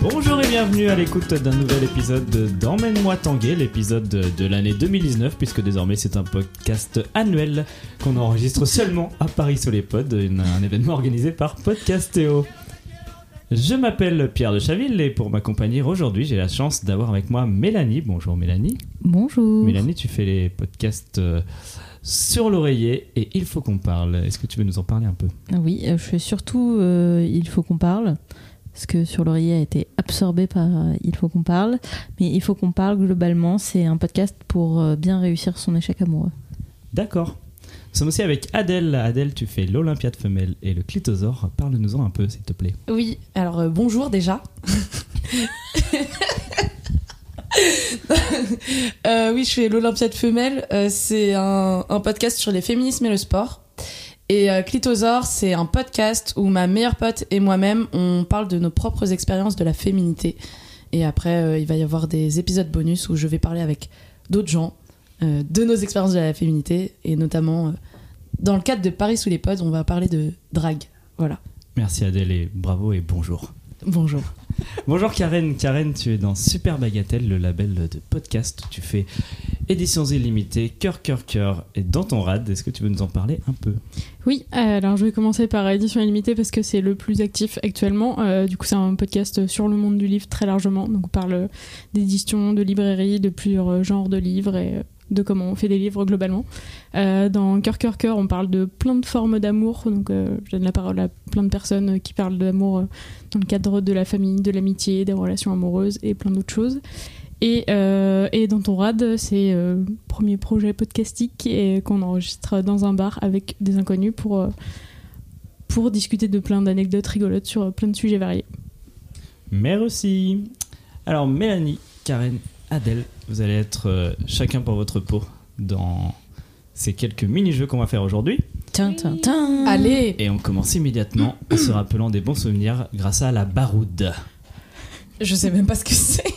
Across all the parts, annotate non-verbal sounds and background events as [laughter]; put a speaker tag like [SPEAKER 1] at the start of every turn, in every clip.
[SPEAKER 1] Bonjour et bienvenue à l'écoute d'un nouvel épisode d'Emmène-moi Tanguay, l'épisode de, de l'année 2019, puisque désormais c'est un podcast annuel qu'on enregistre seulement à Paris sur les pods, une- un événement organisé par Podcastéo. Je m'appelle Pierre de Chaville et pour m'accompagner aujourd'hui, j'ai la chance d'avoir avec moi Mélanie. Bonjour Mélanie.
[SPEAKER 2] Bonjour.
[SPEAKER 1] Mélanie, tu fais les podcasts euh, sur l'oreiller et il faut qu'on parle. Est-ce que tu veux nous en parler un peu
[SPEAKER 2] Oui, euh, je fais surtout euh, Il faut qu'on parle, parce que Sur l'oreiller a été absorbé par euh, Il faut qu'on parle. Mais Il faut qu'on parle, globalement, c'est un podcast pour euh, bien réussir son échec amoureux.
[SPEAKER 1] D'accord. Nous sommes aussi avec Adèle. Adèle, tu fais l'Olympiade femelle et le clitosaure. Parle-nous-en un peu, s'il te plaît.
[SPEAKER 3] Oui, alors euh, bonjour déjà. Euh, oui, je fais l'Olympiade femelle. euh, c'est un, un podcast sur les féminismes et le sport. Et euh, Clitosaure, c'est un podcast où ma meilleure pote et moi-même, on parle de nos propres expériences de la féminité. Et après, euh, il va y avoir des épisodes bonus où je vais parler avec d'autres gens euh, de nos expériences de la féminité. Et notamment, euh, dans le cadre de Paris sous les pods, on va parler de drague. Voilà.
[SPEAKER 1] Merci Adèle et bravo et bonjour.
[SPEAKER 3] Bonjour.
[SPEAKER 1] Bonjour Karen. Karen, tu es dans Super Bagatelle, le label de podcast. Tu fais éditions illimitées, cœur, cœur, cœur. Et dans ton rad, est-ce que tu veux nous en parler un peu
[SPEAKER 4] Oui, euh, alors je vais commencer par Édition Illimitée parce que c'est le plus actif actuellement. Euh, du coup, c'est un podcast sur le monde du livre très largement. Donc, on parle d'édition, de librairie, de plusieurs euh, genres de livres et euh, de comment on fait des livres globalement. Euh, dans Cœur, Cœur, Cœur, on parle de plein de formes d'amour. Donc, euh, je donne la parole à plein de personnes euh, qui parlent d'amour euh, dans le cadre de la famille, de l'amitié, des relations amoureuses et plein d'autres choses. Et, euh, et dans ton rad, c'est euh, le premier projet podcastique et qu'on enregistre dans un bar avec des inconnus pour, euh, pour discuter de plein d'anecdotes rigolotes sur euh, plein de sujets variés.
[SPEAKER 1] Merci. Alors Mélanie, Karen, Adèle, vous allez être euh, chacun pour votre peau dans ces quelques mini-jeux qu'on va faire aujourd'hui.
[SPEAKER 2] Tiens, tiens, tiens.
[SPEAKER 3] Allez
[SPEAKER 1] Et on commence immédiatement en se rappelant des bons souvenirs grâce à la baroude.
[SPEAKER 3] Je sais même pas ce que c'est.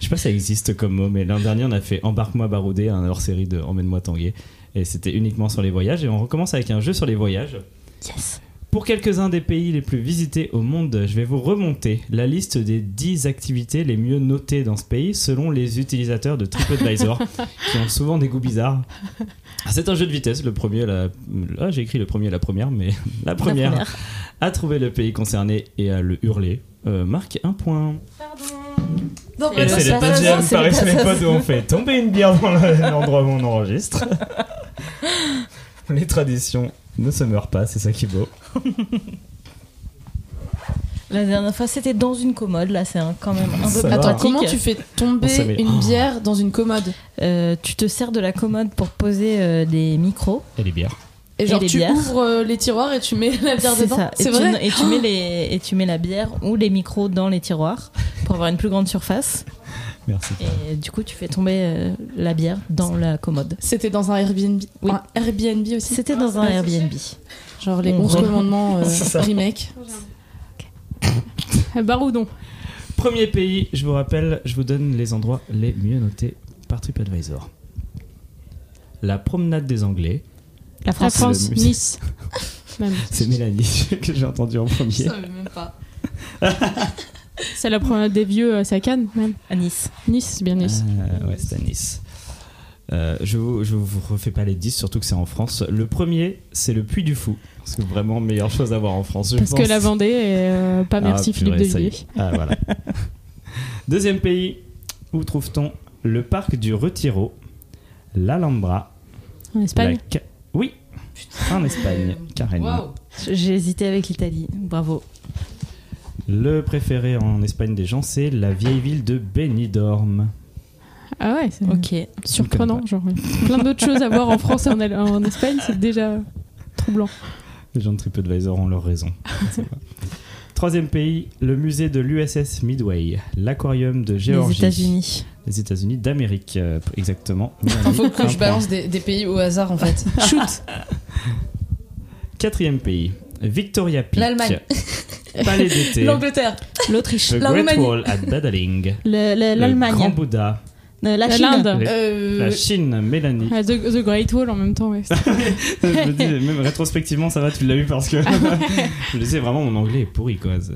[SPEAKER 1] Je sais pas si ça existe comme mot, mais l'an dernier on a fait Embarque-moi barouder, un hors-série de Emmène-moi tanguer. Et c'était uniquement sur les voyages. Et on recommence avec un jeu sur les voyages.
[SPEAKER 2] Yes.
[SPEAKER 1] Pour quelques-uns des pays les plus visités au monde, je vais vous remonter la liste des 10 activités les mieux notées dans ce pays selon les utilisateurs de
[SPEAKER 3] [laughs]
[SPEAKER 1] TripAdvisor, qui ont souvent des goûts bizarres. Ah, C'est un jeu de vitesse, le premier, la... ah, j'ai écrit le premier et la première, mais [laughs] la première,
[SPEAKER 2] première.
[SPEAKER 1] à trouver le pays concerné et à le hurler. Euh, marque un point.
[SPEAKER 3] Non,
[SPEAKER 2] bah,
[SPEAKER 1] Et c'est les
[SPEAKER 3] pas ça,
[SPEAKER 1] deuxièmes
[SPEAKER 3] c'est
[SPEAKER 1] Paris
[SPEAKER 3] pas
[SPEAKER 1] sur les
[SPEAKER 3] ça.
[SPEAKER 1] potes où on
[SPEAKER 3] [laughs]
[SPEAKER 1] fait tomber une bière dans le- l'endroit où on enregistre. les traditions ne se meurent pas, c'est ça qui est beau.
[SPEAKER 2] La dernière fois, c'était dans une commode. Là, c'est un- quand même un peu
[SPEAKER 1] Ça
[SPEAKER 2] plus
[SPEAKER 1] va.
[SPEAKER 3] Attends,
[SPEAKER 2] pratique.
[SPEAKER 3] comment tu fais
[SPEAKER 1] On savait. Oh.
[SPEAKER 3] tomber une bière dans une commode
[SPEAKER 2] Euh, tu te sers de la commode pour poser euh, des micros.
[SPEAKER 1] Et les bières.
[SPEAKER 3] Et
[SPEAKER 2] Et
[SPEAKER 3] genre,
[SPEAKER 2] les
[SPEAKER 3] tu
[SPEAKER 2] bières
[SPEAKER 3] ouvres euh, les tiroirs et tu mets la bière
[SPEAKER 2] C'est
[SPEAKER 3] dedans
[SPEAKER 2] ça. Et
[SPEAKER 3] C'est
[SPEAKER 2] tu,
[SPEAKER 3] vrai
[SPEAKER 2] et tu mets les, et tu mets la bière ou les micros dans les tiroirs pour avoir une plus grande surface.
[SPEAKER 1] Merci.
[SPEAKER 2] Et du coup, tu fais tomber euh, la bière dans la commode.
[SPEAKER 3] C'était dans un Airbnb.
[SPEAKER 2] Oui.
[SPEAKER 3] Un Airbnb aussi
[SPEAKER 2] C'était dans un Airbnb.
[SPEAKER 3] Genre les
[SPEAKER 2] On
[SPEAKER 3] 11
[SPEAKER 2] re-
[SPEAKER 1] [laughs]
[SPEAKER 3] commandements euh,
[SPEAKER 1] C'est ça.
[SPEAKER 3] remake.
[SPEAKER 4] Euh, Baroudon.
[SPEAKER 1] Premier pays, je vous rappelle, je vous donne les endroits les mieux notés par TripAdvisor. La promenade des Anglais,
[SPEAKER 2] La
[SPEAKER 4] La
[SPEAKER 2] France.
[SPEAKER 4] France,
[SPEAKER 1] le musée.
[SPEAKER 4] Nice. [laughs] Même.
[SPEAKER 1] c'est Mélanie [laughs] que j'ai entendu en premier.
[SPEAKER 3] savais même pas.
[SPEAKER 4] C'est la promenade des vieux, euh, c'est à Cannes, même.
[SPEAKER 2] à Nice.
[SPEAKER 4] Nice, c'est bien Nice.
[SPEAKER 1] Ah, ouais, c'est à Nice. Euh, je vous, je vous refais pas les 10, surtout que c'est en France. Le premier, c'est le Puy du Fou. Parce que vraiment, meilleure chose à voir en France. je
[SPEAKER 4] Parce que
[SPEAKER 1] pense.
[SPEAKER 4] la Vendée est euh, pas merci
[SPEAKER 1] Ah,
[SPEAKER 4] Philippe
[SPEAKER 1] purée, ça y est.
[SPEAKER 4] Devilliers.
[SPEAKER 1] Ah, voilà. [laughs] Deuxième pays, où trouve-t-on le parc du Retiro, l'Alhambra,
[SPEAKER 4] En Espagne.
[SPEAKER 1] la Ca- Oui, en Espagne, carrément.
[SPEAKER 3] Waouh
[SPEAKER 2] J'ai hésité avec l'Italie. Bravo.
[SPEAKER 1] Le préféré en Espagne des gens, c'est la vieille ville de Benidorm.
[SPEAKER 4] Ah ouais, c'est
[SPEAKER 2] Ok.
[SPEAKER 4] surprenant. Genre, euh, plein d'autres choses à voir en France et en, Al- en Espagne, c'est déjà troublant.
[SPEAKER 1] Les gens de TripAdvisor ont leur
[SPEAKER 3] [laughs]
[SPEAKER 1] raison. C'est vrai. Troisième pays, le musée de l'USS Midway, l'aquarium de Géorgie.
[SPEAKER 2] Les États-Unis.
[SPEAKER 1] Les États-Unis d'Amérique, euh, exactement.
[SPEAKER 3] Il [laughs] faut que
[SPEAKER 1] Un
[SPEAKER 3] je
[SPEAKER 1] point.
[SPEAKER 3] balance des, des pays au hasard en fait. Shoot
[SPEAKER 1] Quatrième pays, Victoria Peak.
[SPEAKER 3] L'Allemagne.
[SPEAKER 1] [laughs] Palais
[SPEAKER 3] [laughs]
[SPEAKER 1] d'été.
[SPEAKER 3] L'Angleterre
[SPEAKER 2] L'Autriche.
[SPEAKER 1] The
[SPEAKER 3] La
[SPEAKER 1] Great
[SPEAKER 3] Roumanie.
[SPEAKER 1] Wall at
[SPEAKER 3] [laughs]
[SPEAKER 1] Badaling.
[SPEAKER 2] Le- le-
[SPEAKER 1] Le Grand
[SPEAKER 2] L'Allemagne.
[SPEAKER 1] Bouddha.
[SPEAKER 2] Euh, La
[SPEAKER 4] La
[SPEAKER 2] Chine.
[SPEAKER 4] L'Inde.
[SPEAKER 1] Les-
[SPEAKER 3] Euh,
[SPEAKER 1] La Chine, Mélanie.
[SPEAKER 4] Ah, The, The Great Wall en même temps, ouais.
[SPEAKER 1] [laughs] je me dis, même
[SPEAKER 2] [laughs]
[SPEAKER 1] [laughs] rétrospectivement, ça va, tu l'as eu parce que. je sais vraiment, mon anglais est pourri, quoi. C'est-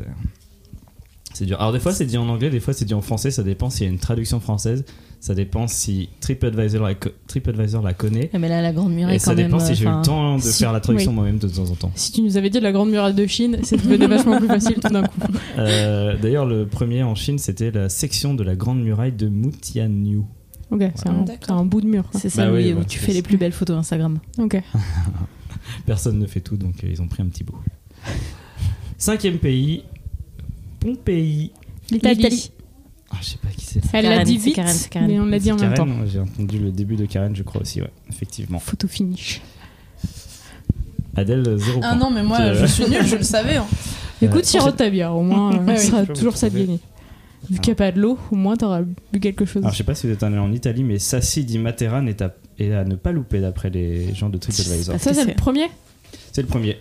[SPEAKER 1] C'est dur. Alors des fois c'est dit en anglais, des fois c'est dit en français, ça dépend s'il y a une traduction française, ça dépend si TripAdvisor la, co- TripAdvisor la connaît,
[SPEAKER 2] Ah, Mais là, la Grande Muraille,
[SPEAKER 1] et ça
[SPEAKER 2] quand même. euh,
[SPEAKER 1] dépend si j'ai eu
[SPEAKER 2] enfin,
[SPEAKER 1] le temps de
[SPEAKER 4] si-
[SPEAKER 1] faire la traduction
[SPEAKER 4] oui.
[SPEAKER 1] moi-même de temps en
[SPEAKER 2] [laughs]
[SPEAKER 1] temps.
[SPEAKER 4] Si tu nous avais dit de la Grande Muraille de Chine,
[SPEAKER 3] [laughs]
[SPEAKER 4] ça devenait vachement plus facile tout d'un coup.
[SPEAKER 1] Euh, D'ailleurs le premier en Chine c'était la section de la grande muraille de Moutianyu.
[SPEAKER 4] Ok, c'est un,
[SPEAKER 3] D'accord.
[SPEAKER 4] c'est un bout de mur. quoi.
[SPEAKER 2] C'est ça
[SPEAKER 1] Bah
[SPEAKER 2] oui,
[SPEAKER 1] oui,
[SPEAKER 2] où
[SPEAKER 1] bah,
[SPEAKER 2] tu
[SPEAKER 1] c'est
[SPEAKER 2] fais les
[SPEAKER 1] ça.
[SPEAKER 2] plus belles photos Instagram.
[SPEAKER 4] Ok.
[SPEAKER 1] Personne ne fait tout, donc euh, ils ont pris un petit bout. Cinquième pays, Pompéi.
[SPEAKER 2] L'Italie.
[SPEAKER 1] Ah, je sais pas qui c'est.
[SPEAKER 4] Elle l'a
[SPEAKER 2] Karen,
[SPEAKER 4] dit
[SPEAKER 2] c'est
[SPEAKER 4] vite,
[SPEAKER 2] Karen, c'est Karen.
[SPEAKER 4] mais on l'a dit en même temps.
[SPEAKER 1] Karen, J'ai entendu le début de Karen, je crois aussi, ouais, effectivement.
[SPEAKER 4] Photo finish.
[SPEAKER 1] Adèle, euh, 0
[SPEAKER 3] Ah non, mais moi, je suis nulle, je le savais. hein.
[SPEAKER 1] Euh,
[SPEAKER 4] Écoute, sirote ta bière,
[SPEAKER 3] [laughs]
[SPEAKER 4] au moins,
[SPEAKER 3] Ouais, Ah
[SPEAKER 4] ça
[SPEAKER 3] oui.
[SPEAKER 4] sera
[SPEAKER 1] Je peux
[SPEAKER 4] toujours
[SPEAKER 1] vous
[SPEAKER 4] ça de
[SPEAKER 1] trouver.
[SPEAKER 4] gagner. Vu qu'il n'y a pas de l'eau, au moins t'auras bu quelque chose.
[SPEAKER 1] Alors, je sais pas si vous êtes allé en Italie, mais Sassi di Materan est à, est à ne pas louper d'après les gens de TripAdvisor.
[SPEAKER 2] Parce
[SPEAKER 4] ça,
[SPEAKER 2] que
[SPEAKER 4] c'est le
[SPEAKER 2] c'est-
[SPEAKER 4] premier
[SPEAKER 1] C'est le
[SPEAKER 4] [laughs]
[SPEAKER 1] premier.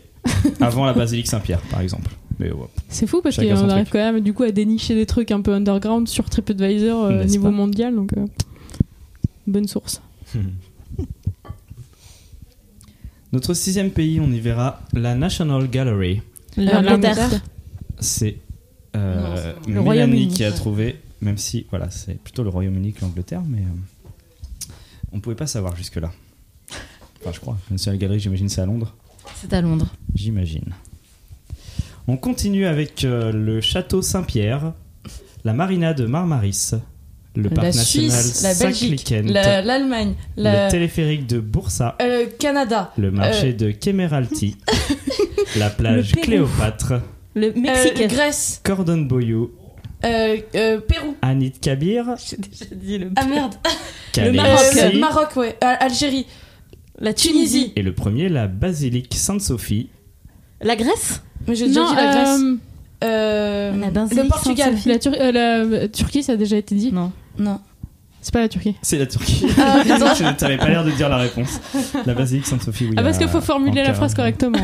[SPEAKER 1] Avant la basilique Saint-Pierre, par exemple. Mais ouais.
[SPEAKER 4] C'est fou parce
[SPEAKER 1] Chacun son
[SPEAKER 4] qu'on arrive
[SPEAKER 1] truc.
[SPEAKER 4] quand même du coup à dénicher des trucs un peu underground sur TripAdvisor euh,
[SPEAKER 1] N'est-ce
[SPEAKER 4] niveau
[SPEAKER 1] pas
[SPEAKER 4] mondial, donc euh, bonne source.
[SPEAKER 1] Notre sixième pays, on y verra la National Gallery.
[SPEAKER 2] L'Angleterre.
[SPEAKER 1] C'est euh,
[SPEAKER 3] Non, c'est
[SPEAKER 2] le
[SPEAKER 1] Mélanie
[SPEAKER 2] Royaume-Uni.
[SPEAKER 1] qui a trouvé, même si voilà, c'est plutôt le Royaume-Uni que l'Angleterre, mais euh, on pouvait pas savoir jusque-là. Enfin, je crois. La National Gallery, j'imagine, c'est à Londres.
[SPEAKER 2] C'est à Londres.
[SPEAKER 1] J'imagine. On continue avec euh, le château Saint-Pierre, la marina de Marmaris, le
[SPEAKER 3] La
[SPEAKER 1] parc national
[SPEAKER 3] Suisse, la Belgique,
[SPEAKER 1] Saclay-Kent,
[SPEAKER 3] la- l'Allemagne, la-
[SPEAKER 1] le téléphérique de Bursa,
[SPEAKER 3] euh, le Canada,
[SPEAKER 1] le marché
[SPEAKER 3] euh,
[SPEAKER 1] de Kemeralty,
[SPEAKER 3] [laughs]
[SPEAKER 1] la plage
[SPEAKER 2] Le Pérou.
[SPEAKER 1] Cléopâtre,
[SPEAKER 2] Le
[SPEAKER 3] euh,
[SPEAKER 2] Mexique.
[SPEAKER 3] Grèce,
[SPEAKER 1] Cordon Boyou,
[SPEAKER 3] euh, euh, Pérou.
[SPEAKER 1] Anit Kabir,
[SPEAKER 2] J'ai déjà dit le.
[SPEAKER 3] Ah merde.
[SPEAKER 1] Calais
[SPEAKER 2] Maroc.
[SPEAKER 3] Euh,
[SPEAKER 1] City,
[SPEAKER 3] le Maroc, ouais. Al- Algérie.
[SPEAKER 2] La
[SPEAKER 3] Tunisie.
[SPEAKER 1] et le premier, la basilique Sainte-Sophie,
[SPEAKER 2] La Grèce
[SPEAKER 3] Mais j'ai déjà
[SPEAKER 4] Non,
[SPEAKER 3] dit la Grèce.
[SPEAKER 4] euh,
[SPEAKER 3] Euh,
[SPEAKER 2] La Basilique
[SPEAKER 3] le Portugal.
[SPEAKER 4] la, Tur- euh, la Turquie, ça a déjà été dit.
[SPEAKER 2] Non.
[SPEAKER 3] Non.
[SPEAKER 4] C'est pas la Turquie.
[SPEAKER 1] c'est la Turquie. [laughs]
[SPEAKER 3] Ah, putain.
[SPEAKER 1] Tu n'avais pas l'air de dire la réponse. La basilique Sainte-Sophie, oui. euh,
[SPEAKER 4] Ah, parce
[SPEAKER 1] à-
[SPEAKER 4] qu'il faut formuler la
[SPEAKER 1] Ankara.
[SPEAKER 4] phrase correctement. [laughs]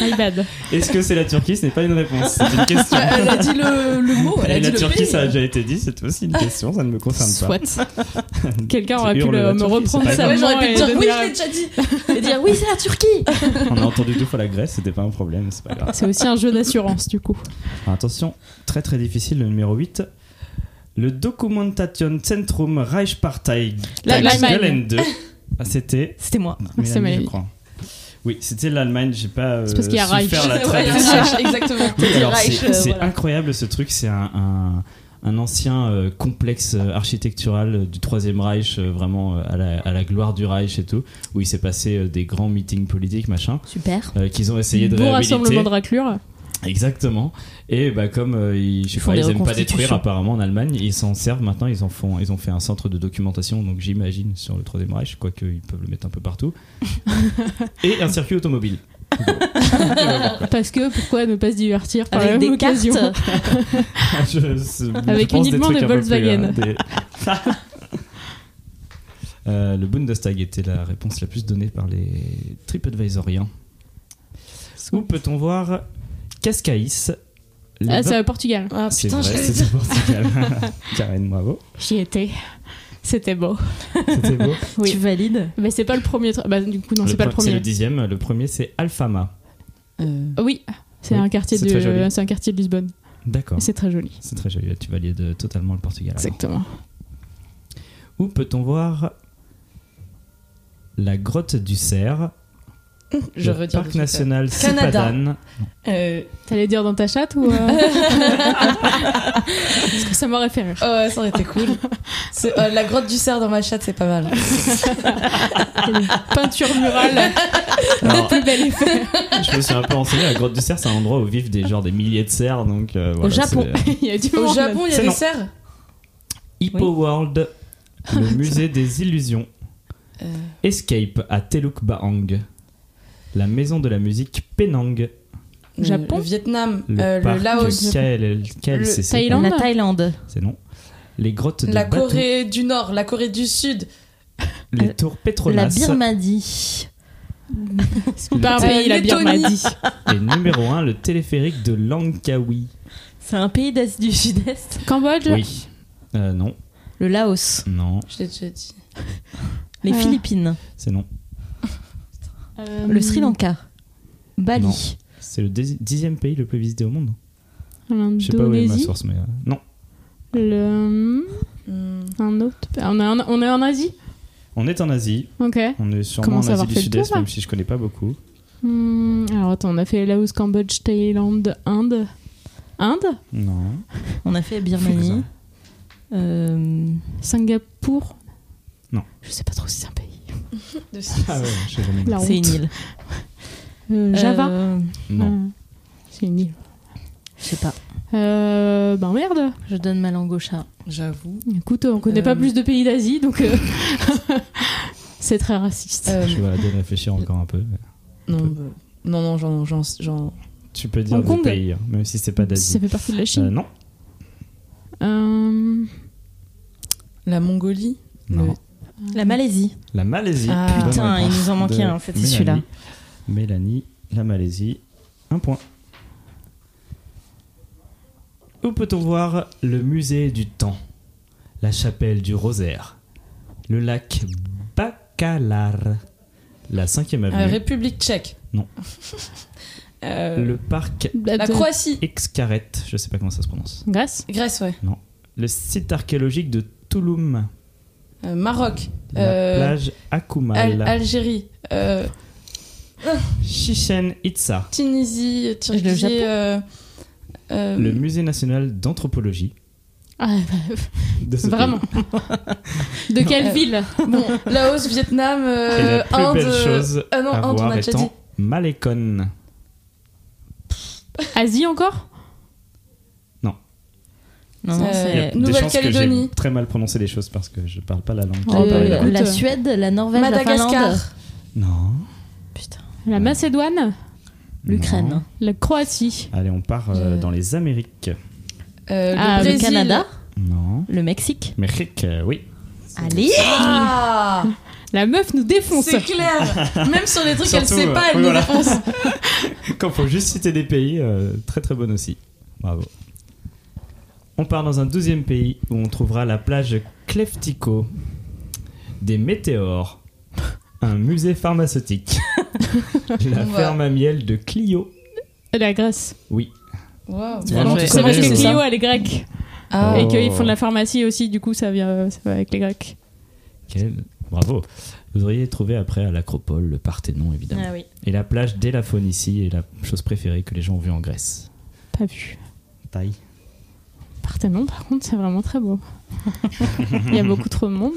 [SPEAKER 4] My bad.
[SPEAKER 1] Est-ce que c'est la Turquie Ce n'est pas une réponse, c'est une question.
[SPEAKER 3] Elle a dit le, le mot. Elle a
[SPEAKER 1] Et
[SPEAKER 3] dit
[SPEAKER 1] la
[SPEAKER 3] le
[SPEAKER 1] Turquie,
[SPEAKER 3] pays.
[SPEAKER 1] ça a déjà été dit, c'est aussi une question, ça ne me concerne pas.
[SPEAKER 4] Soit. Quelqu'un
[SPEAKER 1] Tu
[SPEAKER 4] aurait pu
[SPEAKER 1] hurles
[SPEAKER 4] le-
[SPEAKER 1] la
[SPEAKER 4] me
[SPEAKER 1] Turquie,
[SPEAKER 4] reprendre
[SPEAKER 1] c'est pas
[SPEAKER 4] ça.
[SPEAKER 3] Ouais, j'aurais pu te dire oui, je l'ai
[SPEAKER 4] c'est
[SPEAKER 3] déjà dit.
[SPEAKER 2] Et dire oui, c'est la Turquie
[SPEAKER 1] On a entendu deux fois la Grèce, c'était pas un problème, c'est pas grave.
[SPEAKER 4] aussi un jeu d'assurance du coup.
[SPEAKER 1] Alors, attention, très très difficile, le numéro 8. Le Documentation Zentrum Reichspartei
[SPEAKER 4] La- l'Allemagne.
[SPEAKER 1] Tagstellen 2. Ah, c'était.
[SPEAKER 2] C'était moi.
[SPEAKER 4] Ah, c'est
[SPEAKER 1] Mélanie,
[SPEAKER 4] Mélanie.
[SPEAKER 1] je crois. Oui, c'était l'Allemagne, j'ai pas euh,
[SPEAKER 4] C'est parce qu'il y a
[SPEAKER 1] su
[SPEAKER 4] Reich. [laughs]
[SPEAKER 1] faire la
[SPEAKER 3] Ouais,
[SPEAKER 1] traduction.
[SPEAKER 3] Exactement.
[SPEAKER 1] [laughs] Oui, alors c'est
[SPEAKER 2] Reich, euh,
[SPEAKER 1] c'est
[SPEAKER 2] voilà.
[SPEAKER 1] incroyable ce truc, c'est un, un- un ancien euh, complexe euh, architectural euh, du Troisième Reich, euh, vraiment euh, à la, à la gloire du Reich et tout, où il s'est passé euh, des grands meetings politiques, machin,
[SPEAKER 2] Super.
[SPEAKER 1] euh, qu'ils ont essayé de
[SPEAKER 4] bon
[SPEAKER 1] réhabiliter.
[SPEAKER 4] rassemblement de raclure.
[SPEAKER 1] Exactement. Et bah, comme euh, ils, je sais
[SPEAKER 2] font
[SPEAKER 1] pas,
[SPEAKER 2] des
[SPEAKER 1] ils aiment pas détruire
[SPEAKER 2] reconstitutions.
[SPEAKER 1] apparemment en Allemagne, ils s'en servent maintenant, ils, en font, ils ont fait un centre de documentation, donc j'imagine sur le Troisième Reich, quoique ils peuvent le mettre un peu partout, et un circuit automobile. [laughs]
[SPEAKER 4] Parce que pourquoi ne pas se divertir par la
[SPEAKER 2] Avec
[SPEAKER 4] même
[SPEAKER 2] des
[SPEAKER 4] occasion
[SPEAKER 2] cartes.
[SPEAKER 1] Je- je-
[SPEAKER 4] Avec
[SPEAKER 1] je pense
[SPEAKER 4] uniquement
[SPEAKER 1] trucs
[SPEAKER 4] des
[SPEAKER 1] un peu
[SPEAKER 4] Volkswagen.
[SPEAKER 1] plus, euh, des- [laughs] Euh, le Bundestag était la réponse la plus donnée par les TripAdvisoriens. Où peut-on voir Cascaïs les
[SPEAKER 4] Ah,
[SPEAKER 1] vingt-
[SPEAKER 4] c'est au Portugal.
[SPEAKER 3] Ah
[SPEAKER 1] C'est
[SPEAKER 3] putain,
[SPEAKER 1] vrai,
[SPEAKER 3] j'allais
[SPEAKER 1] c'était Portugal. Karen, [laughs] bravo.
[SPEAKER 4] J'y étais. C'était beau.
[SPEAKER 1] C'était beau.
[SPEAKER 4] Oui.
[SPEAKER 2] Tu valides
[SPEAKER 4] Mais c'est pas le premier. tra- Bah, du coup, non,
[SPEAKER 1] Le
[SPEAKER 4] c'est pas le
[SPEAKER 1] pre- C'est
[SPEAKER 4] premier.
[SPEAKER 1] le dixième. Le premier, c'est Alfama.
[SPEAKER 3] Euh,
[SPEAKER 4] Oui, c'est
[SPEAKER 1] Oui,
[SPEAKER 4] un quartier
[SPEAKER 1] c'est très
[SPEAKER 4] de,
[SPEAKER 1] joli.
[SPEAKER 4] c'est un quartier de Lisbonne.
[SPEAKER 1] D'accord.
[SPEAKER 4] C'est très joli.
[SPEAKER 1] C'est très joli. Là, tu valides euh, totalement le Portugal. alors.
[SPEAKER 4] Exactement.
[SPEAKER 1] Où peut-on voir la grotte du cerf
[SPEAKER 3] Je
[SPEAKER 1] le
[SPEAKER 3] retire
[SPEAKER 1] parc
[SPEAKER 3] de suite,
[SPEAKER 1] national
[SPEAKER 3] Canada.
[SPEAKER 1] Cipadan.
[SPEAKER 3] euh, euh,
[SPEAKER 4] T'allais dire dans ta chatte ou
[SPEAKER 1] [laughs]
[SPEAKER 4] euh, parce que ça m'aurait fait rire.
[SPEAKER 3] oh, ça aurait été cool. C'est, euh, la grotte du cerf dans ma chatte, c'est pas mal.
[SPEAKER 4] Peinture murale,
[SPEAKER 3] [laughs]
[SPEAKER 1] Alors,
[SPEAKER 4] plus bel effet.
[SPEAKER 1] je me suis un peu renseigné, la grotte du cerf, c'est un endroit où vivent des, genre, des milliers de cerfs. Donc, euh, voilà,
[SPEAKER 2] Japon.
[SPEAKER 1] c'est-
[SPEAKER 4] Il y a du
[SPEAKER 3] Au
[SPEAKER 4] monde.
[SPEAKER 3] Japon, il y a
[SPEAKER 1] C'est
[SPEAKER 3] des
[SPEAKER 1] non.
[SPEAKER 3] cerfs
[SPEAKER 1] Hippo World, le musée des illusions.
[SPEAKER 3] Euh,
[SPEAKER 1] Escape à Teluk Bahang. La maison de la musique Penang.
[SPEAKER 3] le-
[SPEAKER 4] Japon
[SPEAKER 3] Le Euh, Vietnam,
[SPEAKER 1] Le
[SPEAKER 3] euh, le
[SPEAKER 1] parc
[SPEAKER 3] Laos,
[SPEAKER 1] KLL, KLCC.
[SPEAKER 4] Thaïlande.
[SPEAKER 2] La Thaïlande.
[SPEAKER 1] C'est non. Les grottes de
[SPEAKER 3] la
[SPEAKER 1] Batu,
[SPEAKER 3] Corée du Nord, la Corée du Sud,
[SPEAKER 1] les tours
[SPEAKER 2] la
[SPEAKER 1] Petronas.
[SPEAKER 2] Birmanie.
[SPEAKER 4] C'est pas un
[SPEAKER 3] Euh,
[SPEAKER 4] pays, la
[SPEAKER 3] Lettonie.
[SPEAKER 4] Birmanie.
[SPEAKER 1] Et numéro 1, le téléphérique de Langkawi.
[SPEAKER 2] C'est un pays d'Asie du Sud-Est.
[SPEAKER 4] Cambodge.
[SPEAKER 1] Oui. Euh, non,
[SPEAKER 2] Le Laos.
[SPEAKER 1] non,
[SPEAKER 3] je l'ai déjà dit.
[SPEAKER 2] Les
[SPEAKER 4] Ah.
[SPEAKER 2] Philippines.
[SPEAKER 1] c'est non.
[SPEAKER 4] Euh,
[SPEAKER 3] Euh,
[SPEAKER 2] Le Sri Lanka. Bali.
[SPEAKER 1] C'est le dé- dixième pays le plus visité au monde. Je sais pas où est ma
[SPEAKER 4] L'Indonésie.
[SPEAKER 1] source, mais. euh, Non.
[SPEAKER 4] Le...
[SPEAKER 3] Hmm.
[SPEAKER 4] Un autre. Ah, On est, en... on est en Asie
[SPEAKER 1] On est en Asie.
[SPEAKER 4] Ok.
[SPEAKER 1] On est sûrement
[SPEAKER 4] Commence
[SPEAKER 1] en
[SPEAKER 4] à
[SPEAKER 1] Asie
[SPEAKER 4] avoir
[SPEAKER 1] du
[SPEAKER 4] fait le
[SPEAKER 1] Sud-Est,
[SPEAKER 4] tour, là.
[SPEAKER 1] même si je connais pas beaucoup.
[SPEAKER 4] Hmm, alors attends, on a fait Laos, Cambodge, Thaïlande, Inde. Inde
[SPEAKER 1] Non.
[SPEAKER 2] On a fait Birmanie. Euh,
[SPEAKER 4] Singapour
[SPEAKER 1] Non.
[SPEAKER 4] Je sais pas trop si c'est un pays.
[SPEAKER 3] De six.
[SPEAKER 1] Ah ouais, je sais jamais.
[SPEAKER 4] La
[SPEAKER 2] c'est une
[SPEAKER 4] honte.
[SPEAKER 2] île.
[SPEAKER 4] Euh, Java
[SPEAKER 2] Euh,
[SPEAKER 1] Non.
[SPEAKER 4] Euh, C'est une île.
[SPEAKER 2] Je sais pas.
[SPEAKER 4] Euh, ben merde
[SPEAKER 2] Je donne ma langue au chat.
[SPEAKER 3] J'avoue.
[SPEAKER 4] Écoute, on connaît pas
[SPEAKER 3] Euh,
[SPEAKER 4] plus de pays d'Asie, donc... euh, [laughs] c'est très raciste.
[SPEAKER 3] Euh,
[SPEAKER 1] Je vais la de réfléchir encore un peu.
[SPEAKER 3] non, bah, non, non, j'en- j'en- j'en.
[SPEAKER 1] Tu peux dire
[SPEAKER 4] Hong
[SPEAKER 1] des
[SPEAKER 4] Kong.
[SPEAKER 1] pays, hein, même si c'est pas
[SPEAKER 4] ça
[SPEAKER 1] d'Asie.
[SPEAKER 4] fait partie de la
[SPEAKER 1] Euh,
[SPEAKER 4] Chine.
[SPEAKER 1] non.
[SPEAKER 2] Hum.
[SPEAKER 4] Euh,
[SPEAKER 3] La Mongolie
[SPEAKER 1] Non.
[SPEAKER 3] Le-
[SPEAKER 2] La Malaisie.
[SPEAKER 1] La Malaisie.
[SPEAKER 3] Ah.
[SPEAKER 1] Bonne
[SPEAKER 2] Putain,
[SPEAKER 1] réponse
[SPEAKER 2] il nous en manquait
[SPEAKER 1] de
[SPEAKER 2] un, en fait, c'est
[SPEAKER 1] Mélanie.
[SPEAKER 2] celui-là.
[SPEAKER 1] Mélanie, la Malaisie, un point. Où peut-on voir le musée du temps La chapelle du Rosaire Le lac Bacalar La 5ème
[SPEAKER 2] Ah,
[SPEAKER 3] Euh,
[SPEAKER 1] avenue
[SPEAKER 3] République tchèque.
[SPEAKER 1] Non.
[SPEAKER 3] [laughs] Euh,
[SPEAKER 1] Le parc
[SPEAKER 3] La
[SPEAKER 4] Bah, de-
[SPEAKER 3] Croatie.
[SPEAKER 1] Excaret, je sais pas comment ça se prononce.
[SPEAKER 4] Grèce
[SPEAKER 3] Grèce, ouais.
[SPEAKER 1] Le site archéologique de Touloum.
[SPEAKER 3] Euh, Maroc.
[SPEAKER 1] La
[SPEAKER 3] Euh,
[SPEAKER 1] plage Akoumal.
[SPEAKER 3] Al- Algérie. Euh,
[SPEAKER 1] Chichen Itza.
[SPEAKER 3] Tunisie.
[SPEAKER 2] Le
[SPEAKER 3] Turquie.
[SPEAKER 2] Japon.
[SPEAKER 3] euh, euh,
[SPEAKER 1] Le
[SPEAKER 3] [laughs]
[SPEAKER 1] musée national d'anthropologie.
[SPEAKER 4] Ah, bah,
[SPEAKER 1] de ce
[SPEAKER 4] Vraiment. [laughs] de quelle
[SPEAKER 3] Euh,
[SPEAKER 4] ville
[SPEAKER 3] Bon, Laos, Vietnam, euh,
[SPEAKER 1] Et la plus
[SPEAKER 3] Inde.
[SPEAKER 1] belle chose
[SPEAKER 3] ah non,
[SPEAKER 1] à
[SPEAKER 3] Inde, on
[SPEAKER 1] voir
[SPEAKER 3] a déjà dit.
[SPEAKER 1] étant Malécon.
[SPEAKER 4] Asie encore
[SPEAKER 2] Non, non,
[SPEAKER 1] Il
[SPEAKER 3] Euh,
[SPEAKER 1] y a
[SPEAKER 2] c'est.
[SPEAKER 1] des
[SPEAKER 3] Nouvelle
[SPEAKER 1] chances que j'ai
[SPEAKER 3] Nouvelle-Calédonie.
[SPEAKER 1] très mal prononcé les choses parce que je parle pas la langue.
[SPEAKER 4] Oh, bah,
[SPEAKER 2] Euh,
[SPEAKER 4] écoute.
[SPEAKER 2] la Suède, la Norvège, la
[SPEAKER 3] Madagascar.
[SPEAKER 2] Finlande.
[SPEAKER 1] Non.
[SPEAKER 2] Putain.
[SPEAKER 4] La Macédoine
[SPEAKER 1] Non.
[SPEAKER 2] L'Ukraine.
[SPEAKER 4] La Croatie
[SPEAKER 1] Allez, on part euh,
[SPEAKER 3] hein. Euh.
[SPEAKER 1] dans les Amériques.
[SPEAKER 3] Euh, le
[SPEAKER 4] Ah, le
[SPEAKER 2] Le
[SPEAKER 3] Brésil.
[SPEAKER 2] Canada.
[SPEAKER 1] Non.
[SPEAKER 2] Le Mexique.
[SPEAKER 1] Mexique, euh, oui. [laughs]
[SPEAKER 2] Allez
[SPEAKER 3] Ah
[SPEAKER 4] La meuf nous défonce
[SPEAKER 3] C'est clair Même sur les trucs qu'elle
[SPEAKER 1] Surtout,
[SPEAKER 3] sait
[SPEAKER 1] euh,
[SPEAKER 3] pas, elle
[SPEAKER 1] oui,
[SPEAKER 3] nous
[SPEAKER 1] voilà.
[SPEAKER 3] défonce.
[SPEAKER 1] [laughs] Quand faut juste citer des pays, euh, très très bonne aussi. Bravo. On part dans un douzième pays où on trouvera la plage Cleftico, des météores, [laughs] un musée pharmaceutique,
[SPEAKER 3] [laughs]
[SPEAKER 1] la
[SPEAKER 3] On va-
[SPEAKER 1] ferme à miel de Clio.
[SPEAKER 4] Euh, La Grèce.
[SPEAKER 1] Oui.
[SPEAKER 3] Wow.
[SPEAKER 2] Bien
[SPEAKER 1] Vraiment,
[SPEAKER 2] joué.
[SPEAKER 1] tu
[SPEAKER 4] C'est vrai que
[SPEAKER 1] connais,
[SPEAKER 4] les
[SPEAKER 1] euh,
[SPEAKER 4] Clio, elle est grecque.
[SPEAKER 3] Ah,
[SPEAKER 1] Oh.
[SPEAKER 4] Et qu'ils font de la pharmacie aussi, du coup, ça vient euh, ça va avec les Grecs.
[SPEAKER 1] Quel- Bravo. Vous auriez trouvé après à l'Acropole, le Parthénon évidemment.
[SPEAKER 2] Ah oui.
[SPEAKER 1] Et la plage d'Elaphone ici est la chose préférée que les gens ont vue en Grèce.
[SPEAKER 4] Pas vu.
[SPEAKER 1] Taille.
[SPEAKER 4] Parthénon, par contre, c'est vraiment très [laughs] beau. Il y a beaucoup trop de monde.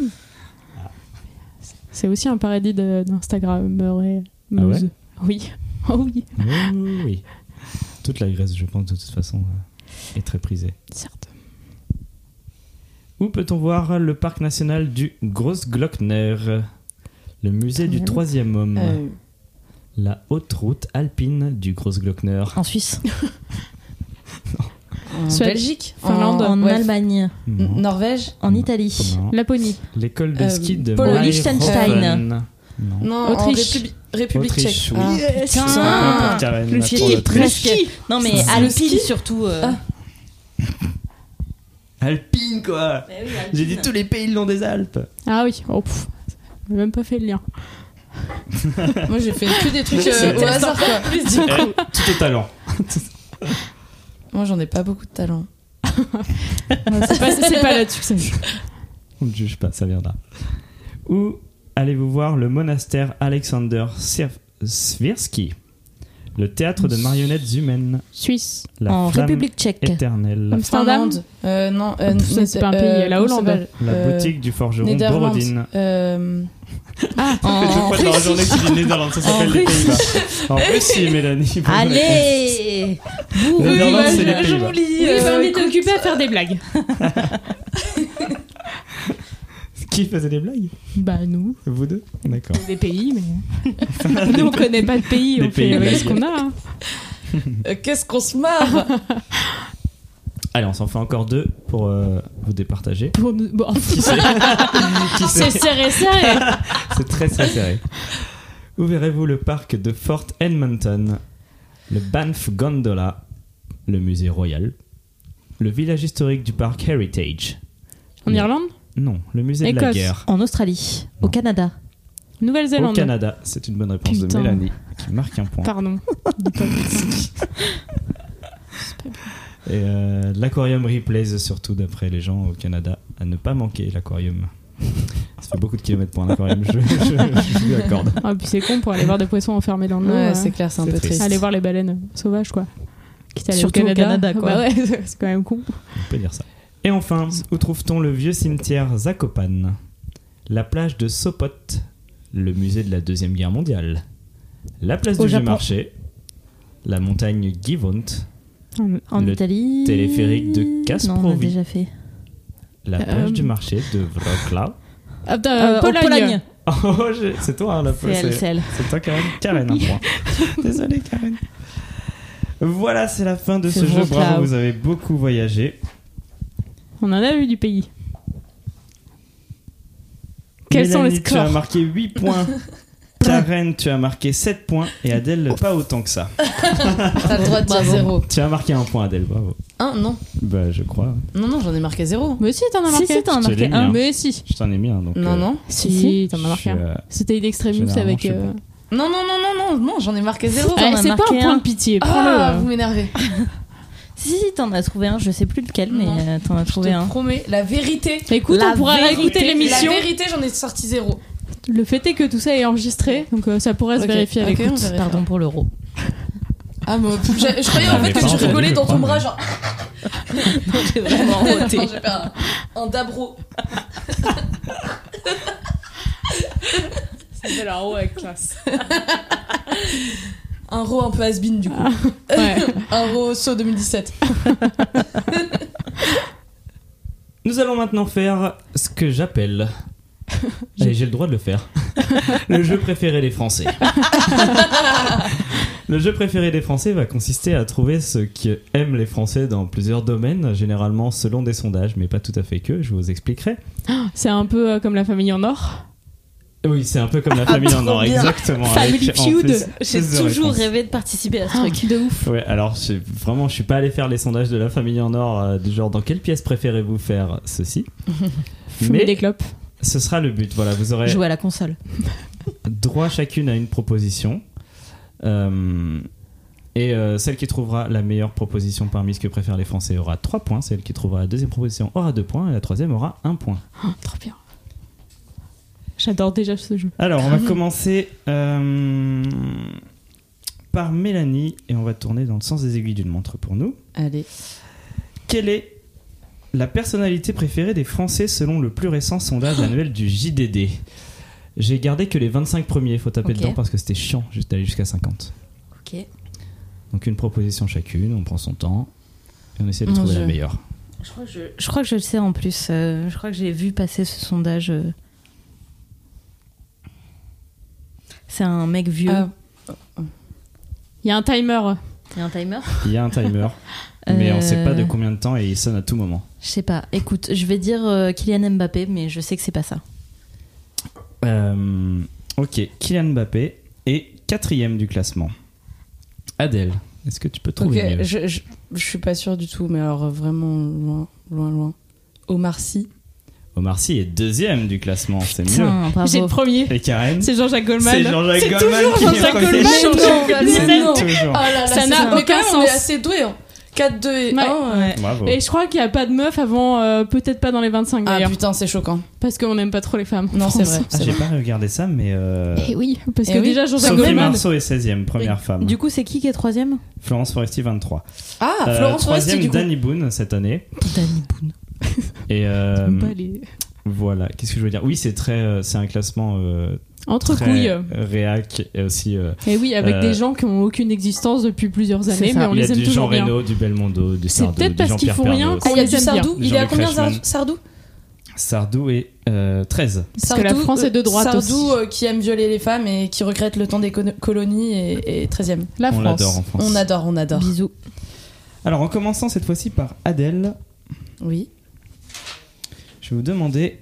[SPEAKER 4] C'est aussi un paradis de- d'Instagrammeurs et
[SPEAKER 1] Ah ouais
[SPEAKER 4] meuse. Oui. [laughs] Oh oui,
[SPEAKER 1] Oui, oui, oui. Toute la Grèce, je pense, de toute façon, euh, est très prisée.
[SPEAKER 4] certes.
[SPEAKER 1] Où peut-on voir le parc national du Grossglockner Le musée du
[SPEAKER 4] Ouais.
[SPEAKER 1] troisième homme.
[SPEAKER 3] euh,
[SPEAKER 1] La haute route alpine du Grossglockner.
[SPEAKER 2] En Suisse.
[SPEAKER 3] en
[SPEAKER 4] Suède.
[SPEAKER 3] Belgique,
[SPEAKER 4] Finlande.
[SPEAKER 2] En
[SPEAKER 3] ouais,
[SPEAKER 2] Allemagne.
[SPEAKER 1] Non.
[SPEAKER 3] N- Norvège,
[SPEAKER 2] En Italie.
[SPEAKER 1] Non.
[SPEAKER 4] Laponie.
[SPEAKER 1] L'école de
[SPEAKER 3] Euh,
[SPEAKER 1] ski de
[SPEAKER 3] Pologne.
[SPEAKER 1] Liechtenstein. Non.
[SPEAKER 3] non, en
[SPEAKER 4] Autriche.
[SPEAKER 3] Républi- République
[SPEAKER 1] Autriche,
[SPEAKER 3] tchèque.
[SPEAKER 1] oui.
[SPEAKER 3] Ah.
[SPEAKER 2] Putain.
[SPEAKER 1] C'est un
[SPEAKER 2] Ah,
[SPEAKER 1] point pour Karen,
[SPEAKER 4] Le
[SPEAKER 1] pour
[SPEAKER 4] ski,
[SPEAKER 1] l'Autriche.
[SPEAKER 2] presque. Non mais
[SPEAKER 3] C'est
[SPEAKER 2] Alpine
[SPEAKER 3] le ski.
[SPEAKER 2] surtout. euh,
[SPEAKER 3] Ah.
[SPEAKER 1] Alpine, quoi J'ai dit tous les pays le long des Alpes.
[SPEAKER 4] Ah oui, oh pff, j'ai même pas fait le [laughs] lien.
[SPEAKER 3] Moi j'ai fait que des
[SPEAKER 4] [laughs]
[SPEAKER 3] trucs
[SPEAKER 1] Mais
[SPEAKER 3] euh,
[SPEAKER 1] c'est-
[SPEAKER 3] au hasard quoi.
[SPEAKER 1] [laughs] Eh, Tout au talent.
[SPEAKER 3] Moi j'en ai pas beaucoup de talent.
[SPEAKER 4] C'est pas, c'est pas là-dessus [laughs] que ça joue.
[SPEAKER 1] On ne juge pas, ça viendra. Où allez-vous voir le monastère Alexander Sver- Svirsky Le théâtre de marionnettes humaines.
[SPEAKER 4] Suisse.
[SPEAKER 1] La
[SPEAKER 2] en
[SPEAKER 1] flamme
[SPEAKER 2] République tchèque.
[SPEAKER 1] éternelle.
[SPEAKER 4] Amsterdam.
[SPEAKER 3] Finlande. Euh, non, euh,
[SPEAKER 4] Pff, ça, c'est pas un pays, la
[SPEAKER 3] comment ça
[SPEAKER 4] Hollande.
[SPEAKER 3] s'appelle
[SPEAKER 1] La
[SPEAKER 3] Euh,
[SPEAKER 1] boutique du forgeron
[SPEAKER 3] Netherlands.
[SPEAKER 1] Borodine.
[SPEAKER 3] Euh,
[SPEAKER 1] C'est deux
[SPEAKER 2] En
[SPEAKER 1] fois dans la journée que tu dis Netherlands, ça s'appelle les Pays-Bas. En Russie, Mélanie. bonne réponse.
[SPEAKER 2] Allez Bouh.
[SPEAKER 1] Les Netherlands, c'est les
[SPEAKER 3] bah,
[SPEAKER 1] Pays-Bas.
[SPEAKER 3] j'oublie,
[SPEAKER 4] Oui,
[SPEAKER 3] euh,
[SPEAKER 4] bah, on
[SPEAKER 3] écoute.
[SPEAKER 4] était occupé à faire des blagues.
[SPEAKER 1] Qui faisait des blagues
[SPEAKER 4] Bah nous,
[SPEAKER 1] Vous deux D'accord.
[SPEAKER 4] des pays, mais [laughs] nous on connaît pas de pays,
[SPEAKER 1] Des
[SPEAKER 4] on fait
[SPEAKER 1] pays,
[SPEAKER 4] avec
[SPEAKER 1] blague.
[SPEAKER 4] ce qu'on a. hein.
[SPEAKER 3] Euh, Qu'est-ce qu'on se
[SPEAKER 4] [laughs]
[SPEAKER 3] marre
[SPEAKER 1] Allez, on s'en fait encore deux pour euh, vous départager.
[SPEAKER 4] Pour nous, [laughs] bon,
[SPEAKER 1] Qui sait Qui sait
[SPEAKER 4] c'est serré, serré.
[SPEAKER 1] C'est très très serré. Où verrez-vous le parc de Fort Edmonton, le Banff Gondola, le musée royal, le village historique du parc Heritage
[SPEAKER 4] En Irlande,
[SPEAKER 1] Non, le musée de la
[SPEAKER 4] Écosse.
[SPEAKER 1] guerre.
[SPEAKER 2] En Australie. Au
[SPEAKER 1] Non.
[SPEAKER 2] Canada.
[SPEAKER 1] Au
[SPEAKER 4] Nouvelle-Zélande.
[SPEAKER 1] Canada, c'est une bonne réponse
[SPEAKER 4] Putain.
[SPEAKER 1] de
[SPEAKER 4] [laughs]
[SPEAKER 1] Mélanie qui marque un point.
[SPEAKER 4] Pardon. Dis pas.
[SPEAKER 1] Et euh, l'aquarium replays, surtout d'après les gens au Canada, à ne pas manquer l'aquarium. [laughs] Ça fait beaucoup de kilomètres pour un aquarium, je, je, je lui accorde.
[SPEAKER 4] Ah, puis c'est con pour aller voir des poissons enfermés dans l'eau.
[SPEAKER 3] Ouais,
[SPEAKER 4] euh,
[SPEAKER 3] c'est clair, c'est un
[SPEAKER 1] c'est
[SPEAKER 3] peu
[SPEAKER 1] triste.
[SPEAKER 3] triste.
[SPEAKER 4] aller voir les baleines sauvages, quoi. Quitte à aller
[SPEAKER 2] Surtout au
[SPEAKER 4] au Canada,
[SPEAKER 2] Canada, quoi.
[SPEAKER 4] Bah ouais, [laughs] c'est quand même con.
[SPEAKER 1] On peut dire ça. Et enfin, où trouve-t-on le vieux cimetière Zakopane La plage de Sopot, le musée de la Deuxième Guerre mondiale, la place
[SPEAKER 2] Au
[SPEAKER 1] du vieux
[SPEAKER 2] Japon.
[SPEAKER 1] marché, la montagne Givont,
[SPEAKER 4] En-
[SPEAKER 2] En
[SPEAKER 1] Le
[SPEAKER 2] Italie.
[SPEAKER 1] téléphérique de Casprovi.
[SPEAKER 2] Non, on l'a déjà fait.
[SPEAKER 1] la
[SPEAKER 4] Euh,
[SPEAKER 1] plage du marché de
[SPEAKER 2] [laughs]
[SPEAKER 1] Wroclaw.
[SPEAKER 4] Ah, putain,
[SPEAKER 2] Euh, au
[SPEAKER 4] Pologne.
[SPEAKER 2] Pologne.
[SPEAKER 1] Oh, j'ai- c'est toi, hein, la
[SPEAKER 2] C'est elle, c'est elle.
[SPEAKER 1] C'est toi, Karen. Karen, hein, un
[SPEAKER 2] [laughs]
[SPEAKER 1] point. Désolé, Karen. Voilà, c'est la fin de
[SPEAKER 2] C'est
[SPEAKER 1] ce jeu.
[SPEAKER 2] Wroclaw.
[SPEAKER 1] Bravo, vous avez beaucoup voyagé.
[SPEAKER 4] On en a eu du pays. Quels sont les
[SPEAKER 1] Mélanie, Tu as
[SPEAKER 4] scores
[SPEAKER 1] marqué 8
[SPEAKER 2] [laughs]
[SPEAKER 1] points. Karen, tu as marqué 7 points. Et Adèle, pas autant que ça.
[SPEAKER 3] T'as le droit de dire
[SPEAKER 2] Bravo.
[SPEAKER 3] zéro.
[SPEAKER 1] Tu as marqué un point, Adèle, bravo.
[SPEAKER 3] Un, non.
[SPEAKER 1] Bah, je crois.
[SPEAKER 3] Non, non, j'en ai marqué zéro.
[SPEAKER 4] Mais si, t'en as
[SPEAKER 2] Si,
[SPEAKER 4] marqué.
[SPEAKER 2] si, t'en as
[SPEAKER 1] Je te l'ai
[SPEAKER 2] marqué
[SPEAKER 1] mis,
[SPEAKER 2] un.
[SPEAKER 1] hein.
[SPEAKER 4] Mais si.
[SPEAKER 1] Je t'en ai mis un, donc.
[SPEAKER 3] Non,
[SPEAKER 1] euh,
[SPEAKER 3] non.
[SPEAKER 4] Si,
[SPEAKER 2] Si,
[SPEAKER 4] si, t'en as marqué hein.
[SPEAKER 1] je,
[SPEAKER 4] un.
[SPEAKER 1] euh,
[SPEAKER 4] C'était une extremis
[SPEAKER 1] Généralement,
[SPEAKER 4] avec.
[SPEAKER 1] je sais pas.
[SPEAKER 4] euh,
[SPEAKER 3] Non, non, non, non, non, non, j'en ai marqué zéro.
[SPEAKER 2] Ah,
[SPEAKER 4] eh,
[SPEAKER 2] t'en as
[SPEAKER 4] c'est pas un
[SPEAKER 2] marqué
[SPEAKER 4] point
[SPEAKER 2] un.
[SPEAKER 4] de pitié,
[SPEAKER 3] Ah,
[SPEAKER 4] prends-le. hein.
[SPEAKER 3] vous m'énervez.
[SPEAKER 2] Si, si, t'en as trouvé un, je sais plus lequel, mais
[SPEAKER 3] Non.
[SPEAKER 2] euh, t'en as
[SPEAKER 3] Je
[SPEAKER 2] trouvé
[SPEAKER 3] te
[SPEAKER 2] un.
[SPEAKER 3] promets, la vérité.
[SPEAKER 4] bah Écoute,
[SPEAKER 2] La
[SPEAKER 4] on pourra
[SPEAKER 2] vérité,
[SPEAKER 4] réécouter
[SPEAKER 3] La
[SPEAKER 4] l'émission.
[SPEAKER 3] vérité, j'en ai sorti zéro.
[SPEAKER 4] Le fait est que tout ça est enregistré, donc euh, ça pourrait se
[SPEAKER 3] Ok,
[SPEAKER 4] vérifier avec
[SPEAKER 3] ok, on
[SPEAKER 4] l'écoute.
[SPEAKER 3] verra.
[SPEAKER 2] Pardon pour l'euro.
[SPEAKER 3] Ah, mais je, je croyais
[SPEAKER 1] Ah,
[SPEAKER 3] en
[SPEAKER 1] mais
[SPEAKER 3] fait que
[SPEAKER 1] pas
[SPEAKER 3] tu
[SPEAKER 1] entendu,
[SPEAKER 3] rigolais
[SPEAKER 1] je
[SPEAKER 3] dans
[SPEAKER 1] crois,
[SPEAKER 3] ton bras,
[SPEAKER 1] mais-
[SPEAKER 3] genre.
[SPEAKER 2] J'ai vraiment
[SPEAKER 3] Non,
[SPEAKER 2] roté.
[SPEAKER 3] j'ai fait un, un dabro.
[SPEAKER 4] C'était la roue avec classe.
[SPEAKER 3] Un ro un peu has du coup.
[SPEAKER 4] Ouais.
[SPEAKER 3] [laughs] Un ro saut 2017.
[SPEAKER 1] Nous allons maintenant faire ce que j'appelle. Allez, j'ai le droit de le faire. le jeu préféré des Français. le jeu préféré des Français va consister à trouver ce que aiment les Français dans plusieurs domaines, généralement selon des sondages, mais pas tout à fait que, je vous expliquerai.
[SPEAKER 4] C'est un peu euh, comme la famille en or.
[SPEAKER 1] Oui, c'est un peu comme la famille en
[SPEAKER 2] trop
[SPEAKER 1] or,
[SPEAKER 2] bien.
[SPEAKER 1] exactement.
[SPEAKER 4] Family
[SPEAKER 1] avec, en
[SPEAKER 4] Feud.
[SPEAKER 1] plus,
[SPEAKER 2] J'ai
[SPEAKER 1] plus de
[SPEAKER 2] toujours [laughs]
[SPEAKER 1] réponses.
[SPEAKER 2] rêvé de participer à ce truc.
[SPEAKER 4] de ouf.
[SPEAKER 1] Ouais, alors je, vraiment, je suis pas allé faire les sondages de la famille en or, euh, du genre dans quelle pièce préférez-vous faire
[SPEAKER 4] [laughs]
[SPEAKER 1] ceci
[SPEAKER 4] Fumer
[SPEAKER 1] Mais
[SPEAKER 4] des clopes.
[SPEAKER 1] ce sera le but, voilà, vous aurez
[SPEAKER 2] Jouer à la console.
[SPEAKER 1] droit chacune à une proposition. Euh, et euh, celle qui trouvera la meilleure proposition parmi ce que préfèrent les Français aura 3 points, celle qui trouvera la deuxième proposition aura 2 points et la troisième aura 1 point.
[SPEAKER 4] Oh, trop bien. J'adore déjà ce jeu.
[SPEAKER 1] Alors, on
[SPEAKER 4] [laughs]
[SPEAKER 1] va commencer euh, par Mélanie et on va tourner dans le sens des aiguilles d'une montre pour nous.
[SPEAKER 3] Allez.
[SPEAKER 1] Quelle est la personnalité préférée des Français selon le plus récent sondage annuel du JDD J'ai gardé que les 25 premiers, faut taper
[SPEAKER 2] Ok.
[SPEAKER 1] dedans parce que c'était chiant juste d'aller jusqu'à 50.
[SPEAKER 2] Ok.
[SPEAKER 1] Donc une proposition chacune, on prend son temps et on essaie de
[SPEAKER 3] Mon
[SPEAKER 1] trouver
[SPEAKER 3] Dieu.
[SPEAKER 1] la meilleure.
[SPEAKER 2] Je crois que je, je crois que je le sais en plus. Euh, je crois que j'ai vu passer ce sondage. euh. C'est un mec vieux.
[SPEAKER 3] Ah.
[SPEAKER 4] Il y a un timer.
[SPEAKER 2] Il y a un timer
[SPEAKER 1] Il y a un
[SPEAKER 3] [laughs]
[SPEAKER 1] timer, mais on ne sait pas de
[SPEAKER 2] Euh,
[SPEAKER 1] combien de temps et il sonne à tout moment.
[SPEAKER 2] Je sais pas. Écoute, je vais dire euh, Kylian Mbappé, mais je sais que c'est pas ça.
[SPEAKER 1] Euh, ok, Kylian Mbappé est quatrième du classement. Adèle, est-ce que tu peux
[SPEAKER 3] Ok,
[SPEAKER 1] trouver mieux
[SPEAKER 3] je, je, je suis pas sûre du tout, mais alors euh, vraiment loin, loin, loin. Omar Sy.
[SPEAKER 1] Omar Sy est deuxième du classement, c'est mieux.
[SPEAKER 2] Tiens,
[SPEAKER 4] J'ai le
[SPEAKER 2] bravo.
[SPEAKER 4] premier.
[SPEAKER 1] Et Karen
[SPEAKER 4] C'est Jean-Jacques Goldman.
[SPEAKER 1] C'est Jean-Jacques
[SPEAKER 4] C'est
[SPEAKER 1] Goldman
[SPEAKER 4] toujours
[SPEAKER 1] qui
[SPEAKER 4] Jean-Jacques
[SPEAKER 1] est
[SPEAKER 4] Goldman.
[SPEAKER 1] premier.
[SPEAKER 3] Jean-Jacques
[SPEAKER 1] C'est
[SPEAKER 3] Goldman.
[SPEAKER 1] toujours.
[SPEAKER 3] Oh là
[SPEAKER 4] Ça n'a
[SPEAKER 3] c'est- mais quand
[SPEAKER 4] aucun
[SPEAKER 3] même, On est
[SPEAKER 4] sens.
[SPEAKER 3] assez doués. Hein. 4, 2 et euh,
[SPEAKER 4] Ouais.
[SPEAKER 3] 1.
[SPEAKER 4] Ouais.
[SPEAKER 1] Bravo.
[SPEAKER 4] Et je crois qu'il n'y a pas de meuf avant, euh, peut-être pas dans les 25
[SPEAKER 3] Ah
[SPEAKER 4] d'ailleurs,
[SPEAKER 3] putain, c'est choquant.
[SPEAKER 4] parce qu'on n'aime pas trop les femmes. en
[SPEAKER 3] Non, c'est
[SPEAKER 4] France.
[SPEAKER 3] vrai.
[SPEAKER 1] Ah,
[SPEAKER 3] c'est
[SPEAKER 1] j'ai
[SPEAKER 3] vrai.
[SPEAKER 1] pas regardé ça, mais. euh,
[SPEAKER 4] Eh oui, parce
[SPEAKER 3] Eh
[SPEAKER 4] que
[SPEAKER 3] oui.
[SPEAKER 4] déjà Jean-Jacques
[SPEAKER 1] Sophie
[SPEAKER 4] Goldman.
[SPEAKER 1] Marceau est 16ème, première femme.
[SPEAKER 2] Du coup, c'est qui qui est troisième
[SPEAKER 1] Florence Foresti, 23.
[SPEAKER 3] Ah,
[SPEAKER 1] Euh,
[SPEAKER 3] Florence Foresti,
[SPEAKER 1] Troisième,
[SPEAKER 3] du coup.
[SPEAKER 1] Danny Boone cette année.
[SPEAKER 2] Danny Boone.
[SPEAKER 1] Et
[SPEAKER 4] [laughs]
[SPEAKER 1] euh,
[SPEAKER 4] J'aime pas les-
[SPEAKER 1] voilà, qu'est-ce que je veux dire Oui, c'est très, euh, c'est un classement euh,
[SPEAKER 4] Entre
[SPEAKER 1] très
[SPEAKER 4] couilles.
[SPEAKER 1] réac et aussi. euh,
[SPEAKER 4] Et oui, avec
[SPEAKER 1] Euh,
[SPEAKER 4] des gens qui n'ont aucune existence depuis plusieurs
[SPEAKER 2] c'est
[SPEAKER 4] années,
[SPEAKER 2] ça.
[SPEAKER 4] mais on
[SPEAKER 1] il y a
[SPEAKER 4] les aime
[SPEAKER 1] du Jean
[SPEAKER 4] toujours bien.
[SPEAKER 1] Reno, du Belmondo, du
[SPEAKER 4] C'est
[SPEAKER 1] Sardou,
[SPEAKER 4] peut-être
[SPEAKER 1] du
[SPEAKER 4] parce qu'ils
[SPEAKER 1] Jean-Pierre
[SPEAKER 4] font rien
[SPEAKER 1] Pernaut.
[SPEAKER 3] Ah, il y a
[SPEAKER 4] On les
[SPEAKER 3] du
[SPEAKER 4] aime
[SPEAKER 1] bien.
[SPEAKER 3] Sardou. Il est à
[SPEAKER 1] Jean-Luc
[SPEAKER 3] combien
[SPEAKER 1] Reichmann.
[SPEAKER 3] Sar- Sardou
[SPEAKER 1] Sardou est euh, 13.
[SPEAKER 4] Parce que la France est de droite
[SPEAKER 3] Sardou
[SPEAKER 4] aussi.
[SPEAKER 3] euh, qui aime violer les femmes et qui regrette le temps des colo- colonies et, et 13e.
[SPEAKER 4] La
[SPEAKER 1] on l'adore en
[SPEAKER 4] France.
[SPEAKER 1] France.
[SPEAKER 3] On adore, on adore.
[SPEAKER 2] Bisous.
[SPEAKER 1] Alors en commençant cette fois-ci par Adèle,
[SPEAKER 3] Oui.
[SPEAKER 1] Je vais vous demander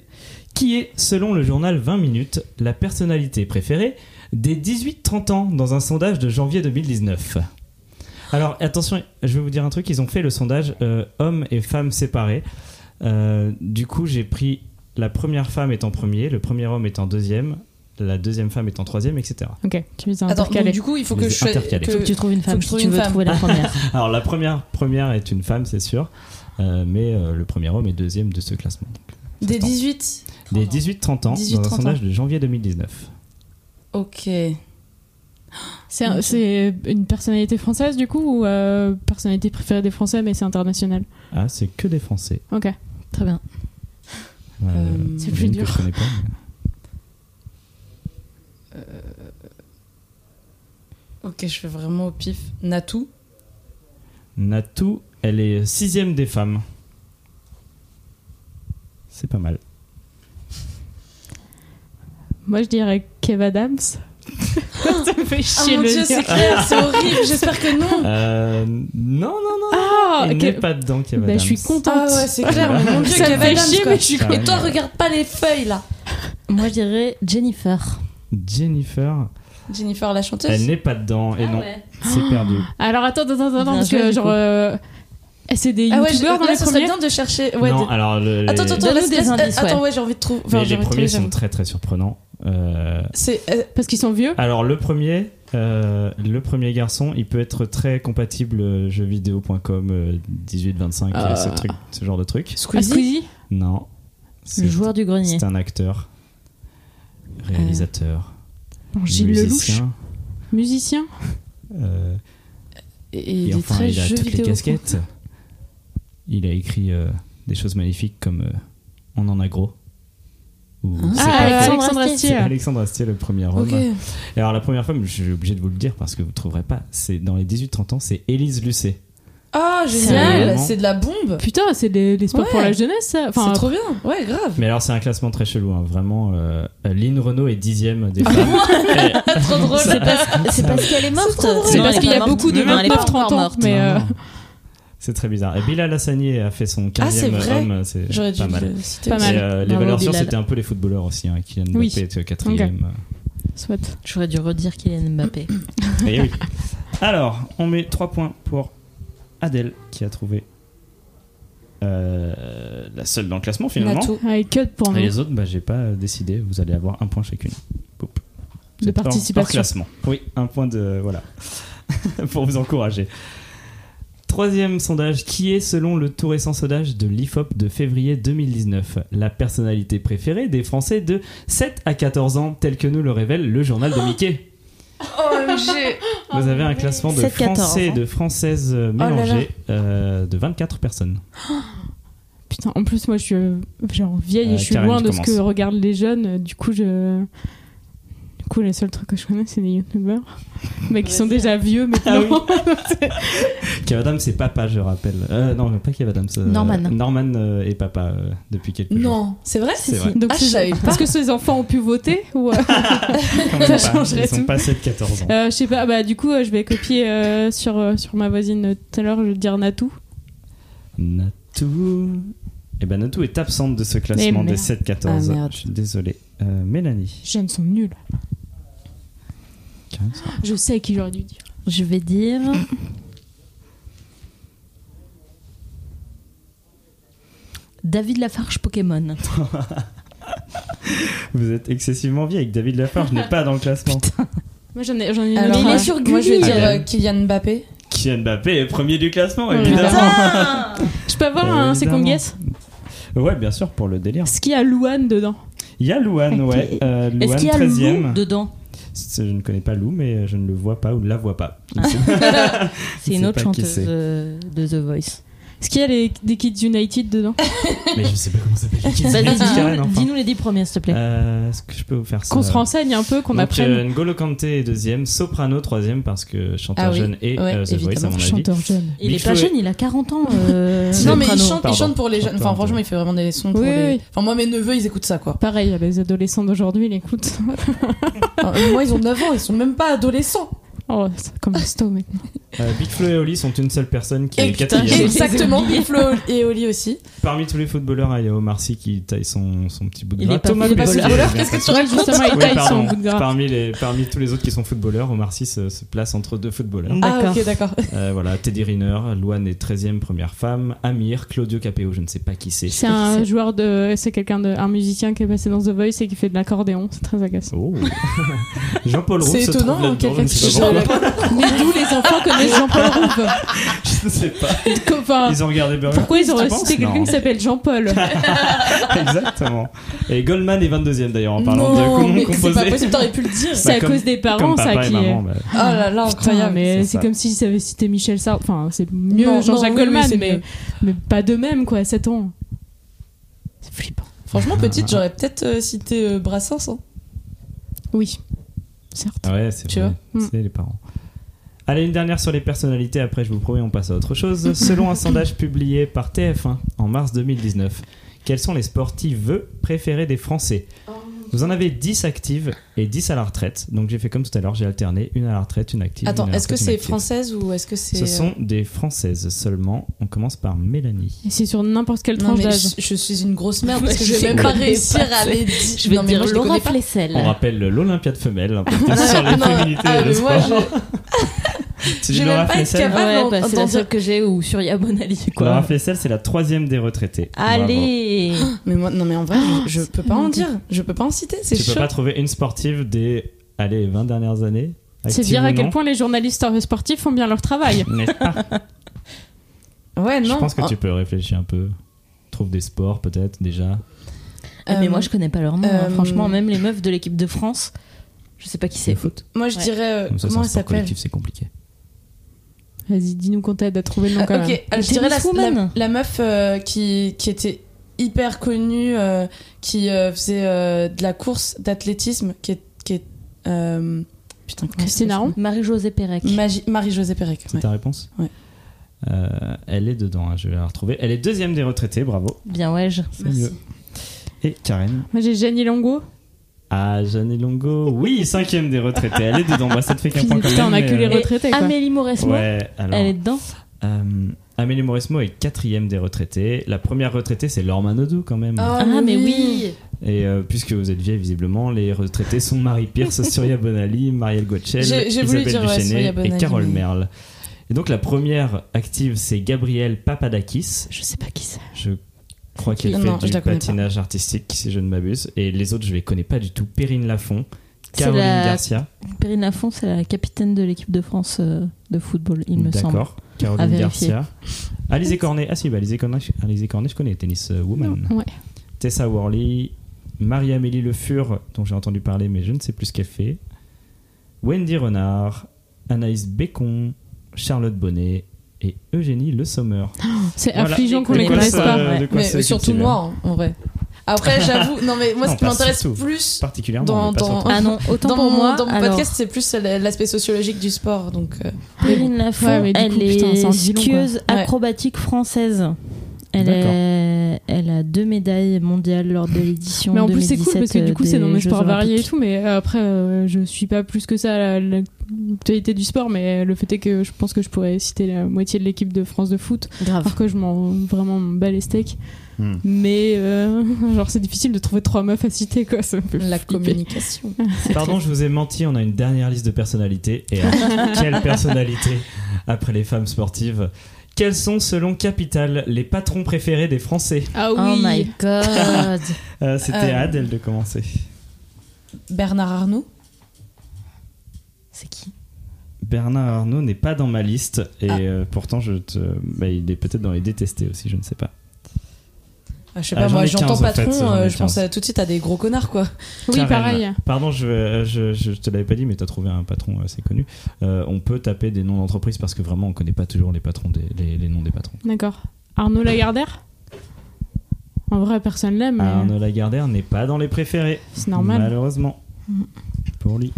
[SPEAKER 1] qui est, selon le journal 20 minutes, la personnalité préférée des 18-30 ans dans un sondage de janvier 2019. Alors attention, je vais vous dire un truc, ils ont fait le sondage euh, hommes et femmes séparés. Euh, du coup, j'ai pris la première femme étant premier, le premier homme étant deuxième, la deuxième femme est en troisième, etc.
[SPEAKER 4] Ok, tu les as
[SPEAKER 3] Attends, donc,
[SPEAKER 4] intercalés.
[SPEAKER 3] du coup, il faut
[SPEAKER 1] Je
[SPEAKER 3] que
[SPEAKER 1] les ai
[SPEAKER 3] je.
[SPEAKER 1] intercalés.
[SPEAKER 2] Faut que tu trouves une femme
[SPEAKER 3] que
[SPEAKER 2] Ah, si
[SPEAKER 3] je trouve
[SPEAKER 2] tu
[SPEAKER 3] une
[SPEAKER 2] veux
[SPEAKER 3] femme.
[SPEAKER 2] trouver la
[SPEAKER 1] [laughs]
[SPEAKER 2] première.
[SPEAKER 1] Alors la première, première est une femme, c'est sûr, euh, mais euh, le premier homme est deuxième de ce classement. Donc,
[SPEAKER 3] Des
[SPEAKER 1] attends.
[SPEAKER 3] 18
[SPEAKER 1] Des 18-30 ans,
[SPEAKER 3] 18-30
[SPEAKER 1] dans un
[SPEAKER 3] ans.
[SPEAKER 1] sondage de janvier 2019.
[SPEAKER 3] Ok.
[SPEAKER 1] Euh.
[SPEAKER 4] C'est un- c'est une personnalité française du coup ou euh, personnalité préférée des Français mais c'est international
[SPEAKER 1] Ah, c'est que des Français.
[SPEAKER 4] Ok.
[SPEAKER 2] Très bien.
[SPEAKER 1] Euh,
[SPEAKER 3] Euh,
[SPEAKER 1] il y
[SPEAKER 4] c'est
[SPEAKER 1] en a
[SPEAKER 4] plus
[SPEAKER 1] une que
[SPEAKER 4] dur.
[SPEAKER 1] je connais pas, mais-
[SPEAKER 3] Ok, je fais vraiment au pif. Natou
[SPEAKER 1] Natou, elle est sixième des femmes. C'est pas mal.
[SPEAKER 4] Moi je dirais Kev Adams. [laughs] Ça me fait
[SPEAKER 3] Ah
[SPEAKER 4] chier
[SPEAKER 3] mon
[SPEAKER 4] le
[SPEAKER 3] dieu,
[SPEAKER 4] dire.
[SPEAKER 3] c'est clair, [laughs] c'est horrible, j'espère que non.
[SPEAKER 1] Euh, non, non, non,
[SPEAKER 4] Ah,
[SPEAKER 1] elle
[SPEAKER 4] ok.
[SPEAKER 1] n'est pas dedans, Kev
[SPEAKER 4] Bah, je suis
[SPEAKER 1] Adams.
[SPEAKER 3] Ah
[SPEAKER 4] contente.
[SPEAKER 3] ouais, c'est clair, mais mon dieu,
[SPEAKER 4] Ça
[SPEAKER 3] Kev
[SPEAKER 4] me fait
[SPEAKER 3] Adams,
[SPEAKER 4] chier,
[SPEAKER 3] quoi.
[SPEAKER 4] mais je suis
[SPEAKER 1] Ça va
[SPEAKER 3] Et toi,
[SPEAKER 1] mieux.
[SPEAKER 3] regarde pas les feuilles là.
[SPEAKER 2] Moi, je dirais Jennifer.
[SPEAKER 1] Jennifer,
[SPEAKER 3] Jennifer la chanteuse.
[SPEAKER 1] elle n'est pas dedans, et
[SPEAKER 3] Ah
[SPEAKER 1] non,
[SPEAKER 3] ouais.
[SPEAKER 1] c'est
[SPEAKER 4] [gasps]
[SPEAKER 1] perdu.
[SPEAKER 4] Alors attends, attends, attends,
[SPEAKER 2] Bien
[SPEAKER 4] parce
[SPEAKER 2] joué,
[SPEAKER 4] que
[SPEAKER 2] du
[SPEAKER 4] genre.
[SPEAKER 2] coup.
[SPEAKER 4] euh, C'est des
[SPEAKER 3] Ah ouais, je,
[SPEAKER 4] youtubeurs dans
[SPEAKER 3] là,
[SPEAKER 4] les
[SPEAKER 3] ce serait
[SPEAKER 4] premiers.
[SPEAKER 3] bien de chercher. Ouais,
[SPEAKER 1] non,
[SPEAKER 3] des-
[SPEAKER 1] alors le- les,
[SPEAKER 3] Attends, attends,
[SPEAKER 2] Donne-nous
[SPEAKER 3] attends, laisse-
[SPEAKER 2] des
[SPEAKER 3] laisse-
[SPEAKER 2] indices,
[SPEAKER 3] attends,
[SPEAKER 2] ouais.
[SPEAKER 3] ouais, j'ai envie de trouver.
[SPEAKER 1] mais
[SPEAKER 3] Enfin, j'ai
[SPEAKER 1] les
[SPEAKER 3] envie de
[SPEAKER 1] premiers
[SPEAKER 3] trouver,
[SPEAKER 1] sont très très surprenants. Euh,
[SPEAKER 3] j'avoue. C'est euh,
[SPEAKER 4] Parce qu'ils sont vieux.
[SPEAKER 1] alors le premier, euh, le premier garçon, il peut être très compatible euh, jeuxvideo.com euh, 18-25,
[SPEAKER 4] Ah.
[SPEAKER 1] et ce, truc, ce genre de truc.
[SPEAKER 4] Ah,
[SPEAKER 3] Squeezie.
[SPEAKER 4] Squeezie
[SPEAKER 1] Non,
[SPEAKER 2] Le
[SPEAKER 1] c'est
[SPEAKER 2] joueur du grenier.
[SPEAKER 1] c'est un acteur, réalisateur,
[SPEAKER 3] Euh,
[SPEAKER 4] Non, Gilles Lelouch.
[SPEAKER 1] musicien.
[SPEAKER 4] Musicien
[SPEAKER 1] euh,
[SPEAKER 3] Et
[SPEAKER 1] Et
[SPEAKER 3] il est
[SPEAKER 1] enfin,
[SPEAKER 3] très
[SPEAKER 1] il a
[SPEAKER 3] jeu
[SPEAKER 1] toutes les
[SPEAKER 3] vidéo.
[SPEAKER 1] casquettes. Il a écrit euh, des choses magnifiques comme euh, On en a gros. Ou
[SPEAKER 3] Ah,
[SPEAKER 1] C'est
[SPEAKER 4] Ah,
[SPEAKER 1] pas-
[SPEAKER 4] euh,
[SPEAKER 1] c'est-
[SPEAKER 4] Alexandre
[SPEAKER 1] c'est
[SPEAKER 4] Astier.
[SPEAKER 1] Alexandre Astier, le premier homme.
[SPEAKER 3] Ok.
[SPEAKER 1] Et alors, la première femme, je suis obligé de vous le dire parce que vous ne trouverez pas, c'est dans les 18-30 ans, c'est Élise Lucet.
[SPEAKER 3] Ah,
[SPEAKER 1] C'est
[SPEAKER 3] génial,
[SPEAKER 1] vraiment-
[SPEAKER 3] c'est de la bombe.
[SPEAKER 4] Putain, c'est des, des sports pour
[SPEAKER 3] Ouais.
[SPEAKER 4] la jeunesse, ça. Enfin,
[SPEAKER 3] C'est trop bien. Ouais, grave.
[SPEAKER 1] Mais alors, c'est un classement très chelou, hein, vraiment. euh, euh, Lynn Renault est dixième
[SPEAKER 3] [laughs]
[SPEAKER 1] des femmes.
[SPEAKER 2] [laughs]
[SPEAKER 3] trop drôle.
[SPEAKER 2] C'est parce, c'est parce qu'elle est morte.
[SPEAKER 1] C'est
[SPEAKER 2] Non,
[SPEAKER 1] parce
[SPEAKER 2] elle
[SPEAKER 4] qu'il
[SPEAKER 2] est
[SPEAKER 4] y a
[SPEAKER 2] pas morte.
[SPEAKER 4] beaucoup de
[SPEAKER 2] Non, elle est pas
[SPEAKER 4] 29-30
[SPEAKER 2] encore
[SPEAKER 4] ans,
[SPEAKER 2] morte.
[SPEAKER 4] mais- euh,
[SPEAKER 1] Non, non. C'est très bizarre. Et Bilal Hassani a fait son 15
[SPEAKER 3] c'est vrai.
[SPEAKER 1] homme. C'est
[SPEAKER 3] J'aurais dû
[SPEAKER 1] pas mal.
[SPEAKER 3] le citer.
[SPEAKER 4] Pas
[SPEAKER 1] Et,
[SPEAKER 4] mal.
[SPEAKER 1] euh, les
[SPEAKER 2] Bravo,
[SPEAKER 1] valeurs sûres,
[SPEAKER 2] Bilal.
[SPEAKER 1] c'était un peu les footballeurs aussi. Hein. Kylian Mbappé
[SPEAKER 4] Oui.
[SPEAKER 1] était quatrième. euh,
[SPEAKER 4] soit.
[SPEAKER 2] J'aurais dû redire Kylian Mbappé.
[SPEAKER 1] [laughs] Eh oui. Alors, on met 3 points pour Adèle qui a trouvé euh, la seule dans le classement finalement.
[SPEAKER 3] Natou.
[SPEAKER 4] Avec cut pour
[SPEAKER 1] Et
[SPEAKER 4] nous.
[SPEAKER 1] les autres, bah, j'ai pas décidé. Vous allez avoir un point chacune. Poup.
[SPEAKER 4] De
[SPEAKER 1] C'est hors-
[SPEAKER 4] participation.
[SPEAKER 1] hors classement. Oui, un point de. Voilà. [laughs] pour vous encourager. Troisième sondage. Qui est, selon le tout récent sondage de l'IFOP de février 2019, la personnalité préférée des Français de 7 à 14 ans, tel que nous le révèle le journal de Mickey
[SPEAKER 3] OMG.
[SPEAKER 1] vous avez un classement de
[SPEAKER 2] 7, 14,
[SPEAKER 1] Français et
[SPEAKER 2] hein.
[SPEAKER 1] de Françaises euh,
[SPEAKER 3] là là.
[SPEAKER 1] mélangés euh, de 24 personnes.
[SPEAKER 4] Putain, en plus, moi, je suis euh, genre vieille
[SPEAKER 1] Euh,
[SPEAKER 4] et je suis
[SPEAKER 1] Karine,
[SPEAKER 4] loin
[SPEAKER 1] tu
[SPEAKER 4] de ce que
[SPEAKER 1] commences.
[SPEAKER 4] regardent les jeunes. euh, Du coup, je. Du coup, les seuls trucs que je connais, c'est des youtubeurs.
[SPEAKER 3] [laughs]
[SPEAKER 4] Mais qui sont déjà
[SPEAKER 3] Ah
[SPEAKER 4] vieux maintenant.
[SPEAKER 1] Kev Adams, c'est papa, je rappelle. Euh, non, pas Kev Adams. euh,
[SPEAKER 2] Norman.
[SPEAKER 1] Norman euh, est papa euh, depuis quelques
[SPEAKER 3] [laughs]
[SPEAKER 1] jours.
[SPEAKER 3] Non, c'est vrai
[SPEAKER 1] C'est vrai.
[SPEAKER 4] [laughs] Donc,
[SPEAKER 3] Ah,
[SPEAKER 4] c'est-
[SPEAKER 3] je savais pas.
[SPEAKER 4] est-ce que ces enfants ont pu voter
[SPEAKER 3] [laughs]
[SPEAKER 4] ou, euh,
[SPEAKER 1] Quand même
[SPEAKER 4] Ça
[SPEAKER 1] pas.
[SPEAKER 4] changerait
[SPEAKER 1] Ils sont
[SPEAKER 4] tout.
[SPEAKER 1] passés de 14 ans.
[SPEAKER 4] euh, Je sais pas, bah, du coup, euh, je vais copier euh, sur, euh, sur ma voisine euh, tout à l'heure, je vais dire Natou.
[SPEAKER 1] Natou. Eh ben, Natou est absente de ce classement
[SPEAKER 4] merde.
[SPEAKER 1] des 7-14.
[SPEAKER 3] Ah, merde.
[SPEAKER 1] je suis désolé. Euh, Mélanie.
[SPEAKER 4] Jeunes sont nuls. Je sais qui j'aurais dû dire.
[SPEAKER 2] Je vais dire. David Lafarge Pokémon.
[SPEAKER 1] Vous êtes excessivement vieille. David Lafarge n'est pas dans le classement.
[SPEAKER 4] Moi, j'en ai, j'en ai une
[SPEAKER 3] Alors,
[SPEAKER 4] autre.
[SPEAKER 2] il est
[SPEAKER 3] euh,
[SPEAKER 2] sur
[SPEAKER 3] Moi, je vais
[SPEAKER 2] Gulli.
[SPEAKER 3] dire
[SPEAKER 1] Allez.
[SPEAKER 3] euh, Kylian Mbappé.
[SPEAKER 1] Kylian Mbappé est premier du classement,
[SPEAKER 4] Ouais.
[SPEAKER 1] évidemment.
[SPEAKER 4] Oh Je peux avoir un second
[SPEAKER 1] Évidemment.
[SPEAKER 4] guess
[SPEAKER 1] Ouais, bien sûr, pour le délire.
[SPEAKER 4] Ce qu'il y a Louane dedans
[SPEAKER 1] Il y a Louane,
[SPEAKER 4] Ok.
[SPEAKER 1] ouais. Euh,
[SPEAKER 2] Est-ce
[SPEAKER 1] Louane,
[SPEAKER 2] qu'il y a
[SPEAKER 1] 13
[SPEAKER 2] le
[SPEAKER 1] e
[SPEAKER 2] loup dedans
[SPEAKER 1] Je ne connais pas Lou, mais je ne le vois pas ou ne la vois pas.
[SPEAKER 2] C'est
[SPEAKER 1] Je
[SPEAKER 2] une
[SPEAKER 1] sais
[SPEAKER 2] autre
[SPEAKER 1] pas qui
[SPEAKER 2] chanteuse
[SPEAKER 1] c'est.
[SPEAKER 2] euh, de The Voice.
[SPEAKER 4] Est-ce qu'il y a les- des Kids United dedans
[SPEAKER 1] mais je sais pas comment ça s'appelle. Qui [laughs]
[SPEAKER 2] Vas-y,
[SPEAKER 1] c'est, Karen,
[SPEAKER 2] dis-nous
[SPEAKER 1] enfin.
[SPEAKER 2] dis-nous les dix premières, s'il te plaît.
[SPEAKER 1] Euh, Est-ce que je peux vous faire ça
[SPEAKER 4] Qu'on se renseigne un peu, qu'on
[SPEAKER 1] Donc,
[SPEAKER 4] apprenne.
[SPEAKER 1] euh, N'Golo Kanté est deuxième, Soprano troisième parce que chanteur
[SPEAKER 3] Ah oui,
[SPEAKER 1] jeune et
[SPEAKER 3] ouais,
[SPEAKER 1] euh, The Voice à
[SPEAKER 3] évidemment.
[SPEAKER 1] mon avis.
[SPEAKER 4] Chanteur jeune.
[SPEAKER 2] il
[SPEAKER 1] Big
[SPEAKER 2] est pas
[SPEAKER 1] Flo Euh, et-
[SPEAKER 2] jeune, il a 40 ans. euh,
[SPEAKER 1] [laughs] C'est
[SPEAKER 3] Non, mais il
[SPEAKER 2] Soprano.
[SPEAKER 3] chante, il
[SPEAKER 1] Pardon.
[SPEAKER 3] chante pour les jeunes. Enfin,
[SPEAKER 1] Pardon.
[SPEAKER 3] franchement, il fait vraiment des sons pour
[SPEAKER 4] Oui,
[SPEAKER 3] les.
[SPEAKER 4] oui.
[SPEAKER 3] Enfin, moi, mes neveux, ils écoutent ça, quoi.
[SPEAKER 4] Pareil, les adolescents d'aujourd'hui, ils [laughs] écoutent.
[SPEAKER 3] Enfin, euh, moi, ils ont 9 ans, ils sont même pas adolescents.
[SPEAKER 4] oh, c'est comme un sto maintenant.
[SPEAKER 1] Euh, Big Flo et Oli sont une seule personne qui
[SPEAKER 3] Et
[SPEAKER 1] est
[SPEAKER 3] putain,
[SPEAKER 1] quatrième.
[SPEAKER 4] [laughs]
[SPEAKER 3] exactement, Flo et Oli aussi.
[SPEAKER 1] Parmi tous les footballeurs, il y a Omar Sy qui taille son, son petit bout de
[SPEAKER 2] Il
[SPEAKER 1] gras.
[SPEAKER 2] est pas
[SPEAKER 1] Thomas
[SPEAKER 2] footballeur.
[SPEAKER 1] Pesquet,
[SPEAKER 3] Footballeur,
[SPEAKER 1] j'ai
[SPEAKER 3] qu'est-ce que
[SPEAKER 1] l'impression.
[SPEAKER 3] tu racontes
[SPEAKER 4] Justement, il
[SPEAKER 1] Oui,
[SPEAKER 4] taille
[SPEAKER 1] pardon.
[SPEAKER 4] son bout de gras.
[SPEAKER 1] Parmi, les, parmi tous les autres qui sont footballeurs, Omar Sy se, se place entre deux footballeurs.
[SPEAKER 3] Ah,
[SPEAKER 2] D'accord.
[SPEAKER 3] ok, d'accord.
[SPEAKER 1] Euh, voilà, Teddy Riner, Loane est 13e première femme, Amir, Claudio Capeo, je ne sais pas qui c'est.
[SPEAKER 4] C'est un joueur de. C'est quelqu'un de. Un musicien qui est passé dans The Voice et qui fait de l'accordéon. C'est très agaçant.
[SPEAKER 1] Oh. [laughs] Jean-Paul Roux
[SPEAKER 3] C'est
[SPEAKER 1] se
[SPEAKER 3] étonnant,
[SPEAKER 1] trouve là-dedans, je
[SPEAKER 3] quelqu'un
[SPEAKER 1] ne
[SPEAKER 3] qui
[SPEAKER 1] sais
[SPEAKER 3] joue
[SPEAKER 1] pas
[SPEAKER 3] à
[SPEAKER 1] pourquoi.
[SPEAKER 4] Mais d'où les enfants connaissent [laughs] Jean-Paul Rouve
[SPEAKER 1] [laughs] Je ne sais pas.
[SPEAKER 4] Enfin,
[SPEAKER 1] Ils ont regardé Burger
[SPEAKER 4] Pourquoi ils
[SPEAKER 1] Quiz,
[SPEAKER 4] ont
[SPEAKER 1] tu
[SPEAKER 4] recité
[SPEAKER 1] penses Non.
[SPEAKER 4] quelqu'un qui s'appelle Jean-Paul
[SPEAKER 1] Exactement. Et Goldman est 22e d'ailleurs en parlant de
[SPEAKER 3] non,
[SPEAKER 1] comment
[SPEAKER 3] mais c'est pas
[SPEAKER 1] composer.
[SPEAKER 3] possible, t'aurais pu le dire.
[SPEAKER 4] C'est à
[SPEAKER 1] comme-
[SPEAKER 4] cause des
[SPEAKER 1] Comme
[SPEAKER 4] parents,
[SPEAKER 1] papa
[SPEAKER 4] ça,
[SPEAKER 1] et
[SPEAKER 4] qui
[SPEAKER 1] maman, bah.
[SPEAKER 3] Oh là là,
[SPEAKER 4] est. Putain,
[SPEAKER 3] incroyable.
[SPEAKER 4] mais
[SPEAKER 1] C'est
[SPEAKER 4] c'est
[SPEAKER 1] ça.
[SPEAKER 4] comme s'ils avaient cité Michel Sardou. Enfin, c'est mieux
[SPEAKER 3] Non,
[SPEAKER 4] Jean-Jacques
[SPEAKER 3] non, oui,
[SPEAKER 4] Goldman,
[SPEAKER 3] oui, c'est
[SPEAKER 4] mais,
[SPEAKER 3] mieux.
[SPEAKER 4] mais pas de même, quoi, à 7 ans. C'est flippant.
[SPEAKER 3] Franchement, petite, j'aurais peut-être euh, cité euh, Brassens. hein.
[SPEAKER 4] Oui, certes.
[SPEAKER 1] Ah Ouais, c'est
[SPEAKER 3] Tu Hmm.
[SPEAKER 1] vrai.
[SPEAKER 4] vois
[SPEAKER 1] C'est les parents. Allez, une dernière sur les personnalités, après je vous promets on passe à autre
[SPEAKER 3] [laughs]
[SPEAKER 1] chose. Selon un sondage publié par TF1 en mars 2019, quels sont les sportifs préférés des Français
[SPEAKER 3] Oh.
[SPEAKER 1] Vous en avez 10 actives et 10 à la retraite. Donc j'ai fait comme tout à l'heure, j'ai alterné une à la retraite, une active.
[SPEAKER 3] Attends,
[SPEAKER 1] une à la
[SPEAKER 3] est-ce que
[SPEAKER 1] retraite, une
[SPEAKER 3] c'est
[SPEAKER 1] active.
[SPEAKER 3] française ou est-ce que c'est.
[SPEAKER 1] Ce
[SPEAKER 3] euh,
[SPEAKER 1] sont des Françaises seulement. On commence par Mélanie.
[SPEAKER 4] Et c'est sur n'importe quelle
[SPEAKER 3] Non,
[SPEAKER 4] tranche
[SPEAKER 3] mais
[SPEAKER 4] d'âge.
[SPEAKER 3] je, je suis une grosse merde parce que [laughs] je
[SPEAKER 2] Je
[SPEAKER 3] vais même pas
[SPEAKER 2] connais
[SPEAKER 3] réussir
[SPEAKER 2] pas,
[SPEAKER 3] à
[SPEAKER 2] c'est-
[SPEAKER 3] les dire.
[SPEAKER 2] Je vais
[SPEAKER 3] non, mais
[SPEAKER 2] dire
[SPEAKER 3] moi, je les
[SPEAKER 2] Laura
[SPEAKER 3] connais pas.
[SPEAKER 2] Flessel.
[SPEAKER 1] On rappelle l'Olympiade femelle,
[SPEAKER 3] [laughs]
[SPEAKER 1] un podcast sur les
[SPEAKER 3] Non,
[SPEAKER 1] féminités
[SPEAKER 3] ah,
[SPEAKER 1] et le
[SPEAKER 3] mais moi,
[SPEAKER 1] sport. Tu dis
[SPEAKER 3] je vais
[SPEAKER 1] Laura
[SPEAKER 3] même pas être
[SPEAKER 1] Flessel
[SPEAKER 3] capable.
[SPEAKER 2] Ouais,
[SPEAKER 3] on-
[SPEAKER 2] bah, c'est
[SPEAKER 3] on
[SPEAKER 2] la
[SPEAKER 3] dit-
[SPEAKER 2] seule que j'ai ou sur Bonali
[SPEAKER 1] Laura
[SPEAKER 2] quoi.
[SPEAKER 1] Flessel, c'est la troisième des retraités. Bravo.
[SPEAKER 2] Ah, [gasps] Allez
[SPEAKER 3] Mais moi, non, mais en vrai, je, je peux pas en
[SPEAKER 4] mon
[SPEAKER 3] dire. Je peux pas en citer. C'est
[SPEAKER 1] Tu peux
[SPEAKER 3] chaud.
[SPEAKER 1] pas trouver une sportive des allez, 20 dernières années
[SPEAKER 4] C'est
[SPEAKER 1] active
[SPEAKER 4] dire
[SPEAKER 1] ou
[SPEAKER 4] à quel
[SPEAKER 1] non.
[SPEAKER 4] point les journalistes sportifs font bien leur travail.
[SPEAKER 3] [laughs]
[SPEAKER 1] N'est-ce pas
[SPEAKER 3] Ouais,
[SPEAKER 1] Je
[SPEAKER 3] non.
[SPEAKER 1] pense que
[SPEAKER 3] Ah,
[SPEAKER 1] tu peux réfléchir un peu. Trouve des sports peut-être déjà.
[SPEAKER 2] Ah,
[SPEAKER 3] Euh,
[SPEAKER 2] Mais moi je connais pas leur nom, hein.
[SPEAKER 3] euh,
[SPEAKER 2] franchement, même les meufs de l'équipe de France, je sais pas qui c'est.
[SPEAKER 1] foot.
[SPEAKER 3] Moi, je
[SPEAKER 2] Ouais.
[SPEAKER 3] dirais. euh,
[SPEAKER 1] Comme ça, c'est
[SPEAKER 3] comment
[SPEAKER 1] un
[SPEAKER 3] elle
[SPEAKER 1] sport
[SPEAKER 3] s'appelle
[SPEAKER 1] collectif, c'est compliqué.
[SPEAKER 4] Vas-y, dis-nous qu'on t'aide à trouver le nom
[SPEAKER 3] Ah,
[SPEAKER 4] quand
[SPEAKER 3] Ok,
[SPEAKER 4] même.
[SPEAKER 3] alors, je dirais la, la,
[SPEAKER 2] Tenniswoman.
[SPEAKER 3] la meuf euh, qui, qui était hyper connue, euh, qui euh, faisait euh, de la course d'athlétisme, qui est. Qui est euh, putain, comment elle
[SPEAKER 4] Christine Aron
[SPEAKER 2] Marie-Josée Pérec.
[SPEAKER 3] s'appelle Magi- Marie-Josée Pérec.
[SPEAKER 1] C'est
[SPEAKER 3] ouais.
[SPEAKER 1] ta réponse
[SPEAKER 3] Ouais.
[SPEAKER 1] Euh, elle est dedans, hein, je vais la retrouver. Elle est deuxième des retraités, bravo.
[SPEAKER 2] Bien ouais, je-
[SPEAKER 1] C'est
[SPEAKER 3] Merci.
[SPEAKER 1] mieux. Et Karen
[SPEAKER 4] Moi, j'ai Jenny Longo.
[SPEAKER 1] Ah, Jeanne Longo. Oui, cinquième des retraités. Elle est dedans. Bah, ça te fait qu'un point quand
[SPEAKER 4] Putain, on
[SPEAKER 1] même.
[SPEAKER 4] a
[SPEAKER 1] mais,
[SPEAKER 4] que les
[SPEAKER 1] euh,
[SPEAKER 4] retraités. quoi.
[SPEAKER 2] Amélie Mauresmo,
[SPEAKER 1] Ouais, alors.
[SPEAKER 2] elle est dedans.
[SPEAKER 1] euh, Amélie Mauresmo est quatrième des retraités. La première retraitée, c'est Laure Manodou quand même.
[SPEAKER 3] Ah,
[SPEAKER 2] Ah, mais oui.
[SPEAKER 1] Et euh, puisque vous êtes vieille, visiblement, les retraités sont Marie
[SPEAKER 3] [laughs]
[SPEAKER 1] Pierce, Surya Bonali, Marielle Goetchel,
[SPEAKER 3] J'ai- j'ai voulu
[SPEAKER 1] Isabelle
[SPEAKER 3] dire, ouais, Surya
[SPEAKER 1] Duchesnay et
[SPEAKER 3] Bonali,
[SPEAKER 1] Carole
[SPEAKER 3] mais-
[SPEAKER 1] Merle. Et donc la première active, c'est Gabrielle Papadakis.
[SPEAKER 2] Je sais pas qui c'est.
[SPEAKER 1] Je crois qu'elle
[SPEAKER 3] Non,
[SPEAKER 1] fait
[SPEAKER 3] non, je
[SPEAKER 1] du
[SPEAKER 3] la connais pas.
[SPEAKER 1] patinage artistique, si je ne m'abuse. Et les autres, je les connais pas du tout. Perrine Lafont,
[SPEAKER 2] C'est
[SPEAKER 1] Caroline
[SPEAKER 2] la-
[SPEAKER 1] Garcia.
[SPEAKER 2] Perrine Lafont, c'est la capitaine de l'équipe de France euh, de football, il me semble.
[SPEAKER 1] D'accord. Caroline
[SPEAKER 2] À vérifier.
[SPEAKER 1] Garcia. Alizé Cornet. Ah si, bah, Alizé Cornet, je- Alizé Cornet, je connais, tennis euh,
[SPEAKER 4] Non,
[SPEAKER 1] woman.
[SPEAKER 4] ouais.
[SPEAKER 1] Tessa Worley, Marie-Amélie Le Fur, dont j'ai entendu parler, mais je ne sais plus ce qu'elle fait, Wendy Renard, Anaïs Bécon, Charlotte Bonnet et Eugénie Le Sommer.
[SPEAKER 3] Ah,
[SPEAKER 4] C'est
[SPEAKER 1] Voilà. euh,
[SPEAKER 4] affligeant qu'on
[SPEAKER 1] De
[SPEAKER 4] les
[SPEAKER 1] quoi
[SPEAKER 4] connaisse
[SPEAKER 1] se-
[SPEAKER 4] pas.
[SPEAKER 1] de quoi se
[SPEAKER 3] Mais surtout
[SPEAKER 1] cultiver.
[SPEAKER 3] moi, hein, en vrai.
[SPEAKER 1] [laughs]
[SPEAKER 3] Après, j'avoue, non, mais moi,
[SPEAKER 1] Non,
[SPEAKER 3] ce qui
[SPEAKER 1] pas
[SPEAKER 3] m'intéresse
[SPEAKER 1] surtout.
[SPEAKER 3] plus
[SPEAKER 1] Particulièrement.
[SPEAKER 3] Dans-
[SPEAKER 1] mais pas
[SPEAKER 3] dans- [laughs]
[SPEAKER 1] sur-
[SPEAKER 2] Ah non, autant
[SPEAKER 3] dans
[SPEAKER 2] pour
[SPEAKER 3] mon,
[SPEAKER 2] moi.
[SPEAKER 3] dans mon
[SPEAKER 2] alors,
[SPEAKER 3] podcast, c'est plus l'aspect sociologique du sport. Donc, euh,
[SPEAKER 2] Perrine Lafont,
[SPEAKER 4] Ouais, mais du
[SPEAKER 2] elle
[SPEAKER 4] coup, putain, c'est
[SPEAKER 2] est
[SPEAKER 4] un filon, quoi.
[SPEAKER 2] skieuse
[SPEAKER 3] Ouais.
[SPEAKER 2] acrobatique française. Elle,
[SPEAKER 1] D'accord.
[SPEAKER 2] est- elle a deux médailles mondiales lors de l'édition.
[SPEAKER 4] Mais en plus, c'est cool
[SPEAKER 2] 2017,
[SPEAKER 4] parce que du coup,
[SPEAKER 2] euh,
[SPEAKER 4] c'est dans
[SPEAKER 2] des
[SPEAKER 4] mes
[SPEAKER 2] Jeux
[SPEAKER 4] sports variés et
[SPEAKER 2] Olympiques.
[SPEAKER 4] tout. Mais euh, après, euh, je suis pas plus que ça à la- l'actualité du sport. Mais le fait est que je pense que je pourrais citer la moitié de l'équipe de France de foot.
[SPEAKER 2] Grave.
[SPEAKER 4] Alors que je m'en vraiment me bats les steaks.
[SPEAKER 1] Ah. Hmm.
[SPEAKER 4] Mais euh, [laughs] genre, c'est difficile de trouver trois meufs à citer quoi. Ça me fait
[SPEAKER 3] la
[SPEAKER 4] flipper.
[SPEAKER 3] communication.
[SPEAKER 1] Pardon, je vous ai menti, on a une dernière liste de personnalités. Et
[SPEAKER 3] [laughs]
[SPEAKER 1] alors, quelle personnalité après les femmes sportives Quels sont, selon Capital, les patrons préférés des Français
[SPEAKER 4] Ah
[SPEAKER 2] Oh my
[SPEAKER 4] oui.
[SPEAKER 2] [laughs] god.
[SPEAKER 1] Euh, C'était
[SPEAKER 3] Euh.
[SPEAKER 1] à Adèle de commencer.
[SPEAKER 3] Bernard Arnault
[SPEAKER 2] c'est qui
[SPEAKER 1] Bernard Arnault n'est pas dans ma liste et
[SPEAKER 3] Ah.
[SPEAKER 1] euh, pourtant je te... bah, il est peut-être dans les détestés aussi, je ne sais pas.
[SPEAKER 3] Ah, je sais
[SPEAKER 1] Ah,
[SPEAKER 3] pas,
[SPEAKER 1] j'en
[SPEAKER 3] moi
[SPEAKER 1] ai
[SPEAKER 3] j'entends
[SPEAKER 1] 15, en fait,
[SPEAKER 3] patron,
[SPEAKER 1] j'en ai
[SPEAKER 3] euh,
[SPEAKER 1] 15.
[SPEAKER 3] je pense euh, tout de suite à des gros connards quoi.
[SPEAKER 4] Oui,
[SPEAKER 1] Karen,
[SPEAKER 4] pareil.
[SPEAKER 1] Pardon, je, euh, je, je, je te l'avais pas dit, mais tu as trouvé un patron assez connu. Euh, on peut taper des noms d'entreprises parce que vraiment on connaît pas toujours les, patrons des, les, les noms des patrons.
[SPEAKER 4] D'accord. Arnaud Lagardère En vrai, personne l'aime, mais
[SPEAKER 1] Arnaud Lagardère n'est pas dans les préférés,
[SPEAKER 4] c'est normal. Mm.
[SPEAKER 1] malheureusement. Pour lui.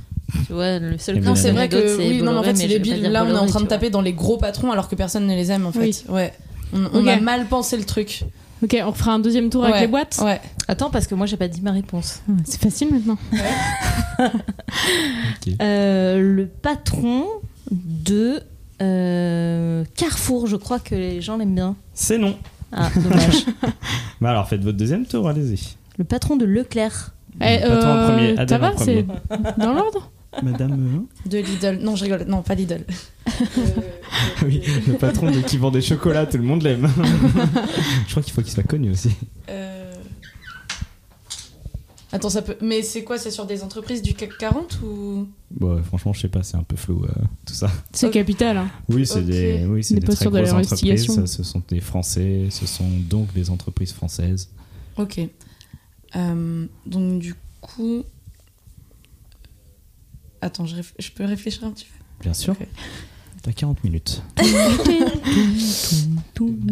[SPEAKER 2] Tu vois, le seul
[SPEAKER 1] Non,
[SPEAKER 2] que
[SPEAKER 3] Non,
[SPEAKER 2] je
[SPEAKER 3] c'est
[SPEAKER 1] Bolloré,
[SPEAKER 3] vrai
[SPEAKER 2] connais d'autre,
[SPEAKER 3] que oui, non, mais en
[SPEAKER 2] Bolloré,
[SPEAKER 3] fait c'est
[SPEAKER 2] je vais pas
[SPEAKER 3] débile.
[SPEAKER 2] dire
[SPEAKER 3] Là on est en
[SPEAKER 2] Bolloré,
[SPEAKER 3] train de
[SPEAKER 2] tu vois.
[SPEAKER 3] taper dans les gros patrons alors que personne ne les aime en fait.
[SPEAKER 4] Oui.
[SPEAKER 3] Ouais. On, on a
[SPEAKER 4] Ok.
[SPEAKER 3] mal pensé le truc.
[SPEAKER 4] Ok, on refera un deuxième tour avec
[SPEAKER 3] Ouais,
[SPEAKER 4] les boîtes.
[SPEAKER 3] Ouais.
[SPEAKER 2] Attends, parce que moi, j'ai pas dit ma réponse.
[SPEAKER 4] Ah, C'est facile maintenant.
[SPEAKER 1] Ok.
[SPEAKER 2] Euh, le patron de Euh, Carrefour, je crois que les gens l'aiment bien.
[SPEAKER 1] C'est non.
[SPEAKER 2] Ah, dommage.
[SPEAKER 1] Bah alors faites votre deuxième tour, allez-y.
[SPEAKER 2] le patron de Leclerc.
[SPEAKER 1] Pas
[SPEAKER 4] Eh,
[SPEAKER 1] toi en
[SPEAKER 4] euh,
[SPEAKER 1] premier,
[SPEAKER 4] ça
[SPEAKER 1] Adèle en
[SPEAKER 4] va,
[SPEAKER 1] premier.
[SPEAKER 4] c'est dans l'ordre
[SPEAKER 5] Madame.
[SPEAKER 3] De Lidl. Non, je rigole. Non, pas Lidl.
[SPEAKER 1] [laughs] Oui, le patron de qui vend des chocolats, tout le monde
[SPEAKER 4] [laughs]
[SPEAKER 1] l'aime. Je crois qu'il faut qu'il soit connu aussi.
[SPEAKER 3] Euh, Attends, ça peut. Mais c'est quoi C'est sur des entreprises du CAC 40 ou.
[SPEAKER 1] Bon, euh, franchement, je sais pas, c'est un peu flou euh, tout ça.
[SPEAKER 4] C'est
[SPEAKER 3] Ok.
[SPEAKER 4] capital. hein.
[SPEAKER 1] Oui, c'est
[SPEAKER 3] Ok.
[SPEAKER 1] des, oui, c'est
[SPEAKER 4] On n'est
[SPEAKER 1] des
[SPEAKER 4] pas
[SPEAKER 1] très
[SPEAKER 4] sûr de
[SPEAKER 1] grosses
[SPEAKER 4] leur
[SPEAKER 1] entreprises.
[SPEAKER 4] investigation.
[SPEAKER 1] ça, Ce sont des Français, ce sont donc des entreprises françaises.
[SPEAKER 3] Ok. Euh, donc, du coup. Attends, je, réf- je peux réfléchir un petit peu.
[SPEAKER 1] Bien sûr.
[SPEAKER 3] Ok.
[SPEAKER 1] T'as 40 minutes.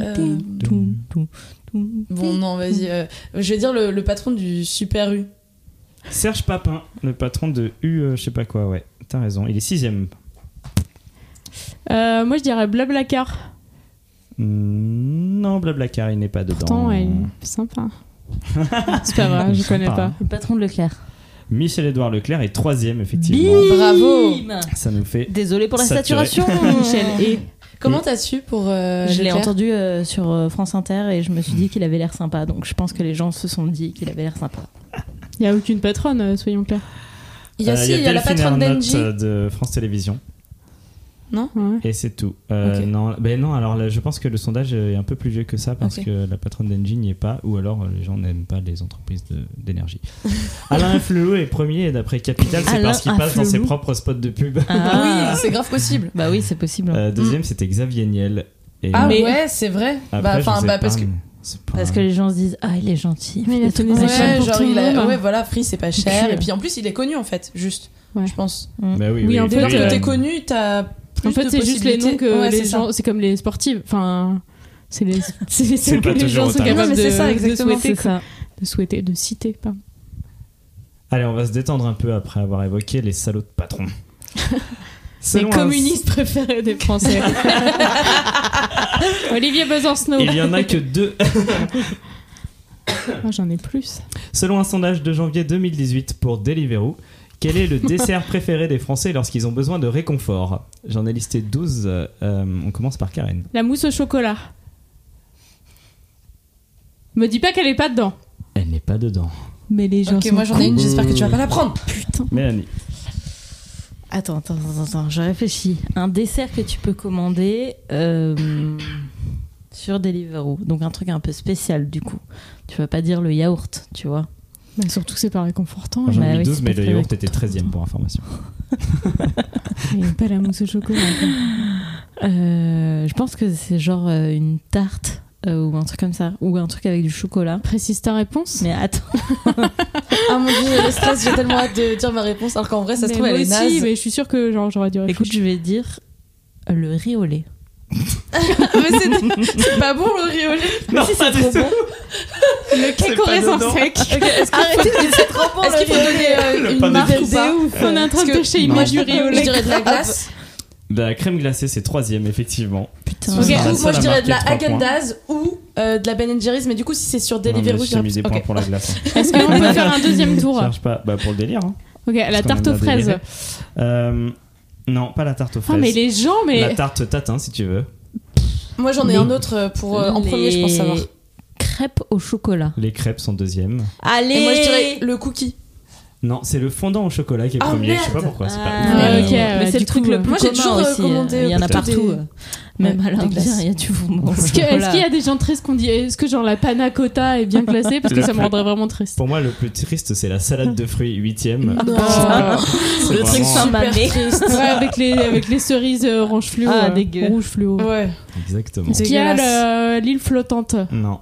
[SPEAKER 3] Euh, Bon, non, vas-y. euh, je vais dire le, le patron du Super U.
[SPEAKER 1] Serge Papin, le patron de U, euh, je sais pas quoi, ouais. T'as raison, il est sixième.
[SPEAKER 4] Euh, moi, je dirais Blablacar.
[SPEAKER 1] Hmm, Non, Blablacar, il n'est pas dedans.
[SPEAKER 4] Pourtant, elle est
[SPEAKER 1] [laughs]
[SPEAKER 4] sympa. c'est pas vrai, je
[SPEAKER 1] Sympa,
[SPEAKER 4] connais pas.
[SPEAKER 1] hein.
[SPEAKER 2] Le patron de Leclerc.
[SPEAKER 1] Michel-Édouard Leclerc est troisième, effectivement.
[SPEAKER 2] Bim
[SPEAKER 3] Bravo.
[SPEAKER 1] Ça nous fait
[SPEAKER 2] Désolé pour la
[SPEAKER 1] Saturé.
[SPEAKER 2] saturation. euh,
[SPEAKER 3] Michel
[SPEAKER 2] et
[SPEAKER 3] Comment t'as su pour. euh,
[SPEAKER 2] je l'ai
[SPEAKER 3] Leclerc
[SPEAKER 2] entendu euh, sur euh, France Inter et je me suis dit qu'il avait l'air sympa. Donc je pense que les gens se sont dit qu'il avait l'air sympa.
[SPEAKER 4] Il n'y a aucune patronne, euh, soyons clairs.
[SPEAKER 3] Il y a,
[SPEAKER 1] Euh,
[SPEAKER 3] si, il y a la
[SPEAKER 1] Delphine
[SPEAKER 3] patronne
[SPEAKER 1] Ernotte,
[SPEAKER 3] d'Engie.
[SPEAKER 1] euh, de France Télévisions.
[SPEAKER 4] Ouais.
[SPEAKER 1] Et c'est tout. Euh,
[SPEAKER 3] Ok.
[SPEAKER 1] non, ben non, alors là, je pense que le sondage est un peu plus vieux que ça parce
[SPEAKER 3] Ok.
[SPEAKER 1] que la patronne d'Engie n'y est pas, ou alors euh, les gens n'aiment pas les entreprises de- d'énergie. [laughs] Alain Flelou est premier, et d'après Capital, c'est
[SPEAKER 2] Alain
[SPEAKER 1] parce qu'il passe dans ses
[SPEAKER 2] Afflelou.
[SPEAKER 1] propres spots de pub.
[SPEAKER 2] Ah.
[SPEAKER 3] Oui, c'est grave possible.
[SPEAKER 2] Bah oui, c'est possible.
[SPEAKER 1] Euh, deuxième, c'était Xavier Niel. Et
[SPEAKER 3] Hmm. Ah
[SPEAKER 1] après,
[SPEAKER 3] ouais, c'est vrai. bah,
[SPEAKER 1] je
[SPEAKER 3] enfin,
[SPEAKER 1] vous
[SPEAKER 3] bah,
[SPEAKER 1] épargne.
[SPEAKER 3] parce que.
[SPEAKER 1] C'est pas-
[SPEAKER 2] Parce que les gens se disent Ah, il est gentil.
[SPEAKER 4] Mais il a tenu
[SPEAKER 2] Ouais,
[SPEAKER 4] sa
[SPEAKER 2] cher
[SPEAKER 3] Ouais,
[SPEAKER 4] pour
[SPEAKER 3] genre
[SPEAKER 4] tout le
[SPEAKER 3] il a...
[SPEAKER 4] monde.
[SPEAKER 3] ouais, voilà, Free c'est pas cher.
[SPEAKER 2] Cul.
[SPEAKER 3] Et puis en plus, il est connu en fait, juste,
[SPEAKER 4] Ouais.
[SPEAKER 3] je pense.
[SPEAKER 1] Bah oui,
[SPEAKER 4] Oui, en
[SPEAKER 1] oui,
[SPEAKER 3] Dès
[SPEAKER 4] fait,
[SPEAKER 1] oui,
[SPEAKER 3] que
[SPEAKER 4] euh,
[SPEAKER 3] t'es connu, t'as plus
[SPEAKER 4] En fait,
[SPEAKER 3] de
[SPEAKER 4] c'est juste les noms
[SPEAKER 3] possibilités.
[SPEAKER 4] que
[SPEAKER 3] Ouais,
[SPEAKER 4] les
[SPEAKER 3] c'est ça.
[SPEAKER 4] gens. C'est comme les sportives. Enfin,
[SPEAKER 1] [laughs]
[SPEAKER 4] c'est les, c'est les seuls
[SPEAKER 1] pas
[SPEAKER 4] que les
[SPEAKER 1] toujours
[SPEAKER 4] gens
[SPEAKER 1] autant.
[SPEAKER 4] sont
[SPEAKER 1] Non,
[SPEAKER 4] capables
[SPEAKER 3] mais
[SPEAKER 4] de,
[SPEAKER 3] c'est ça,
[SPEAKER 4] de
[SPEAKER 3] exactement,
[SPEAKER 4] souhaiter.
[SPEAKER 2] C'est
[SPEAKER 4] quoi.
[SPEAKER 2] ça.
[SPEAKER 4] De souhaiter, de citer, pas.
[SPEAKER 1] Allez, on va se détendre un peu après avoir évoqué les salauds de
[SPEAKER 3] [laughs]
[SPEAKER 1] patrons.
[SPEAKER 4] Les
[SPEAKER 1] Selon un-
[SPEAKER 4] communistes préférés des
[SPEAKER 1] [laughs]
[SPEAKER 4] Français. Olivier Besancenot.
[SPEAKER 1] Il y en a que deux
[SPEAKER 4] Moi, j'en ai plus.
[SPEAKER 1] Selon un sondage de janvier 2018 pour Deliveroo, quel est le dessert préféré des Français lorsqu'ils ont besoin de réconfort J'en ai listé 12. euh, euh, on commence par Karen.
[SPEAKER 4] La mousse au chocolat. Me dis pas qu'elle est pas dedans.
[SPEAKER 1] Elle n'est pas dedans.
[SPEAKER 4] Mais les gens
[SPEAKER 3] Ok,
[SPEAKER 4] sont
[SPEAKER 3] moi j'en ai une, j'espère que tu vas pas la prendre.
[SPEAKER 1] Mélanie.
[SPEAKER 2] Attends, attends, attends, attends, je réfléchis. Un dessert que tu peux commander euh, sur Deliveroo. Donc un truc un peu spécial du coup. Tu vas pas dire le yaourt, tu vois.
[SPEAKER 4] Bah, surtout, c'est pas réconfortant. hein.
[SPEAKER 1] J'en
[SPEAKER 2] bah
[SPEAKER 1] ai mis
[SPEAKER 2] oui,
[SPEAKER 1] 12,
[SPEAKER 2] c'est
[SPEAKER 1] mais
[SPEAKER 2] pas
[SPEAKER 1] le
[SPEAKER 2] très
[SPEAKER 1] yaourt était 13ème pour information.
[SPEAKER 4] Il y a pas la mousse au chocolat. quoi.
[SPEAKER 2] Euh, je pense que c'est genre euh, une tarte euh, ou un truc comme ça. Ou un truc avec du chocolat.
[SPEAKER 4] Précise ta réponse.
[SPEAKER 2] Mais attends,
[SPEAKER 3] Ah mon dieu, le stress, j'ai tellement hâte de dire ma réponse, alors qu'en vrai, ça se
[SPEAKER 4] Mais
[SPEAKER 3] trouve,
[SPEAKER 4] moi
[SPEAKER 3] elle est
[SPEAKER 4] aussi,
[SPEAKER 3] naze.
[SPEAKER 4] mais je suis sûre que genre, j'aurais dû
[SPEAKER 2] écoute,
[SPEAKER 4] réfléchir.
[SPEAKER 2] je vais dire euh, le riz au lait.
[SPEAKER 3] [laughs] Mais c'est- c'est pas bon le riolet.
[SPEAKER 1] Non,
[SPEAKER 2] si,
[SPEAKER 1] pas
[SPEAKER 2] c'est trop
[SPEAKER 1] du
[SPEAKER 2] bon.
[SPEAKER 4] le
[SPEAKER 1] [laughs] c'est pas
[SPEAKER 4] cake
[SPEAKER 1] dedans.
[SPEAKER 4] sans sec. Ah,
[SPEAKER 2] Arrêtez, c'est trop bon
[SPEAKER 3] Est-ce qu'il faut donner euh,
[SPEAKER 1] Le
[SPEAKER 3] une
[SPEAKER 1] pain de
[SPEAKER 3] marque
[SPEAKER 1] fou.
[SPEAKER 3] ou pas
[SPEAKER 4] ouf. On est en train
[SPEAKER 3] Parce
[SPEAKER 4] de
[SPEAKER 3] que-
[SPEAKER 4] pêcher une
[SPEAKER 1] Non.
[SPEAKER 4] image du
[SPEAKER 3] Je
[SPEAKER 4] riolet.
[SPEAKER 3] dirais de la glace.
[SPEAKER 1] La Bah, crème glacée, c'est 3ème, effectivement.
[SPEAKER 2] Putain,
[SPEAKER 1] Ok,
[SPEAKER 3] Ou
[SPEAKER 1] Ça, ça
[SPEAKER 3] moi je
[SPEAKER 1] marque
[SPEAKER 3] dirais de
[SPEAKER 1] les
[SPEAKER 3] la
[SPEAKER 1] trois points.
[SPEAKER 3] Häagen-Dazs ou euh, de la Ben Jerry's, mais du coup, si c'est sur
[SPEAKER 1] Non,
[SPEAKER 3] Deliveroo,
[SPEAKER 1] mais
[SPEAKER 3] je
[SPEAKER 1] j'ai mis des
[SPEAKER 3] dirais-
[SPEAKER 1] points
[SPEAKER 3] Ok.
[SPEAKER 1] pour la glace.
[SPEAKER 4] [laughs]
[SPEAKER 1] hein.
[SPEAKER 4] Est-ce qu'on peut faire un deuxième tour
[SPEAKER 1] Cherche pas. Bah, pour le délire. hein.
[SPEAKER 4] Ok, la
[SPEAKER 1] Parce qu'on
[SPEAKER 4] tarte
[SPEAKER 1] aime
[SPEAKER 4] aux
[SPEAKER 1] bien
[SPEAKER 4] fraises.
[SPEAKER 1] délirer. Euh, non, pas la tarte aux
[SPEAKER 4] Ah,
[SPEAKER 1] fraises.
[SPEAKER 4] mais les gens,
[SPEAKER 1] La
[SPEAKER 4] mais.
[SPEAKER 1] tarte tatin, si tu veux.
[SPEAKER 3] Moi j'en ai
[SPEAKER 2] Les-
[SPEAKER 3] un autre euh, pour euh, en premier, je pense savoir.
[SPEAKER 2] Les Crêpes au chocolat.
[SPEAKER 1] Les crêpes sont deuxième.
[SPEAKER 2] Allez
[SPEAKER 3] Et moi je dirais le cookie.
[SPEAKER 1] Non, c'est le fondant au chocolat qui est
[SPEAKER 3] Ah,
[SPEAKER 1] premier. Je sais pas
[SPEAKER 3] merde.
[SPEAKER 1] pourquoi. Bah, C'est pas
[SPEAKER 2] Ah,
[SPEAKER 1] ouf, mais
[SPEAKER 4] ouais, Oh, ok.
[SPEAKER 1] voilà.
[SPEAKER 4] euh,
[SPEAKER 2] mais c'est
[SPEAKER 4] du
[SPEAKER 2] le truc
[SPEAKER 4] coup,
[SPEAKER 2] le
[SPEAKER 4] euh,
[SPEAKER 2] plus
[SPEAKER 3] moi, j'ai
[SPEAKER 2] commun
[SPEAKER 3] toujours, euh,
[SPEAKER 2] aussi.
[SPEAKER 3] commandé,
[SPEAKER 2] euh, Il y en a
[SPEAKER 3] euh,
[SPEAKER 2] partout.
[SPEAKER 3] des-
[SPEAKER 2] euh. Même
[SPEAKER 3] Ouais,
[SPEAKER 2] à
[SPEAKER 3] des
[SPEAKER 2] l'Indien,
[SPEAKER 3] glaces.
[SPEAKER 2] il y a du bonbon.
[SPEAKER 4] Est-ce que- est-ce qu'il y a des gens tristes qu'on dit est-ce que genre la panna cotta est bien classée parce que ça me rendrait vraiment triste.
[SPEAKER 1] Pour moi, le plus triste, c'est la salade de fruits,
[SPEAKER 4] [laughs]
[SPEAKER 1] huitième.
[SPEAKER 4] Ah.
[SPEAKER 3] Non.
[SPEAKER 1] C'est
[SPEAKER 2] Le truc
[SPEAKER 1] vraiment-
[SPEAKER 2] sans
[SPEAKER 3] Super
[SPEAKER 2] mamé.
[SPEAKER 4] Ouais, avec les avec les cerises euh, orange fluo,
[SPEAKER 2] Ah,
[SPEAKER 4] euh,
[SPEAKER 2] dégueu.
[SPEAKER 4] rouge fluo.
[SPEAKER 3] Ouais.
[SPEAKER 1] Exactement.
[SPEAKER 4] Est-ce qu'il y a
[SPEAKER 3] Dégueulasse.
[SPEAKER 4] le- l'île flottante
[SPEAKER 1] Non.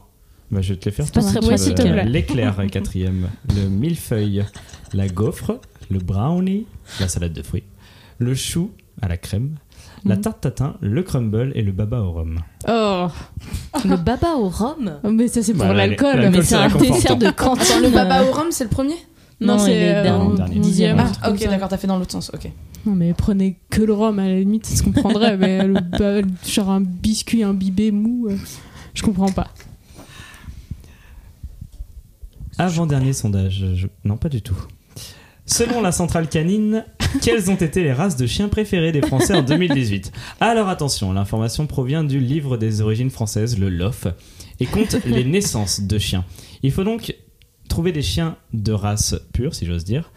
[SPEAKER 1] Bah, je vais te les faire
[SPEAKER 2] C'est pas
[SPEAKER 1] tous,
[SPEAKER 2] très
[SPEAKER 1] si
[SPEAKER 2] bon,
[SPEAKER 1] tu
[SPEAKER 4] s'il
[SPEAKER 1] veux.
[SPEAKER 4] te plaît.
[SPEAKER 1] L'éclair, quatrième. Le millefeuille. La gaufre. Le brownie. La salade de fruits. Le chou à la crème. La
[SPEAKER 4] Mhm.
[SPEAKER 1] tarte tatin, le crumble et le baba au rhum.
[SPEAKER 4] Oh,
[SPEAKER 2] Le baba au rhum
[SPEAKER 4] mais ça c'est pour
[SPEAKER 1] Bah, la-
[SPEAKER 4] l'alcool.
[SPEAKER 1] la-
[SPEAKER 2] mais
[SPEAKER 1] Comme
[SPEAKER 2] c'est
[SPEAKER 1] ça,
[SPEAKER 2] un
[SPEAKER 1] réconfortant.
[SPEAKER 2] dessert de cantine.
[SPEAKER 3] Attends, le baba au rhum, c'est le premier
[SPEAKER 2] Non,
[SPEAKER 4] Non,
[SPEAKER 2] il
[SPEAKER 4] c'est
[SPEAKER 2] est
[SPEAKER 4] euh,
[SPEAKER 2] dernier.
[SPEAKER 4] au
[SPEAKER 1] Dernier.
[SPEAKER 4] dixième.
[SPEAKER 1] Ah,
[SPEAKER 3] Ah,
[SPEAKER 4] Comme
[SPEAKER 3] ok,
[SPEAKER 4] ça.
[SPEAKER 3] d'accord, t'as fait dans l'autre sens, ok.
[SPEAKER 4] Non mais prenez que le rhum à la limite, ça se comprendrait, mais le ba- genre un biscuit imbibé mou, euh, je comprends pas.
[SPEAKER 1] Avant-dernier sondage. je- Non, pas du tout. Selon la centrale canine, Quelles ont été les races de chiens préférées des Français en 2018 Alors attention, l'information provient du livre des origines françaises, le LOF, et compte les naissances de chiens. Il faut donc trouver des chiens de race pure, si j'ose dire.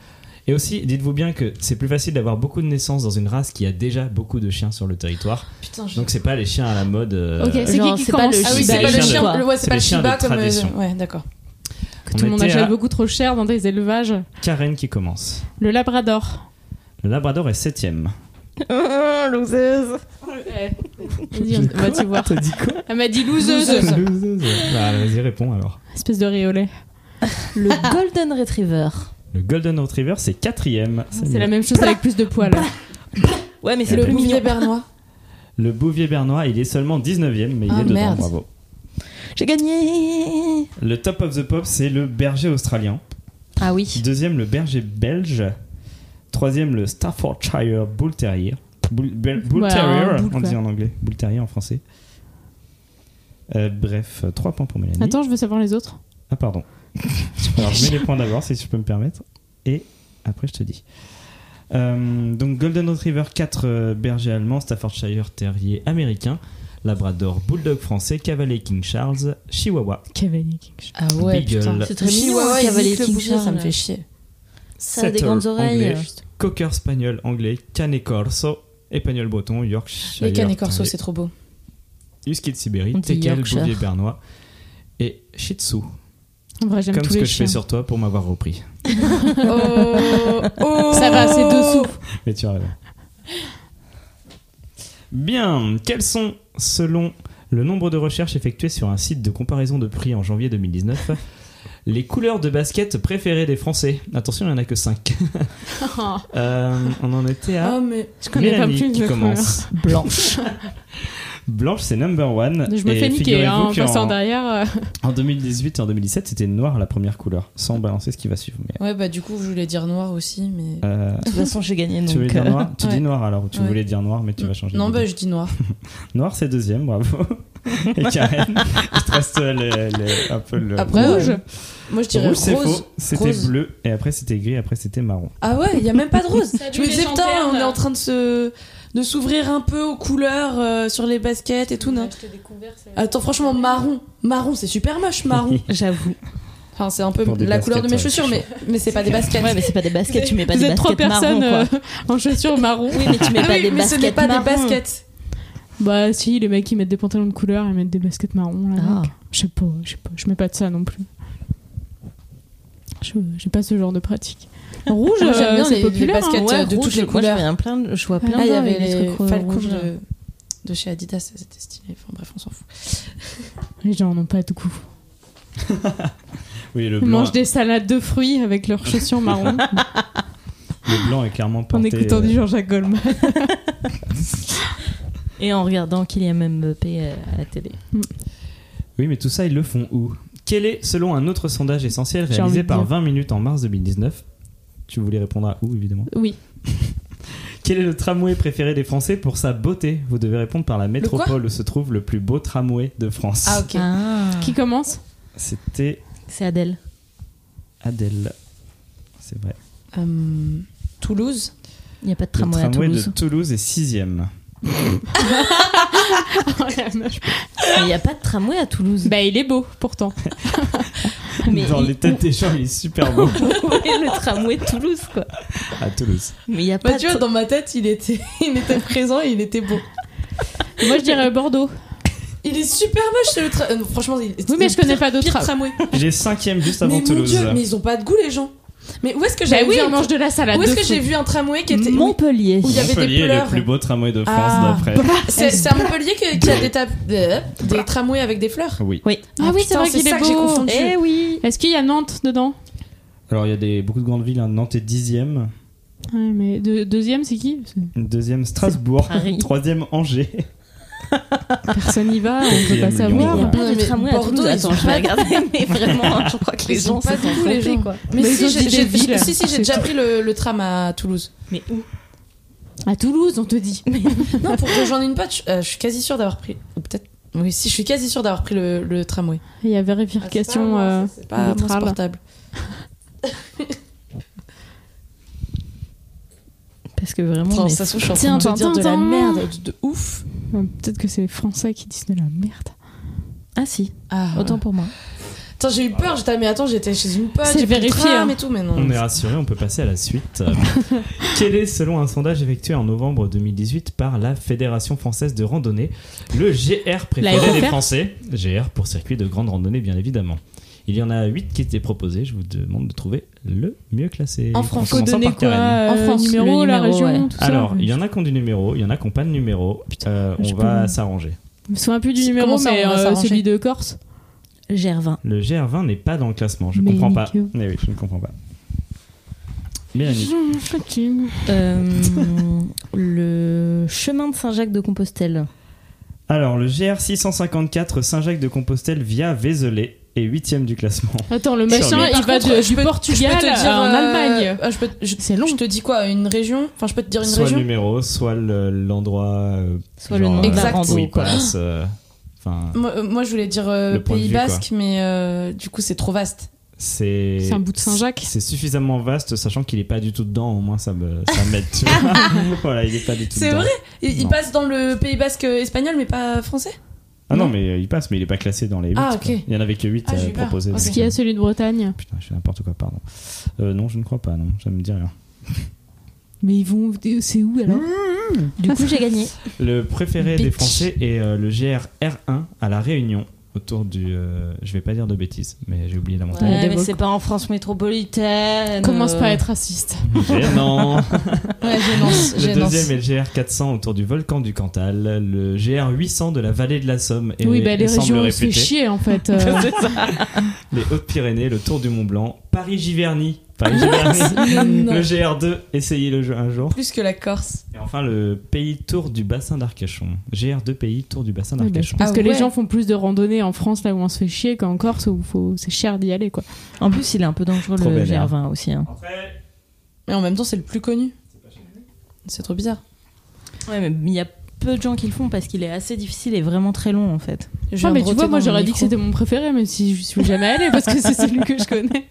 [SPEAKER 1] Et aussi, dites-vous bien que c'est plus facile d'avoir beaucoup de naissances dans une race qui a déjà beaucoup de chiens sur le territoire.
[SPEAKER 3] Putain, je...
[SPEAKER 1] Donc c'est pas les chiens à la mode. euh,
[SPEAKER 4] Ok, c'est
[SPEAKER 2] Genre,
[SPEAKER 4] qui qui
[SPEAKER 2] c'est pas
[SPEAKER 4] commence
[SPEAKER 2] le
[SPEAKER 3] ah oui,
[SPEAKER 1] Shiba
[SPEAKER 3] c'est pas le
[SPEAKER 1] Inu,
[SPEAKER 3] chien,
[SPEAKER 2] quoi.
[SPEAKER 3] le, ouais, c'est
[SPEAKER 1] C'est
[SPEAKER 3] pas
[SPEAKER 1] le
[SPEAKER 3] le
[SPEAKER 1] chien
[SPEAKER 3] Shiba
[SPEAKER 1] de
[SPEAKER 3] comme.
[SPEAKER 1] tradition.
[SPEAKER 3] euh, ouais, d'accord.
[SPEAKER 4] que tout le monde
[SPEAKER 1] était
[SPEAKER 4] achète
[SPEAKER 1] à
[SPEAKER 4] beaucoup trop cher dans des élevages.
[SPEAKER 1] Karen qui commence.
[SPEAKER 4] Le Labrador.
[SPEAKER 1] Le Labrador est septième.
[SPEAKER 2] [laughs] Loseuse.
[SPEAKER 4] Vas-y, on va t'y voir.
[SPEAKER 1] T'as dit quoi
[SPEAKER 4] Elle m'a dit loseuse.
[SPEAKER 3] Loseuse.
[SPEAKER 1] Bah, vas-y, réponds alors.
[SPEAKER 4] Espèce de riolet.
[SPEAKER 2] Le Golden Retriever.
[SPEAKER 1] Le Golden Retriever, c'est quatrième.
[SPEAKER 4] C'est la même chose avec plus de poils.
[SPEAKER 2] Ouais, mais c'est
[SPEAKER 3] Le
[SPEAKER 2] plus mignon.
[SPEAKER 3] bouvier bernois.
[SPEAKER 1] Le Bouvier Bernois, il est seulement 19ème, mais il
[SPEAKER 3] Ah,
[SPEAKER 1] est dedans,
[SPEAKER 3] merde.
[SPEAKER 1] bravo.
[SPEAKER 2] J'ai gagné.
[SPEAKER 1] Le top of the pop, c'est le berger australien.
[SPEAKER 2] Ah oui.
[SPEAKER 1] Deuxième, le berger belge. Troisième, le Staffordshire Bull Terrier. Bull, Bel- Bull
[SPEAKER 4] Ouais,
[SPEAKER 1] Terrier,
[SPEAKER 4] un bull,
[SPEAKER 1] on
[SPEAKER 4] quoi.
[SPEAKER 1] dit en anglais. Bull Terrier en français. Euh, bref, 3 points pour Mélanie.
[SPEAKER 4] bah. Attends, je veux savoir les autres.
[SPEAKER 1] Ah, pardon. Alors, je mets les points d'abord, si je peux me permettre. Et après, je te dis. Euh, donc, Golden Retriever 4, euh, berger allemand, Staffordshire terrier américain, Labrador, Bulldog français, Cavalier King Charles, Chihuahua.
[SPEAKER 4] Cavalier King Charles.
[SPEAKER 3] Ah ouais,
[SPEAKER 1] Beagle.
[SPEAKER 3] putain.
[SPEAKER 2] C'est très mignon,
[SPEAKER 3] Chihuahua,
[SPEAKER 2] le
[SPEAKER 3] il
[SPEAKER 2] cavalier
[SPEAKER 3] nique le
[SPEAKER 2] King
[SPEAKER 3] bouvier, ça me
[SPEAKER 2] Charles.
[SPEAKER 3] fait chier.
[SPEAKER 2] Ça a des
[SPEAKER 1] Setter
[SPEAKER 2] grandes oreilles.
[SPEAKER 1] anglais, Cocker espagnol anglais, Canet corso, Espagnol breton, Yorkshire.
[SPEAKER 3] Les cannes et corso,
[SPEAKER 1] terrier,
[SPEAKER 3] c'est trop beau.
[SPEAKER 1] Husky de Sibérie,
[SPEAKER 2] On dit
[SPEAKER 1] Teckel,
[SPEAKER 2] Yorkshire.
[SPEAKER 1] Bouvier bernois et Shih Tzu.
[SPEAKER 4] En vrai, j'aime
[SPEAKER 1] Comme
[SPEAKER 4] tous
[SPEAKER 1] ce
[SPEAKER 4] les
[SPEAKER 1] que je
[SPEAKER 4] chiens.
[SPEAKER 1] fais sur toi pour m'avoir repris.
[SPEAKER 3] [laughs] Oh, oh.
[SPEAKER 4] [laughs] Ça va, c'est dessous.
[SPEAKER 1] Mais tu as raison. Bien, quels sont, selon le nombre de recherches effectuées sur un site de comparaison de prix en janvier [laughs] 2019, les couleurs de basket préférées des Français Attention, il n'y en a que 5. on en était à
[SPEAKER 3] Ah, mais.
[SPEAKER 4] Oh, je connais pas
[SPEAKER 1] Mélanie
[SPEAKER 4] plus
[SPEAKER 1] qui
[SPEAKER 4] de couleurs.
[SPEAKER 1] commence. Blanche. [laughs] Blanche, c'est number one.
[SPEAKER 4] Je me
[SPEAKER 1] Et
[SPEAKER 4] fais niquer hein,
[SPEAKER 1] figurez-vous
[SPEAKER 4] en
[SPEAKER 1] qu'en-
[SPEAKER 4] passant derrière. euh,
[SPEAKER 1] En 2018 et en 2017, c'était noir la première couleur, sans balancer ce qui va suivre. Mais,
[SPEAKER 3] Ouais, bah du coup, je voulais dire noir aussi, mais.
[SPEAKER 1] euh,
[SPEAKER 2] De toute façon, j'ai gagné.
[SPEAKER 1] tu voulais
[SPEAKER 2] Donc,
[SPEAKER 1] dire
[SPEAKER 2] euh,
[SPEAKER 1] noir Tu
[SPEAKER 3] ouais.
[SPEAKER 1] dis noir alors, ou tu
[SPEAKER 3] Ouais.
[SPEAKER 1] voulais dire noir, mais tu vas changer.
[SPEAKER 3] Non,
[SPEAKER 1] d'idée.
[SPEAKER 3] bah je dis noir.
[SPEAKER 1] Noir, c'est deuxième, [laughs] bravo. Et Karen, il te reste le- le- un peu le.
[SPEAKER 3] Après,
[SPEAKER 1] le-
[SPEAKER 3] rouge. [laughs] Moi, je dirais
[SPEAKER 1] Rouge, c'est
[SPEAKER 3] rose.
[SPEAKER 1] faux. C'était
[SPEAKER 3] Rose.
[SPEAKER 1] bleu, et après c'était gris, et après c'était marron.
[SPEAKER 3] Ah ouais, il y a même pas de [laughs] rose.
[SPEAKER 4] Salut
[SPEAKER 3] je me
[SPEAKER 4] les
[SPEAKER 3] disais putain,
[SPEAKER 4] lanternes.
[SPEAKER 3] on est en train de se de s'ouvrir un peu aux couleurs euh, sur les baskets et tout. Non. Attends, franchement, marron, marron, c'est super
[SPEAKER 1] [laughs]
[SPEAKER 3] moche, marron.
[SPEAKER 2] [laughs] J'avoue.
[SPEAKER 3] Enfin, c'est un peu
[SPEAKER 1] Pour des
[SPEAKER 3] la couleur de mes
[SPEAKER 1] baskets, ouais,
[SPEAKER 3] chaussures, mais mais c'est pas des baskets.
[SPEAKER 2] Ouais, mais c'est pas des baskets, tu mets pas
[SPEAKER 4] Vous
[SPEAKER 2] des
[SPEAKER 4] êtes trois
[SPEAKER 2] baskets
[SPEAKER 4] personnes
[SPEAKER 2] marron, quoi.
[SPEAKER 4] euh, en chaussures marron.
[SPEAKER 2] Oui, mais tu mets
[SPEAKER 3] Ah
[SPEAKER 2] pas
[SPEAKER 3] oui,
[SPEAKER 2] des
[SPEAKER 3] mais ce n'est
[SPEAKER 2] baskets
[SPEAKER 3] pas
[SPEAKER 2] marron.
[SPEAKER 3] des baskets.
[SPEAKER 4] Bah si, les mecs ils mettent des pantalons de couleur, ils mettent des baskets marron. Là,
[SPEAKER 2] Ah.
[SPEAKER 4] mec. Je sais pas, je sais pas, je mets pas de ça non plus. Je j'ai pas ce genre de pratique. Rouge,
[SPEAKER 3] Moi, j'aime
[SPEAKER 4] euh,
[SPEAKER 3] bien
[SPEAKER 4] c'est
[SPEAKER 3] les- les
[SPEAKER 4] populaire. hein.
[SPEAKER 3] baskets. euh,
[SPEAKER 2] Ouais,
[SPEAKER 3] de
[SPEAKER 2] rouge,
[SPEAKER 3] toutes les
[SPEAKER 2] moi, je
[SPEAKER 3] couleurs.
[SPEAKER 2] mets un plein de- je vois plein
[SPEAKER 3] Ah, il y
[SPEAKER 2] de-
[SPEAKER 3] avait
[SPEAKER 2] des
[SPEAKER 3] les
[SPEAKER 2] trucs, euh,
[SPEAKER 3] falcons
[SPEAKER 2] rouges.
[SPEAKER 3] de de chez Adidas, c'était stylé. Enfin bref, on s'en fout.
[SPEAKER 4] Les gens en ont pas de goût.
[SPEAKER 1] Oui, le
[SPEAKER 4] Ils
[SPEAKER 1] blanc,
[SPEAKER 4] mangent des salades de fruits avec leurs
[SPEAKER 1] [laughs]
[SPEAKER 4] chaussures marron
[SPEAKER 1] le blanc est clairement
[SPEAKER 4] en
[SPEAKER 1] porté.
[SPEAKER 4] écoutant
[SPEAKER 1] euh,
[SPEAKER 4] du Jean-Jacques Goldman.
[SPEAKER 2] Et en regardant Kylian Mbappé à la télé.
[SPEAKER 1] Oui, mais tout ça, ils le font où Quel est, selon un autre sondage essentiel
[SPEAKER 4] J'ai envie
[SPEAKER 1] réalisé
[SPEAKER 4] de
[SPEAKER 1] par
[SPEAKER 4] dire.
[SPEAKER 1] 20 minutes en mars 2019, tu voulais répondre à où, évidemment
[SPEAKER 4] Oui.
[SPEAKER 1] [laughs] Quel est le tramway préféré des Français pour sa beauté Vous devez répondre par la
[SPEAKER 3] quoi
[SPEAKER 1] métropole où se trouve le plus beau tramway de France.
[SPEAKER 3] Ah ok.
[SPEAKER 2] Ah.
[SPEAKER 4] Qui commence
[SPEAKER 1] C'était
[SPEAKER 2] C'est Adèle.
[SPEAKER 1] Adèle. C'est vrai.
[SPEAKER 3] Hum, [laughs] Toulouse.
[SPEAKER 2] Il n'y a pas de tramway,
[SPEAKER 1] le tramway
[SPEAKER 2] à Toulouse.
[SPEAKER 1] de Toulouse est sixième.
[SPEAKER 3] Oh,
[SPEAKER 2] Mais Il n'y a pas de tramway à Toulouse.
[SPEAKER 4] Bah il est beau pourtant.
[SPEAKER 2] [laughs]
[SPEAKER 3] Ah,
[SPEAKER 2] Mais
[SPEAKER 1] Dans
[SPEAKER 2] il-
[SPEAKER 1] les têtes des gens, il est super beau
[SPEAKER 2] [laughs] Ouais, le tramway de Toulouse, quoi.
[SPEAKER 1] à Toulouse.
[SPEAKER 2] Mais il n'y a
[SPEAKER 3] Bah
[SPEAKER 2] pas
[SPEAKER 3] tu
[SPEAKER 2] de...
[SPEAKER 3] vois, dans ma tête, il était [laughs] il était présent, et il était beau.
[SPEAKER 4] Moi je dirais Bordeaux.
[SPEAKER 3] Il est super moche ce tra- euh, franchement, il
[SPEAKER 4] Oui mais je connais pas d'autres.
[SPEAKER 3] pire tramway.
[SPEAKER 1] J'ai cinquième juste avant
[SPEAKER 3] mais mon
[SPEAKER 1] Toulouse.
[SPEAKER 3] dieu, mais ils ont pas de goût les gens. Mais où est-ce que
[SPEAKER 4] Bah
[SPEAKER 3] j'avais vu
[SPEAKER 4] oui, ils
[SPEAKER 3] un
[SPEAKER 4] mangent de la salade
[SPEAKER 3] Où
[SPEAKER 4] de
[SPEAKER 3] est-ce que j'ai
[SPEAKER 4] fruits.
[SPEAKER 3] vu un tramway qui était
[SPEAKER 2] Montpellier.
[SPEAKER 3] où il
[SPEAKER 2] [laughs]
[SPEAKER 3] y avait des
[SPEAKER 1] Montpellier est
[SPEAKER 3] pleurs
[SPEAKER 1] le plus beau tramway de France
[SPEAKER 3] Ah.
[SPEAKER 1] d'après.
[SPEAKER 3] C'est c'est à Montpellier que- qu'il y a des, ta- euh, des tramways avec des fleurs.
[SPEAKER 1] Oui.
[SPEAKER 2] Oui.
[SPEAKER 4] Ah oui, c'est
[SPEAKER 3] Putain,
[SPEAKER 4] vrai qu'il
[SPEAKER 3] ça
[SPEAKER 4] est
[SPEAKER 3] que j'ai
[SPEAKER 4] beau.
[SPEAKER 3] confondu.
[SPEAKER 2] Eh oui
[SPEAKER 4] Est-ce qu'il y a Nantes dedans
[SPEAKER 1] Alors il y a des, beaucoup de grandes villes. hein. Nantes est dixième.
[SPEAKER 4] Ouais, mais deux- deuxième, c'est qui
[SPEAKER 1] Deuxième Strasbourg.
[SPEAKER 2] Paris.
[SPEAKER 1] Troisième Angers.
[SPEAKER 4] Personne n'y va, on peut
[SPEAKER 1] Quatrième
[SPEAKER 4] pas
[SPEAKER 1] Lyon.
[SPEAKER 4] savoir.
[SPEAKER 1] Il y a
[SPEAKER 2] Pas
[SPEAKER 3] Ouais,
[SPEAKER 2] de
[SPEAKER 3] mais
[SPEAKER 2] tramway
[SPEAKER 3] Bordeaux,
[SPEAKER 2] à Toulouse.
[SPEAKER 3] ils
[SPEAKER 2] Attends,
[SPEAKER 3] ont
[SPEAKER 2] je vais
[SPEAKER 3] pas-
[SPEAKER 2] regarder, mais vraiment, je crois que les
[SPEAKER 3] Ils
[SPEAKER 2] gens
[SPEAKER 3] ont pas
[SPEAKER 2] se
[SPEAKER 3] de goût,
[SPEAKER 2] sont
[SPEAKER 3] les
[SPEAKER 2] plantés,
[SPEAKER 3] gens.
[SPEAKER 2] quoi.
[SPEAKER 3] Mais,
[SPEAKER 4] Mais ils
[SPEAKER 3] si,
[SPEAKER 4] ont
[SPEAKER 3] j'ai-
[SPEAKER 4] dit des
[SPEAKER 3] j'ai-
[SPEAKER 4] villes.
[SPEAKER 3] si, si, j'ai
[SPEAKER 4] C'est
[SPEAKER 3] déjà
[SPEAKER 4] tout.
[SPEAKER 3] pris le, le tram à Toulouse.
[SPEAKER 2] Mais où
[SPEAKER 4] À Toulouse, on te dit.
[SPEAKER 3] Non, pour rejoindre une pote, je, euh, je suis quasi sûre d'avoir pris. ou Peut-être. Oui, si, je suis quasi sûre d'avoir pris le, le tramway.
[SPEAKER 4] Il y a vérification. euh,
[SPEAKER 3] C'est Ah, pas mon
[SPEAKER 4] littérale.
[SPEAKER 3] portable.
[SPEAKER 2] [laughs] Parce que vraiment,
[SPEAKER 3] Enfin,
[SPEAKER 2] mais-
[SPEAKER 3] ça se trouve, je suis en
[SPEAKER 4] Tiens,
[SPEAKER 3] train de te dire de la
[SPEAKER 4] tintin.
[SPEAKER 3] merde de, de ouf.
[SPEAKER 4] Ouais, Peut-être que c'est les Français qui disent de la merde.
[SPEAKER 2] ah si,
[SPEAKER 3] Ah,
[SPEAKER 2] autant pour moi.
[SPEAKER 3] Attends, j'ai eu peur, j'étais, mais attends, j'étais chez une pote,
[SPEAKER 4] C'est
[SPEAKER 3] j'ai vérifié
[SPEAKER 4] vérifié, hein.
[SPEAKER 3] et tout, mais non.
[SPEAKER 1] On est rassuré, on peut passer à la
[SPEAKER 4] [laughs]
[SPEAKER 1] suite. Euh, Quel est, selon un sondage effectué en novembre 2018 par la Fédération française de randonnée, le GR
[SPEAKER 4] La
[SPEAKER 1] préféré des
[SPEAKER 4] FFR?
[SPEAKER 1] Français GR pour circuit de grande randonnée, bien évidemment. Il y en a 8 qui étaient proposés. Je vous demande de trouver le mieux classé.
[SPEAKER 3] En France,
[SPEAKER 1] En
[SPEAKER 4] Faut
[SPEAKER 1] commençant
[SPEAKER 4] donner
[SPEAKER 1] par
[SPEAKER 4] quoi
[SPEAKER 1] Karen.
[SPEAKER 4] euh,
[SPEAKER 2] En France,
[SPEAKER 4] numéro,
[SPEAKER 2] le
[SPEAKER 4] la
[SPEAKER 2] numéro,
[SPEAKER 4] région,
[SPEAKER 2] ouais.
[SPEAKER 4] tout ça
[SPEAKER 1] Alors, il
[SPEAKER 4] Je
[SPEAKER 1] y en a qui ont du numéro, il y en a qui n'ont pas de numéro. Euh,
[SPEAKER 4] je
[SPEAKER 1] on
[SPEAKER 4] peux
[SPEAKER 1] va
[SPEAKER 4] le-
[SPEAKER 1] s'arranger.
[SPEAKER 4] me souviens plus du
[SPEAKER 3] C'est-
[SPEAKER 4] numéro,
[SPEAKER 3] comment ça,
[SPEAKER 4] mais
[SPEAKER 3] on va
[SPEAKER 4] euh,
[SPEAKER 3] s'arranger
[SPEAKER 4] celui de Corse.
[SPEAKER 2] GR20.
[SPEAKER 1] Le GR20 n'est pas dans le classement, je ne
[SPEAKER 4] Mais
[SPEAKER 1] comprends pas.
[SPEAKER 4] Nico.
[SPEAKER 1] Eh oui, je ne comprends pas. Mélanie.
[SPEAKER 4] Je fatigue.
[SPEAKER 2] [laughs] Euh, le chemin de Saint-Jacques de Compostelle.
[SPEAKER 1] Alors, le GR654 Saint-Jacques-de-Compostelle via Vézelay est 8 du classement.
[SPEAKER 4] Attends, le
[SPEAKER 1] Sur
[SPEAKER 4] machin,
[SPEAKER 1] les-
[SPEAKER 4] il va de- du Portugal à- en Allemagne.
[SPEAKER 3] euh, ah, je peux te- je-
[SPEAKER 4] C'est long.
[SPEAKER 3] Je te dis quoi Une région Enfin, je peux te dire une
[SPEAKER 1] soit
[SPEAKER 3] région
[SPEAKER 1] le numéro, soit le- l'endroit. euh,
[SPEAKER 2] Soit
[SPEAKER 1] genre,
[SPEAKER 2] le nom de la
[SPEAKER 1] euh,
[SPEAKER 3] Exact.
[SPEAKER 2] rando.
[SPEAKER 1] où il
[SPEAKER 2] quoi.
[SPEAKER 1] passe, euh, Enfin,
[SPEAKER 3] moi, euh, moi, je voulais dire euh,
[SPEAKER 1] Le point de
[SPEAKER 3] Pays
[SPEAKER 1] vue, quoi.
[SPEAKER 3] Basque, mais euh, du coup, c'est trop vaste.
[SPEAKER 1] c'est.
[SPEAKER 4] C'est un bout de Saint-Jacques.
[SPEAKER 1] C'est suffisamment vaste, sachant qu'il est pas du tout dedans, au moins ça me, ça m'aide. tu vois. voilà, il est pas du tout
[SPEAKER 3] C'est
[SPEAKER 1] dedans.
[SPEAKER 3] vrai Il, il
[SPEAKER 1] Non.
[SPEAKER 3] passe dans le Pays Basque euh, espagnol, mais pas
[SPEAKER 1] [laughs]
[SPEAKER 3] français
[SPEAKER 1] Ah non, mais euh, il passe, mais il est pas classé dans les 8.
[SPEAKER 3] Ah, ok.
[SPEAKER 1] Il y en avait que 8
[SPEAKER 3] Ah, j'ai eu peur.
[SPEAKER 1] proposés.
[SPEAKER 4] Parce
[SPEAKER 1] donc,
[SPEAKER 4] qu'il y
[SPEAKER 1] euh,
[SPEAKER 4] a celui de Bretagne.
[SPEAKER 1] Putain, je fais n'importe quoi, pardon. Euh, non, je ne crois pas, non, ça me dit rien.
[SPEAKER 4] Mais ils vont. C'est où alors
[SPEAKER 2] Du coup, j'ai [laughs] gagné.
[SPEAKER 1] Le préféré des
[SPEAKER 3] Bitch.
[SPEAKER 1] Français est euh, le GRR1 à La Réunion, autour du. euh, je vais pas dire de bêtises, mais j'ai oublié la montagne.
[SPEAKER 4] Ouais, mais c'est
[SPEAKER 2] pas en France métropolitaine. euh,
[SPEAKER 4] Commence pas à être raciste. [laughs]
[SPEAKER 1] Gênant.
[SPEAKER 3] Ouais, gênance.
[SPEAKER 1] Le deuxième est le GR400 autour du volcan du Cantal, le GR800 de la vallée de la Somme et
[SPEAKER 4] oui, bah les
[SPEAKER 1] et semble
[SPEAKER 4] régions, on se fait
[SPEAKER 1] réputé.
[SPEAKER 4] chier en [laughs] fait. euh.
[SPEAKER 1] les Hautes-Pyrénées, le Tour du Mont-Blanc, Paris-Giverny,
[SPEAKER 4] [laughs]
[SPEAKER 1] Paris-Giverny, le GR2, essayez le jeu un jour.
[SPEAKER 3] Plus que la Corse.
[SPEAKER 1] Et enfin le pays Tour du Bassin d'Arcachon, GR2 pays Tour du Bassin
[SPEAKER 4] Ouais, bah, je
[SPEAKER 1] d'Arcachon.
[SPEAKER 4] pense
[SPEAKER 3] Ah
[SPEAKER 4] que les
[SPEAKER 3] ouais.
[SPEAKER 4] gens font plus de randonnées en France là où on se fait chier qu'en Corse où faut... c'est cher d'y aller quoi.
[SPEAKER 2] En plus, il est un peu dangereux
[SPEAKER 1] Trop
[SPEAKER 2] le
[SPEAKER 1] vénère.
[SPEAKER 2] GR20 aussi. hein.
[SPEAKER 1] Après,
[SPEAKER 3] Mais en même temps, c'est le plus connu. C'est trop bizarre.
[SPEAKER 2] Ouais, mais il y a peu de gens qui le font parce qu'il est assez difficile et vraiment très long en fait.
[SPEAKER 3] Je
[SPEAKER 4] Ah,
[SPEAKER 3] viens
[SPEAKER 4] mais
[SPEAKER 3] de
[SPEAKER 4] tu
[SPEAKER 3] roter
[SPEAKER 4] vois, moi
[SPEAKER 3] dans mon
[SPEAKER 4] j'aurais dit que
[SPEAKER 3] micro.
[SPEAKER 4] c'était mon préféré même si je suis jamais allée parce que [laughs] c'est celui que je connais.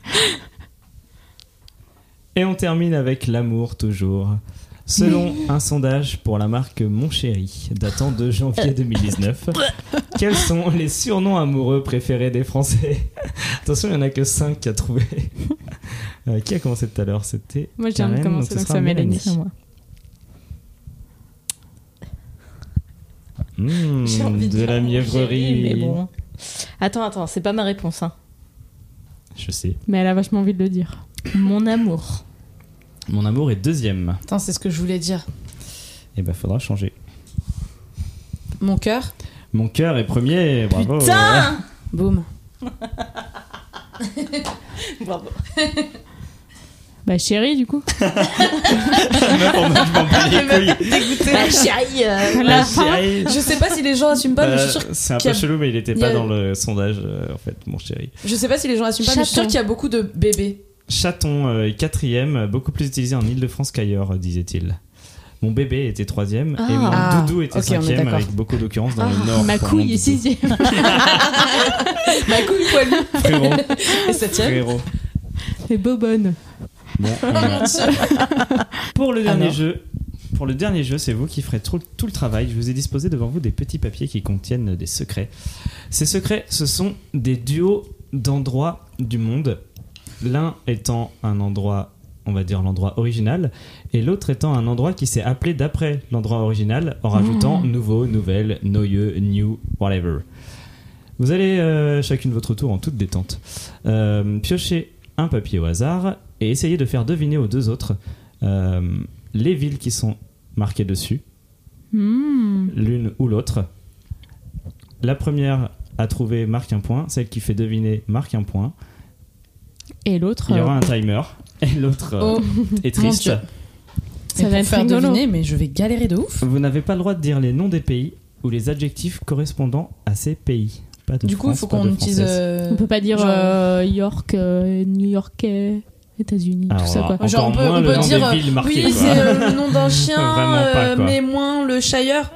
[SPEAKER 1] et on termine avec l'amour toujours.
[SPEAKER 2] [laughs]
[SPEAKER 1] Selon un sondage pour la marque Mon Chéri, datant de janvier
[SPEAKER 2] [laughs]
[SPEAKER 1] 2019, quels sont les surnoms amoureux préférés des Français [laughs] Attention, il n'y en a que 5 à trouver. [laughs] Euh, qui a commencé tout à l'heure C'était.
[SPEAKER 4] Moi, j'ai envie de
[SPEAKER 1] Karen,
[SPEAKER 4] commencer,
[SPEAKER 1] ce
[SPEAKER 4] donc
[SPEAKER 1] sera
[SPEAKER 4] c'est Mélanie.
[SPEAKER 2] C'est à moi.
[SPEAKER 1] Mmh,
[SPEAKER 2] J'ai envie
[SPEAKER 1] de,
[SPEAKER 2] dire
[SPEAKER 1] la
[SPEAKER 2] mon
[SPEAKER 1] mièvrerie.
[SPEAKER 2] chéri, Mais bon. Attends, attends, c'est pas ma réponse. hein.
[SPEAKER 1] Je sais.
[SPEAKER 4] Mais elle a vachement envie de le dire.
[SPEAKER 2] Mon amour.
[SPEAKER 1] Mon amour est deuxième.
[SPEAKER 3] Putain, c'est ce que je voulais dire.
[SPEAKER 1] Et ben faudra changer.
[SPEAKER 3] Mon cœur.
[SPEAKER 1] Mon cœur est premier. Bravo.
[SPEAKER 2] Putain
[SPEAKER 3] Boum.
[SPEAKER 2] Bravo.
[SPEAKER 4] Bah chérie du coup.
[SPEAKER 1] Meuf, on a- [laughs] je m'en bats
[SPEAKER 2] [laughs]
[SPEAKER 1] les couilles.
[SPEAKER 2] Ma chérie euh, [laughs]
[SPEAKER 1] La
[SPEAKER 4] La fin.
[SPEAKER 1] chérie.
[SPEAKER 3] [laughs] Je sais pas si les gens assument pas, mais je suis sûre
[SPEAKER 1] Bah, C'est un
[SPEAKER 3] qu'il y
[SPEAKER 1] peu
[SPEAKER 3] a-
[SPEAKER 1] chelou, mais il était
[SPEAKER 3] il y
[SPEAKER 1] pas
[SPEAKER 3] a-
[SPEAKER 1] dans le sondage, euh, en fait, mon chéri.
[SPEAKER 3] Je sais pas si les gens assument pas, mais je suis sûre
[SPEAKER 4] Chaton.
[SPEAKER 3] qu'il y a beaucoup de bébés.
[SPEAKER 1] Chaton euh, est quatrième, euh, beaucoup plus utilisé en Ile-de-France qu'ailleurs, euh, disait-il. Mon bébé était troisième et mon
[SPEAKER 3] Ah.
[SPEAKER 1] doudou était
[SPEAKER 3] Ok, on est
[SPEAKER 1] cinquième
[SPEAKER 3] d'accord.
[SPEAKER 1] avec beaucoup d'occurrences dans le
[SPEAKER 3] Ah,
[SPEAKER 1] nord.
[SPEAKER 4] Ma
[SPEAKER 1] pour mon
[SPEAKER 4] couille est
[SPEAKER 1] doudou.
[SPEAKER 4] sixième. [laughs]
[SPEAKER 3] Ma couille [laughs] poilue
[SPEAKER 1] Frérot,
[SPEAKER 3] et septième.
[SPEAKER 1] frérot.
[SPEAKER 4] C'est Bobonne.
[SPEAKER 1] Bon, on a-
[SPEAKER 3] Oh [laughs] mon
[SPEAKER 1] Pour
[SPEAKER 3] Dieu.
[SPEAKER 1] le dernier
[SPEAKER 3] Alors.
[SPEAKER 1] jeu, pour le dernier jeu, c'est vous qui ferez tout, tout le travail. Je vous ai disposé devant vous des petits papiers qui contiennent des secrets. Ces secrets, ce sont des duos d'endroits du monde. L'un étant un endroit, on va dire l'endroit original, et l'autre étant un endroit qui s'est appelé d'après l'endroit original, en rajoutant
[SPEAKER 3] Mmh.
[SPEAKER 1] nouveau, nouvelle, noyeux, new, whatever. Vous allez euh, chacune votre tour en toute détente. Euh, piocher un papier au hasard et essayer de faire deviner aux deux autres euh, les villes qui sont marquées dessus,
[SPEAKER 4] Hmm.
[SPEAKER 1] l'une ou l'autre. La première à trouver marque un point, celle qui fait deviner marque un point.
[SPEAKER 4] Et l'autre.
[SPEAKER 1] Il y
[SPEAKER 4] euh,
[SPEAKER 1] aura un timer et l'autre euh,
[SPEAKER 3] Oh,
[SPEAKER 1] est triste.
[SPEAKER 3] Dieu.
[SPEAKER 4] Ça va
[SPEAKER 3] pour
[SPEAKER 4] être
[SPEAKER 3] faire
[SPEAKER 4] rigolo.
[SPEAKER 3] deviner, mais je vais galérer de ouf.
[SPEAKER 1] Vous n'avez pas le droit de dire les noms des pays ou les adjectifs correspondant à ces pays. Pas de
[SPEAKER 3] Du coup, il
[SPEAKER 1] France,
[SPEAKER 3] faut
[SPEAKER 1] pas
[SPEAKER 3] qu'on euh,
[SPEAKER 1] de
[SPEAKER 3] utilise.
[SPEAKER 1] Française.
[SPEAKER 3] euh,
[SPEAKER 4] On peut pas dire
[SPEAKER 3] genre-
[SPEAKER 4] euh, York, euh, New Yorkais, États-Unis, tout
[SPEAKER 1] Alors,
[SPEAKER 4] ça quoi.
[SPEAKER 1] Encore
[SPEAKER 3] Genre, on peut-
[SPEAKER 1] moins
[SPEAKER 3] on
[SPEAKER 1] le
[SPEAKER 3] peut
[SPEAKER 1] nom
[SPEAKER 3] dire,
[SPEAKER 1] des villes marquées.
[SPEAKER 3] oui,
[SPEAKER 1] quoi.
[SPEAKER 3] c'est euh, le nom d'un chien,
[SPEAKER 1] [laughs] Vraiment pas,
[SPEAKER 3] euh,
[SPEAKER 1] quoi.
[SPEAKER 3] mais moins le Shire.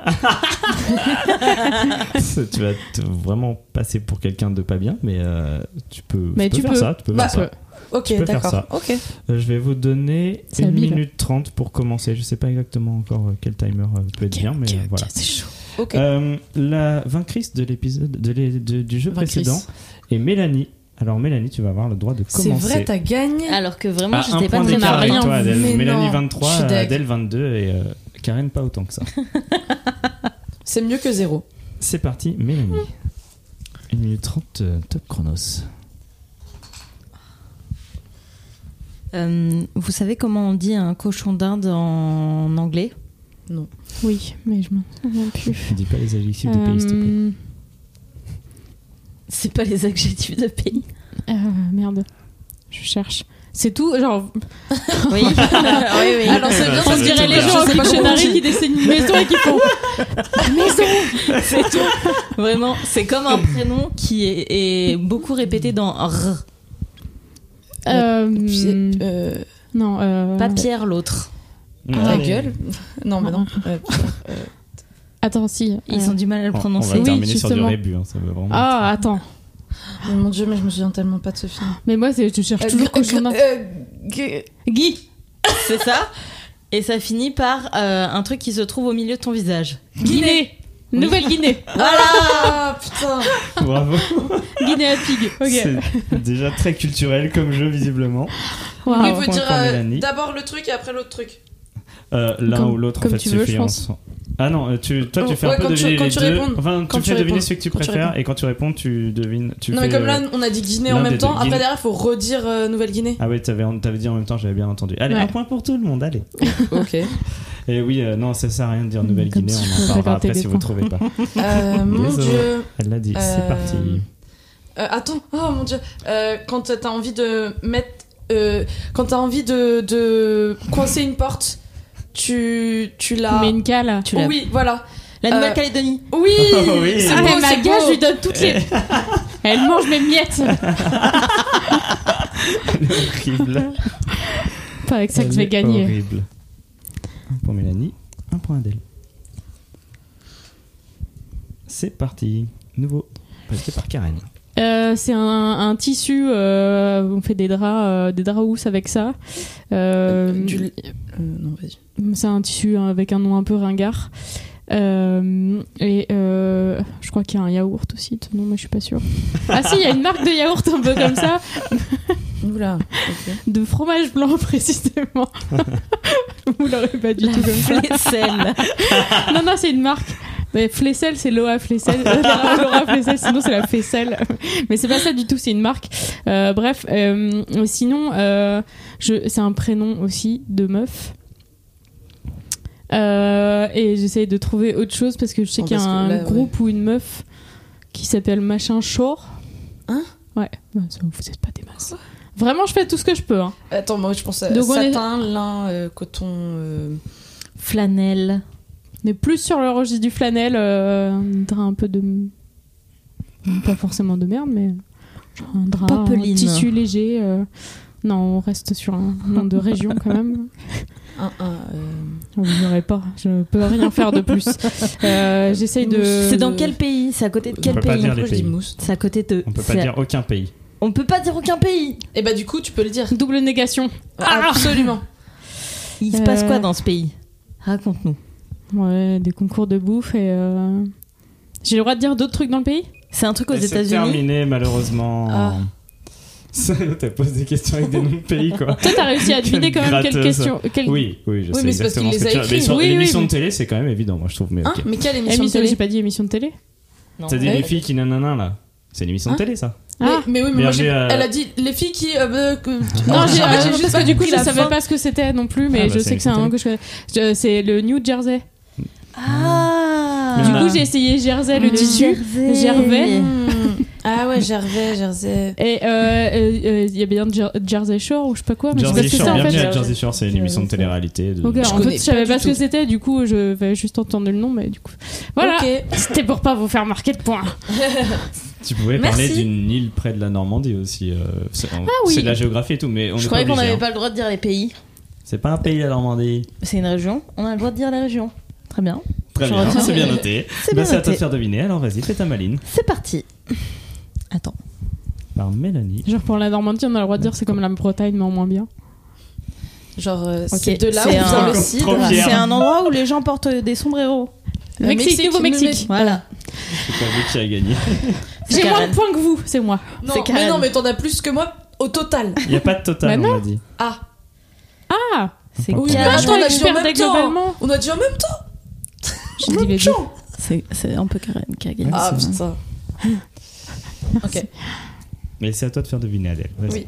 [SPEAKER 1] [laughs] tu vas te- vraiment passer pour quelqu'un de pas bien, mais euh, tu peux,
[SPEAKER 4] Mais tu
[SPEAKER 1] faire
[SPEAKER 4] peux.
[SPEAKER 1] ça. Tu peux
[SPEAKER 3] Bah,
[SPEAKER 1] faire ça.
[SPEAKER 3] Ok,
[SPEAKER 1] Tu peux faire
[SPEAKER 3] d'accord.
[SPEAKER 1] ça.
[SPEAKER 3] Ok.
[SPEAKER 1] Euh, je vais vous donner
[SPEAKER 4] C'est
[SPEAKER 1] 1
[SPEAKER 4] habile.
[SPEAKER 1] minute 30 pour commencer. Je sais pas exactement encore euh, quel timer euh, peut être bien, mais euh, voilà.
[SPEAKER 3] C'est chaud. Ok.
[SPEAKER 1] Euh, la vaincrise de l'épisode de l'é- de- du jeu
[SPEAKER 3] Vaincrise.
[SPEAKER 1] précédent est Mélanie. Alors Mélanie, tu vas avoir le droit de
[SPEAKER 3] C'est
[SPEAKER 1] commencer.
[SPEAKER 3] vrai, t'as gagné.
[SPEAKER 2] Alors que vraiment,
[SPEAKER 1] Ah, un
[SPEAKER 2] j'étais pas
[SPEAKER 1] point
[SPEAKER 2] très
[SPEAKER 1] d'écart avec
[SPEAKER 4] marrant.
[SPEAKER 1] toi, Adèle.
[SPEAKER 3] Mais
[SPEAKER 1] Mélanie
[SPEAKER 3] non, je
[SPEAKER 1] 23,
[SPEAKER 3] suis deg.
[SPEAKER 1] Adèle 22 et euh, Karen pas autant
[SPEAKER 3] [laughs]
[SPEAKER 1] que ça.
[SPEAKER 3] C'est mieux que zéro.
[SPEAKER 1] C'est parti, Mélanie. 1 minute 30, euh, top chronos.
[SPEAKER 2] Euh, vous savez comment on dit un cochon d'Inde en anglais
[SPEAKER 4] Oui, mais je m'en souviens plus.
[SPEAKER 1] Dis pas les adjectifs des pays, s'il te plaît.
[SPEAKER 4] Euh,
[SPEAKER 2] C'est pas les adjectifs de pays.
[SPEAKER 4] euh, merde, je cherche. C'est tout, genre.
[SPEAKER 2] [laughs] Oui. oui, oui.
[SPEAKER 3] Alors c'est bien
[SPEAKER 1] On
[SPEAKER 3] parce que
[SPEAKER 1] dirait
[SPEAKER 3] je
[SPEAKER 1] les gens
[SPEAKER 3] sais
[SPEAKER 4] au
[SPEAKER 3] pas comment on
[SPEAKER 4] Pictionary
[SPEAKER 3] dit.
[SPEAKER 4] qui dessinent une maison et
[SPEAKER 3] [laughs]
[SPEAKER 4] qui font.
[SPEAKER 2] Vraiment, c'est comme un prénom qui est, est beaucoup répété dans R.
[SPEAKER 4] Euh,
[SPEAKER 3] Puis, euh,
[SPEAKER 4] non, euh,
[SPEAKER 2] Pas Pierre l'autre.
[SPEAKER 3] Ta
[SPEAKER 1] Allez.
[SPEAKER 3] gueule. [laughs] Non, mais non. Euh,
[SPEAKER 4] Attends, si.
[SPEAKER 2] Ils
[SPEAKER 4] euh,
[SPEAKER 2] ont du mal à le
[SPEAKER 1] On- On,
[SPEAKER 2] prononcer.
[SPEAKER 1] va
[SPEAKER 4] Oui,
[SPEAKER 1] terminer sur du
[SPEAKER 4] justement.
[SPEAKER 1] rébut, hein, ça va vraiment.
[SPEAKER 4] Ah, attends.
[SPEAKER 3] mais oh mon dieu, mais je me souviens tellement pas de ce film. Euh,
[SPEAKER 4] Mais moi, c'est- je cherche toujours cochon d'Inde.
[SPEAKER 2] Guy, c'est ça. Et ça finit par euh, un truc qui se trouve au milieu de ton visage.
[SPEAKER 4] Guinée Nouvelle-Guinée
[SPEAKER 3] Voilà Putain
[SPEAKER 1] [laughs] Bravo.
[SPEAKER 4] Guinée à pig Ok.
[SPEAKER 1] C'est déjà très culturel comme jeu, visiblement.
[SPEAKER 3] Mais
[SPEAKER 4] Waouh.
[SPEAKER 3] vous
[SPEAKER 1] point
[SPEAKER 3] dire
[SPEAKER 1] pour
[SPEAKER 3] euh,
[SPEAKER 1] Mélanie.
[SPEAKER 3] d'abord le truc et après l'autre truc.
[SPEAKER 1] Euh, L'un
[SPEAKER 4] Comme-
[SPEAKER 1] ou l'autre, en
[SPEAKER 4] comme
[SPEAKER 1] fait,
[SPEAKER 4] tu
[SPEAKER 1] c'est
[SPEAKER 4] veux, je
[SPEAKER 1] fait
[SPEAKER 4] pense.
[SPEAKER 1] ensemble. Ah non, euh, tu, toi, tu
[SPEAKER 3] Ouais,
[SPEAKER 1] fais un peu
[SPEAKER 3] quand tu-
[SPEAKER 1] deviner
[SPEAKER 3] quand
[SPEAKER 1] les
[SPEAKER 3] tu
[SPEAKER 1] deux.
[SPEAKER 3] réponds.
[SPEAKER 1] enfin,
[SPEAKER 3] Quand
[SPEAKER 1] tu
[SPEAKER 3] tu
[SPEAKER 1] fais deviner
[SPEAKER 3] réponds.
[SPEAKER 1] celui que tu
[SPEAKER 3] Quand tu
[SPEAKER 1] préfères,
[SPEAKER 3] réponds.
[SPEAKER 1] et quand tu réponds, tu devines. Tu
[SPEAKER 3] non, mais
[SPEAKER 1] fais,
[SPEAKER 3] comme là,
[SPEAKER 1] euh,
[SPEAKER 3] on a dit Guinée
[SPEAKER 1] l'un
[SPEAKER 3] en
[SPEAKER 1] des
[SPEAKER 3] même temps,
[SPEAKER 1] deux.
[SPEAKER 3] après
[SPEAKER 1] Guinée.
[SPEAKER 3] derrière, il faut redire euh, [laughs] Nouvelle-Guinée.
[SPEAKER 1] Ah oui, t'avais t'avais dit en même temps, j'avais bien entendu. Allez,
[SPEAKER 4] Ouais.
[SPEAKER 1] un point pour tout le monde, allez.
[SPEAKER 3] Ok.
[SPEAKER 1] Et oui, euh, non, ça sert à rien de dire Nouvelle-Guinée,
[SPEAKER 4] Comme si je
[SPEAKER 1] on en
[SPEAKER 4] pouvais
[SPEAKER 1] parlera
[SPEAKER 4] gratter
[SPEAKER 1] après
[SPEAKER 4] des
[SPEAKER 1] si vous
[SPEAKER 4] points.
[SPEAKER 1] trouvez pas.
[SPEAKER 3] Euh, mon
[SPEAKER 1] Désolé.
[SPEAKER 3] dieu.
[SPEAKER 1] Elle l'a dit, c'est
[SPEAKER 3] Euh,
[SPEAKER 1] parti.
[SPEAKER 3] Euh, attends, oh mon dieu. Euh, quand t'as envie de mettre. euh, quand t'as envie de, de coincer une porte, tu, tu
[SPEAKER 4] Tu
[SPEAKER 3] la.
[SPEAKER 4] mets une cale.
[SPEAKER 2] Tu l'as-
[SPEAKER 3] Oui, voilà.
[SPEAKER 2] La
[SPEAKER 3] Euh,
[SPEAKER 2] Nouvelle-Calédonie.
[SPEAKER 3] Oui,
[SPEAKER 1] Oh [laughs] oui.
[SPEAKER 3] C'est
[SPEAKER 4] Ah,
[SPEAKER 3] beau,
[SPEAKER 4] mais ma
[SPEAKER 3] c'est
[SPEAKER 4] gage,
[SPEAKER 3] beau.
[SPEAKER 4] je lui donne toutes les. Elle mange
[SPEAKER 3] [laughs]
[SPEAKER 4] mes miettes
[SPEAKER 1] horrible. [laughs]
[SPEAKER 4] Pas avec ça que je
[SPEAKER 1] Elle
[SPEAKER 4] vais
[SPEAKER 1] est
[SPEAKER 4] gagner.
[SPEAKER 1] Horrible. Un pour Mélanie, un point Adèle. C'est parti. Nouveau. Passé par Karen.
[SPEAKER 4] Euh, c'est un, un tissu, euh, on fait des draps, euh, des draps housses avec ça. Euh,
[SPEAKER 2] Mm.
[SPEAKER 3] Du- Euh, non, vas-y.
[SPEAKER 4] C'est un tissu hein, avec un nom un peu ringard. Euh, et euh, je crois qu'il y a un yaourt aussi. Non, mais je suis pas sûre. Ah si, il y a une marque de yaourt un peu comme ça,
[SPEAKER 3] Oula. ok.
[SPEAKER 4] de fromage blanc [laughs] précisément. Vous l'aurez pas du tout comme ça.
[SPEAKER 2] Flessel.
[SPEAKER 4] Non, non, c'est une marque. Mais Flessel, c'est Loa Flessel. Euh, Laura Flessel, sinon c'est la Flessel. Mais c'est pas ça du tout, c'est une marque. Euh, bref, euh, sinon, euh, je, c'est un prénom aussi de meuf. Euh, et j'essaye de trouver autre chose parce que je sais
[SPEAKER 3] Oh,
[SPEAKER 4] qu'il y a
[SPEAKER 3] parce que
[SPEAKER 4] un
[SPEAKER 3] là, ouais.
[SPEAKER 4] groupe ou une meuf qui s'appelle Machin Shore.
[SPEAKER 3] Hein
[SPEAKER 4] Ouais, Bah, ça, vous êtes pas des masses. Vraiment, je fais tout ce que je peux. hein.
[SPEAKER 3] [laughs] Attends, moi je pense à
[SPEAKER 4] Donc, on est-
[SPEAKER 3] satin, lin, euh, coton. euh,
[SPEAKER 2] Flanelle.
[SPEAKER 4] Mais plus sur le registre du flanel, euh, un drap un peu de. Pas forcément de merde, mais. genre un drap en
[SPEAKER 2] Papeline.
[SPEAKER 4] tissu léger. euh. Non, on reste sur un nom de région quand même.
[SPEAKER 3] un, un, euh,
[SPEAKER 4] Vous n'aurez pas, je peux rien faire de plus. Euh, J'essaye de.
[SPEAKER 2] C'est dans quel pays C'est à côté de quel
[SPEAKER 1] peut pas
[SPEAKER 2] pays
[SPEAKER 1] dire les
[SPEAKER 3] Pourquoi je dis
[SPEAKER 1] pays.
[SPEAKER 3] mousse
[SPEAKER 2] C'est à côté de.
[SPEAKER 1] On peut pas
[SPEAKER 2] c'est-
[SPEAKER 1] dire aucun pays.
[SPEAKER 2] On peut pas dire aucun pays.
[SPEAKER 3] Et bah du coup, tu peux le dire.
[SPEAKER 4] Double négation.
[SPEAKER 1] [laughs]
[SPEAKER 3] Absolument.
[SPEAKER 2] Il se passe
[SPEAKER 4] Euh,
[SPEAKER 2] quoi dans ce pays Raconte-nous.
[SPEAKER 4] Ouais, des concours de bouffe et. euh, J'ai le droit de dire d'autres trucs dans le pays
[SPEAKER 2] C'est un truc aux
[SPEAKER 1] Et Eh, C'est
[SPEAKER 2] États-Unis.
[SPEAKER 1] terminé, malheureusement.
[SPEAKER 3] Ah.
[SPEAKER 1] Ça, [laughs] T'as posé des questions avec des noms de pays, quoi.
[SPEAKER 4] Toi, t'as réussi à deviner quand même quelle
[SPEAKER 1] gratteuse.
[SPEAKER 4] question. quelle-
[SPEAKER 1] Oui, oui, je
[SPEAKER 3] Oui,
[SPEAKER 1] sais
[SPEAKER 3] mais c'est parce
[SPEAKER 1] exactement
[SPEAKER 3] qu'il
[SPEAKER 1] ce que
[SPEAKER 3] les
[SPEAKER 1] tu
[SPEAKER 3] a
[SPEAKER 1] as. Mais
[SPEAKER 3] écrits.
[SPEAKER 1] sur
[SPEAKER 4] Oui, oui,
[SPEAKER 1] l'émission
[SPEAKER 4] mais-
[SPEAKER 1] de télé, c'est quand même évident, moi, je trouve. Mais
[SPEAKER 3] Hein
[SPEAKER 1] ok.
[SPEAKER 3] mais quelle émission,
[SPEAKER 4] Émission,
[SPEAKER 3] de
[SPEAKER 4] j'ai
[SPEAKER 3] télé
[SPEAKER 4] pas dit émission de télé.
[SPEAKER 2] Non.
[SPEAKER 1] T'as dit
[SPEAKER 3] Ouais.
[SPEAKER 1] les filles qui nanana, là. C'est une émission
[SPEAKER 3] Hein
[SPEAKER 1] de télé, ça.
[SPEAKER 4] Ah.
[SPEAKER 3] mais, mais oui, mais
[SPEAKER 1] Bien
[SPEAKER 3] moi, j'ai-
[SPEAKER 1] vu, euh,
[SPEAKER 3] elle a dit les filles qui. euh, euh, que-
[SPEAKER 4] Non,
[SPEAKER 3] Ah,
[SPEAKER 4] j'ai
[SPEAKER 3] ah,
[SPEAKER 4] j'ai
[SPEAKER 3] j'ai
[SPEAKER 4] juste
[SPEAKER 3] pas
[SPEAKER 4] que du coup,
[SPEAKER 3] compris
[SPEAKER 4] je
[SPEAKER 3] la
[SPEAKER 4] savais
[SPEAKER 3] fin.
[SPEAKER 4] pas ce que c'était non plus, mais
[SPEAKER 1] Ah, bah,
[SPEAKER 4] je
[SPEAKER 1] c'est
[SPEAKER 4] sais que c'est un
[SPEAKER 1] écouté.
[SPEAKER 4] nom que je connais. Je- C'est le New Jersey.
[SPEAKER 2] Ah
[SPEAKER 1] Mais
[SPEAKER 4] Du
[SPEAKER 1] on a-
[SPEAKER 4] coup, j'ai essayé Jersey,
[SPEAKER 3] Ah.
[SPEAKER 4] le tissu.
[SPEAKER 2] Jersey.
[SPEAKER 4] Gervais.
[SPEAKER 3] Hmm. [laughs] Ah ouais, Gervais, Gervais.
[SPEAKER 4] Et euh, euh, euh, il y a bien Jer- Jersey Shore ou je sais pas quoi, Ah, mais
[SPEAKER 1] Jersey
[SPEAKER 4] je sais
[SPEAKER 1] Shore,
[SPEAKER 4] pas ce que
[SPEAKER 1] bienvenue
[SPEAKER 4] c'est en
[SPEAKER 1] à
[SPEAKER 4] fait.
[SPEAKER 1] Jersey Shore, c'est une
[SPEAKER 4] Je-
[SPEAKER 1] émission de télé-réalité. de-
[SPEAKER 4] Ok,
[SPEAKER 3] Je
[SPEAKER 4] en fait,
[SPEAKER 3] connais
[SPEAKER 4] je savais
[SPEAKER 3] pas
[SPEAKER 4] pas
[SPEAKER 3] du
[SPEAKER 4] ce que
[SPEAKER 3] tout.
[SPEAKER 4] c'était, du coup, je vais juste entendre le nom, mais du coup. Voilà,
[SPEAKER 3] Ok.
[SPEAKER 4] c'était pour pas vous faire marquer de points.
[SPEAKER 1] Tu pouvais
[SPEAKER 2] Merci.
[SPEAKER 1] parler d'une île près de la Normandie aussi. euh, c'est on-
[SPEAKER 2] oui.
[SPEAKER 1] c'est de la géographie et tout, mais on
[SPEAKER 2] Je
[SPEAKER 1] est
[SPEAKER 2] croyais
[SPEAKER 1] pas
[SPEAKER 2] qu'on
[SPEAKER 1] obligé,
[SPEAKER 2] n'avait
[SPEAKER 1] hein.
[SPEAKER 2] pas le droit de dire les pays.
[SPEAKER 1] C'est pas un pays la Normandie.
[SPEAKER 2] C'est une région, on a le droit de dire la région. Très bien.
[SPEAKER 1] Très
[SPEAKER 2] Je
[SPEAKER 1] bien,
[SPEAKER 2] retiens.
[SPEAKER 1] [laughs] c'est bien noté.
[SPEAKER 2] C'est
[SPEAKER 1] Bah,
[SPEAKER 2] bien
[SPEAKER 1] c'est à toi de
[SPEAKER 2] noté.
[SPEAKER 1] faire deviner. Alors vas-y, fais ta maline.
[SPEAKER 2] C'est parti. Attends.
[SPEAKER 1] Par Mélanie.
[SPEAKER 4] Genre pour la Normandie, on a le droit de dire c'est comme la Bretagne, mais en moins bien.
[SPEAKER 3] Genre, euh,
[SPEAKER 2] Ok,
[SPEAKER 3] c'est de là où
[SPEAKER 2] c'est
[SPEAKER 3] vient
[SPEAKER 2] un-
[SPEAKER 3] le cidre.
[SPEAKER 1] Trop fier.
[SPEAKER 2] C'est un endroit où les gens portent des sombreros.
[SPEAKER 3] Le Mexique, Nouveau-Mexique.
[SPEAKER 2] Voilà.
[SPEAKER 1] C'est pas vous qui a gagné.
[SPEAKER 2] C'est
[SPEAKER 4] J'ai moins
[SPEAKER 2] Karen.
[SPEAKER 4] de points que vous, c'est moi.
[SPEAKER 3] Non,
[SPEAKER 2] C'est
[SPEAKER 3] mais
[SPEAKER 2] Karen.
[SPEAKER 3] non, mais t'en as plus que moi au total.
[SPEAKER 1] Il n'y a pas de total,
[SPEAKER 4] Bah
[SPEAKER 1] on m'a dit.
[SPEAKER 3] Ah,
[SPEAKER 4] Ah
[SPEAKER 2] C'est
[SPEAKER 1] Oui,
[SPEAKER 3] oui, mais
[SPEAKER 2] Karen.
[SPEAKER 3] attends, on a dit en
[SPEAKER 4] expert
[SPEAKER 3] même temps.
[SPEAKER 4] globalement.
[SPEAKER 3] On a dit en même temps.
[SPEAKER 2] Je dis les deux. C'est- C'est un peu Karen qui a gagné.
[SPEAKER 3] Ah
[SPEAKER 2] C'est-
[SPEAKER 3] putain. Ok.
[SPEAKER 1] Mais c'est à toi de faire deviner, Adèle. Vas-y.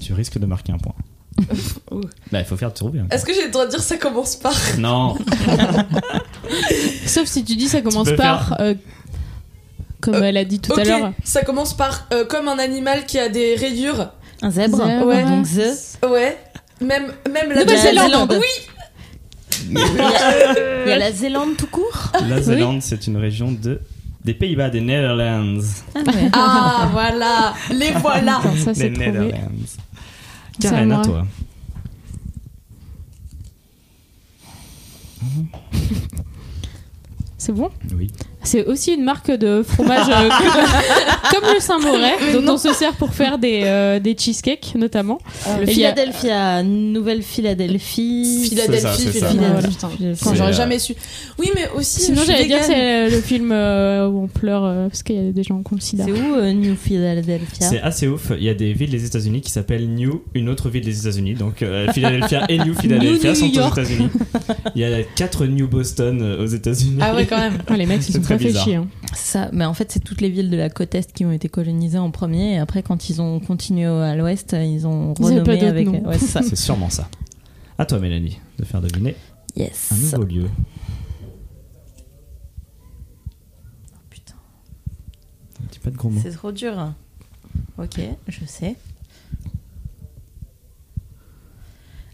[SPEAKER 1] Tu risques de marquer un point.
[SPEAKER 3] [laughs] Ouh.
[SPEAKER 1] bah, il faut faire trouver. hein.
[SPEAKER 3] Est-ce que j'ai le droit de dire ça commence par [laughs]
[SPEAKER 1] Non,
[SPEAKER 4] Sauf si tu dis ça commence
[SPEAKER 1] peux
[SPEAKER 4] par. euh, comme
[SPEAKER 3] Euh,
[SPEAKER 4] elle a dit tout
[SPEAKER 3] Ok,
[SPEAKER 4] à l'heure.
[SPEAKER 3] ça commence par euh, comme un animal qui a des rayures.
[SPEAKER 2] Un zèbre.
[SPEAKER 4] Zèbre.
[SPEAKER 2] Ouais. Donc the.
[SPEAKER 3] Ouais. Même, même la
[SPEAKER 2] Nouvelle-Zélande.
[SPEAKER 3] Oui,
[SPEAKER 2] Il y a- il y a la Zélande tout court.
[SPEAKER 1] la Zélande, c'est une région de... des Pays-Bas, des Netherlands.
[SPEAKER 2] Ah ouais.
[SPEAKER 3] Ah voilà, les
[SPEAKER 4] [laughs]
[SPEAKER 3] voilà.
[SPEAKER 4] Attends, ça
[SPEAKER 1] Les
[SPEAKER 4] c'est prouvé.
[SPEAKER 1] Netherlands.
[SPEAKER 4] C'est à
[SPEAKER 1] Karen, à
[SPEAKER 4] moi.
[SPEAKER 1] toi.
[SPEAKER 4] C'est bon
[SPEAKER 1] Oui.
[SPEAKER 4] C'est aussi une marque de fromage euh, que- [laughs] comme
[SPEAKER 3] [laughs]
[SPEAKER 4] le Saint-Morey, dont on se sert pour faire des, euh, des cheesecakes notamment.
[SPEAKER 3] Euh,
[SPEAKER 2] Le
[SPEAKER 4] Et il y a-
[SPEAKER 2] Philadelphia, Nouvelle Philadelphie.
[SPEAKER 1] ça,
[SPEAKER 3] Philadelphie,
[SPEAKER 1] c'est ça.
[SPEAKER 3] Philadelphie.
[SPEAKER 4] Ah, Voilà.
[SPEAKER 3] Putain,
[SPEAKER 2] Philadelphie.
[SPEAKER 3] putain,
[SPEAKER 1] C'est, euh,
[SPEAKER 3] j'aurais jamais su. Oui, mais aussi.
[SPEAKER 4] Sinon,
[SPEAKER 3] je suis
[SPEAKER 4] j'allais dire
[SPEAKER 3] végane.
[SPEAKER 4] c'est le film euh, où on pleure euh, parce qu'il y a des gens qui ont le sida.
[SPEAKER 2] C'est où euh, New Philadelphia
[SPEAKER 1] C'est assez ouf. Il y a des villes des États-Unis qui s'appellent New, une autre ville des États-Unis. Donc euh, Philadelphia et New Philadelphia
[SPEAKER 4] New
[SPEAKER 1] sont
[SPEAKER 4] York.
[SPEAKER 1] aux États-Unis. Il y a quatre New Boston euh, aux États-Unis.
[SPEAKER 3] Ah ouais, quand même.
[SPEAKER 4] Ah, les mecs, ils
[SPEAKER 1] C'est
[SPEAKER 4] sont
[SPEAKER 1] très
[SPEAKER 4] pas fait
[SPEAKER 1] bizarre.
[SPEAKER 4] chier. hein.
[SPEAKER 2] Ça, mais en fait, c'est toutes les villes de la côte est qui ont été colonisées en premier. Et après, quand ils ont continué au- à l'ouest, ils ont
[SPEAKER 4] Ils avaient pas
[SPEAKER 2] renommé
[SPEAKER 4] d'autres
[SPEAKER 2] avec.
[SPEAKER 4] noms.
[SPEAKER 2] Ouais, c'est ça.
[SPEAKER 1] C'est sûrement ça. À toi, Mélanie, de faire deviner un
[SPEAKER 2] [laughs] Yes.
[SPEAKER 1] Ah, nouveau lieu.
[SPEAKER 2] Putain,
[SPEAKER 1] Dis pas de gros mots.
[SPEAKER 2] c'est trop dur. hein. Ok, je sais.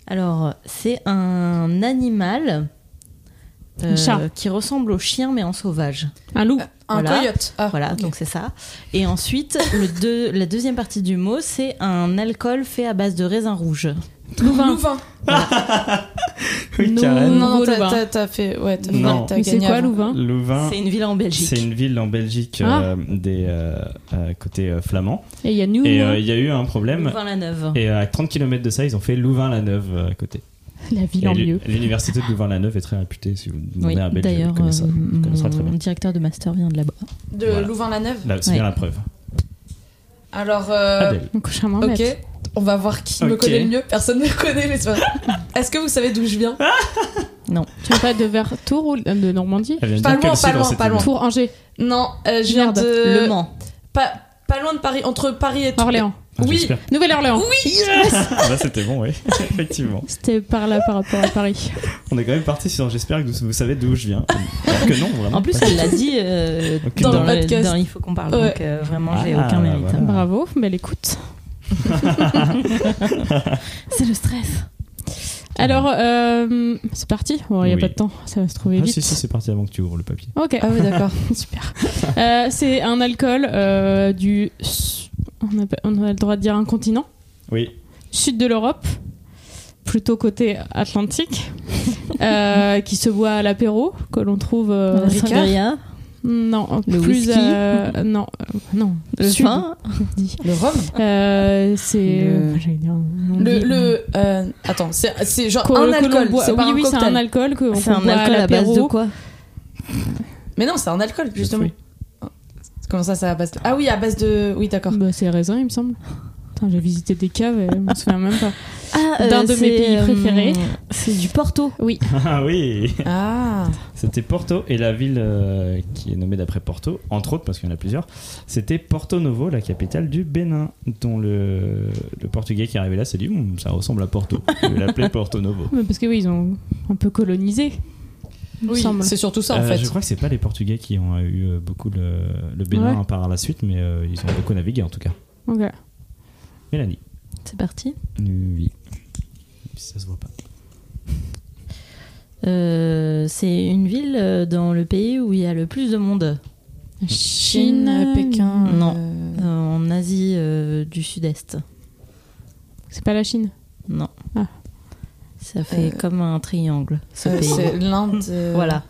[SPEAKER 2] Alors, c'est un animal euh,
[SPEAKER 4] Un chat.
[SPEAKER 2] qui ressemble au chien mais en sauvage.
[SPEAKER 4] Un loup.
[SPEAKER 2] Voilà.
[SPEAKER 3] Un coyote. Ah,
[SPEAKER 2] Voilà,
[SPEAKER 3] ok.
[SPEAKER 2] donc c'est ça. Et ensuite, le deux- la deuxième partie du mot, c'est un alcool fait à base de raisin rouge.
[SPEAKER 4] Louvain.
[SPEAKER 3] Louvain.
[SPEAKER 1] Oui,
[SPEAKER 4] nous-
[SPEAKER 1] Karen.
[SPEAKER 3] Non, non, t'as-
[SPEAKER 4] Louvain.
[SPEAKER 3] t'as t'as fait. Ouais, t'as
[SPEAKER 1] Non.
[SPEAKER 3] t'as
[SPEAKER 4] Mais c'est
[SPEAKER 3] gagné
[SPEAKER 4] quoi hein
[SPEAKER 3] avant.
[SPEAKER 4] Louvain
[SPEAKER 1] Louvain,
[SPEAKER 2] C'est une ville en Belgique.
[SPEAKER 1] Ah. c'est une ville en Belgique euh, des euh, euh, côté euh, flamand.
[SPEAKER 4] Et il y a New.
[SPEAKER 1] Et euh, il y a eu un problème.
[SPEAKER 2] Louvain-la-Neuve.
[SPEAKER 1] Et euh, à 30 km de ça, ils ont fait Louvain-la-Neuve euh, à côté.
[SPEAKER 4] La ville
[SPEAKER 1] Et
[SPEAKER 4] en
[SPEAKER 1] l'u-
[SPEAKER 4] lieu.
[SPEAKER 1] L'université de Louvain-la-Neuve est très réputée. Si vous demandez
[SPEAKER 2] Oui,
[SPEAKER 1] à un Belge, il
[SPEAKER 2] d'ailleurs,
[SPEAKER 1] connaît ça.
[SPEAKER 2] euh,
[SPEAKER 1] Il connaît ça très
[SPEAKER 2] mon
[SPEAKER 1] bien.
[SPEAKER 2] directeur de master vient de là-bas.
[SPEAKER 3] De
[SPEAKER 1] Voilà.
[SPEAKER 3] Louvain-la-Neuve.
[SPEAKER 1] Là, c'est
[SPEAKER 2] Ouais.
[SPEAKER 1] bien la preuve.
[SPEAKER 4] Ah,
[SPEAKER 3] Alors. euh,
[SPEAKER 1] Adèle.
[SPEAKER 4] Mon cochon m'en
[SPEAKER 3] Ok,
[SPEAKER 4] mettre.
[SPEAKER 3] on va voir qui me
[SPEAKER 1] Ah, Ok.
[SPEAKER 3] connaît le mieux. Personne ne [laughs] me connaît, mais c'est pas grave. Est-ce que vous savez d'où je viens
[SPEAKER 4] Tu veux pas de Vertour ou euh, de Normandie
[SPEAKER 1] Elle vient de
[SPEAKER 3] Pas
[SPEAKER 1] dire
[SPEAKER 3] loin,
[SPEAKER 1] que c'est
[SPEAKER 3] pas
[SPEAKER 1] dans
[SPEAKER 3] loin,
[SPEAKER 1] cette
[SPEAKER 3] pas
[SPEAKER 1] ville.
[SPEAKER 3] loin.
[SPEAKER 4] Tour Angers.
[SPEAKER 3] Non, euh, je viens
[SPEAKER 4] Merde.
[SPEAKER 3] de.
[SPEAKER 2] Le Mans.
[SPEAKER 3] Pas, pas loin de Paris, entre Paris et
[SPEAKER 4] Orléans.
[SPEAKER 1] Ah,
[SPEAKER 3] Oui.
[SPEAKER 1] j'espère.
[SPEAKER 4] Nouvelle-Orléans.
[SPEAKER 3] Oui
[SPEAKER 1] Ah, bah, c'était bon, oui. Effectivement.
[SPEAKER 4] C'était par là par rapport à Paris.
[SPEAKER 1] On est quand même parti sur j'espère que vous, vous savez d'où je viens. Alors que non, vraiment.
[SPEAKER 2] En plus,
[SPEAKER 1] pas.
[SPEAKER 2] elle l'a dit euh,
[SPEAKER 1] Ok.
[SPEAKER 2] dans,
[SPEAKER 1] Dans le
[SPEAKER 2] le-
[SPEAKER 3] podcast.
[SPEAKER 2] dans Il faut qu'on parle.
[SPEAKER 3] Ouais.
[SPEAKER 2] Donc euh, vraiment, j'ai
[SPEAKER 1] Ah,
[SPEAKER 2] aucun mérite.
[SPEAKER 1] voilà.
[SPEAKER 2] hein.
[SPEAKER 4] Bravo,
[SPEAKER 3] [laughs]
[SPEAKER 4] belle écoute.
[SPEAKER 2] C'est le stress.
[SPEAKER 4] Alors, euh, c'est parti. Bon, il n'y a
[SPEAKER 1] Oui.
[SPEAKER 4] pas de temps, ça va se trouver
[SPEAKER 1] Ah,
[SPEAKER 4] vite.
[SPEAKER 1] si, si, c'est parti avant que tu ouvres le papier.
[SPEAKER 4] Ok.
[SPEAKER 3] Ah oui, d'accord.
[SPEAKER 4] [laughs] Super. Euh, c'est un alcool euh, du. s- On a, on a le droit de dire un continent.
[SPEAKER 1] Oui. [laughs]
[SPEAKER 4] Sud de l'Europe, plutôt côté
[SPEAKER 3] [laughs]
[SPEAKER 4] Atlantique, euh, qui se boit à l'apéro, que l'on trouve. euh,
[SPEAKER 2] Le sangria,
[SPEAKER 4] non,
[SPEAKER 2] Le
[SPEAKER 4] plus.
[SPEAKER 2] whisky.
[SPEAKER 4] euh, non, euh, non.
[SPEAKER 2] le
[SPEAKER 4] Sud,
[SPEAKER 2] vin,
[SPEAKER 4] je dis.
[SPEAKER 3] Le rhum
[SPEAKER 4] Euh, c'est.
[SPEAKER 2] Le-
[SPEAKER 4] euh, j'allais dire un nom
[SPEAKER 3] Le.
[SPEAKER 4] de-
[SPEAKER 3] le euh, attends, c'est c'est genre
[SPEAKER 4] Qu'on-
[SPEAKER 3] un
[SPEAKER 4] que l'on
[SPEAKER 3] alcool.
[SPEAKER 4] boit-
[SPEAKER 3] C'est
[SPEAKER 4] oui,
[SPEAKER 3] pas
[SPEAKER 4] oui,
[SPEAKER 3] un
[SPEAKER 4] c'est
[SPEAKER 3] cocktail.
[SPEAKER 4] un alcool que
[SPEAKER 2] c'est
[SPEAKER 4] qu'on
[SPEAKER 2] un
[SPEAKER 4] boit
[SPEAKER 2] alcool à base de
[SPEAKER 4] l'apéro.
[SPEAKER 2] quoi
[SPEAKER 3] Mais non, c'est un alcool, justement. Oh,
[SPEAKER 1] fruit.
[SPEAKER 3] Comment ça, c'est à base de. Ah oui, à base de. Oui, [laughs] d'accord.
[SPEAKER 4] Bah, c'est raisin, il me semble. Putain, J'ai visité des caves et je me souviens même [laughs] pas.
[SPEAKER 2] Ah,
[SPEAKER 4] D'un de mes
[SPEAKER 2] c'est,
[SPEAKER 4] pays
[SPEAKER 2] euh,
[SPEAKER 4] préférés.
[SPEAKER 2] C'est du Porto.
[SPEAKER 4] Oui,
[SPEAKER 1] Ah oui
[SPEAKER 3] Ah
[SPEAKER 1] C'était Porto et la ville euh, qui est nommée d'après Porto, entre autres parce qu'il y en a plusieurs, c'était Porto Novo, la capitale du Bénin, dont le, le portugais qui est arrivé là s'est dit Hum, ça ressemble à
[SPEAKER 3] [laughs]
[SPEAKER 1] Porto. Je vais l'appeler Porto Novo.
[SPEAKER 4] mais Bah, parce que oui, ils ont un peu colonisé. il me
[SPEAKER 3] Oui,
[SPEAKER 4] semble.
[SPEAKER 3] c'est surtout ça, en
[SPEAKER 1] Euh,
[SPEAKER 3] fait.
[SPEAKER 1] Je crois que c'est pas les Portugais qui ont euh, eu euh, beaucoup le, le Bénin
[SPEAKER 4] Ouais.
[SPEAKER 1] hein, par la suite, mais euh, ils ont beaucoup navigué en tout cas.
[SPEAKER 4] Ok.
[SPEAKER 1] Mélanie.
[SPEAKER 2] C'est parti.
[SPEAKER 1] Oui. Si ça se voit pas.
[SPEAKER 2] Euh, c'est une ville euh, dans le pays où il y a le plus de monde.
[SPEAKER 4] Chine,
[SPEAKER 3] euh, Pékin.
[SPEAKER 2] Non.
[SPEAKER 3] euh,
[SPEAKER 2] Euh, en Asie euh, du Sud-Est.
[SPEAKER 4] C'est pas la Chine.
[SPEAKER 2] Non.
[SPEAKER 4] Ah.
[SPEAKER 2] Ça fait
[SPEAKER 3] Euh,
[SPEAKER 2] comme un triangle, ce
[SPEAKER 3] euh,
[SPEAKER 2] pays.
[SPEAKER 3] c'est l'Inde. euh,
[SPEAKER 2] Voilà.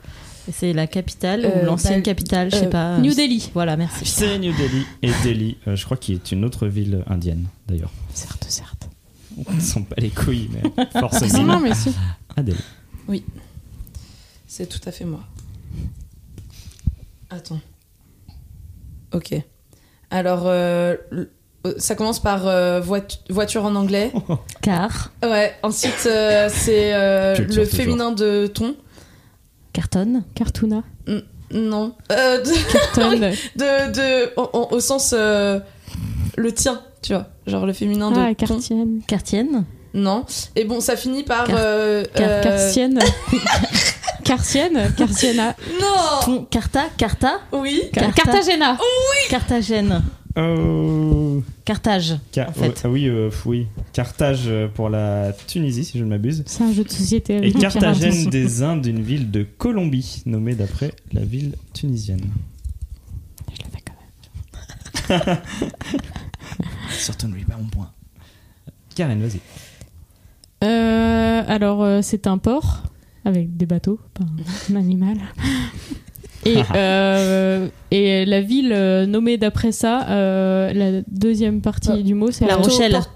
[SPEAKER 2] C'est la capitale
[SPEAKER 3] Euh,
[SPEAKER 2] ou l'ancienne
[SPEAKER 3] bah,
[SPEAKER 2] capitale, je sais
[SPEAKER 3] euh,
[SPEAKER 2] pas.
[SPEAKER 4] New Delhi.
[SPEAKER 2] Voilà, merci.
[SPEAKER 1] C'est New Delhi. Et Delhi, euh, je crois qu'il est une autre ville indienne, d'ailleurs.
[SPEAKER 4] Certes, certes.
[SPEAKER 1] On s'en bat les couilles, mais forcément.
[SPEAKER 4] Non, non, mais si.
[SPEAKER 1] Ah, Delhi.
[SPEAKER 3] C'est tout à fait moi. Attends. Ok. Alors, euh, l- euh, ça commence par euh, voit- voiture en anglais.
[SPEAKER 1] Oh.
[SPEAKER 2] Car,
[SPEAKER 3] Ouais, ensuite, euh, c'est euh,
[SPEAKER 1] Tu le tires
[SPEAKER 3] le
[SPEAKER 1] toujours.
[SPEAKER 3] féminin de ton.
[SPEAKER 2] Carton,
[SPEAKER 4] Cartoona.
[SPEAKER 3] Non. Euh, de,
[SPEAKER 4] Cartoon.
[SPEAKER 3] de, de- en- en- au sens. euh, le tien, tu vois. Genre le féminin de
[SPEAKER 4] ah,
[SPEAKER 3] ton.
[SPEAKER 4] Cartienne.
[SPEAKER 2] Cartienne,
[SPEAKER 3] Non. Et bon, ça finit par.
[SPEAKER 2] Car-
[SPEAKER 3] euh,
[SPEAKER 4] Car-
[SPEAKER 3] euh,
[SPEAKER 4] Cartienne. Cartienne. Cartiana.
[SPEAKER 3] Non
[SPEAKER 2] ton, Carta, Carta,
[SPEAKER 3] Oui.
[SPEAKER 4] Car-
[SPEAKER 2] Carta-
[SPEAKER 4] Cartagena.
[SPEAKER 2] Carthagène,
[SPEAKER 1] Oh.
[SPEAKER 2] Carthage.
[SPEAKER 1] Car-
[SPEAKER 2] En fait.
[SPEAKER 1] ah oui, euh, oui. Carthage euh, pour la Tunisie, si je ne m'abuse.
[SPEAKER 4] C'est un jeu de société.
[SPEAKER 1] Et
[SPEAKER 4] avec Pierre
[SPEAKER 1] Carthagène
[SPEAKER 4] Ardisson.
[SPEAKER 1] des Indes, une ville de Colombie, nommée d'après la ville tunisienne.
[SPEAKER 4] Je l'avais quand même.
[SPEAKER 1] Surtout ne lui pas mon point. Karen, vas-y.
[SPEAKER 4] Euh, alors, euh, c'est un port avec des bateaux, pas
[SPEAKER 1] [laughs]
[SPEAKER 4] un- un animal. Et,
[SPEAKER 1] Ah,
[SPEAKER 4] euh, et la ville euh, nommée d'après ça, euh, la deuxième partie
[SPEAKER 3] Ah.
[SPEAKER 4] du mot, c'est
[SPEAKER 2] La
[SPEAKER 4] Porto-
[SPEAKER 2] Rochelle,
[SPEAKER 4] Porto-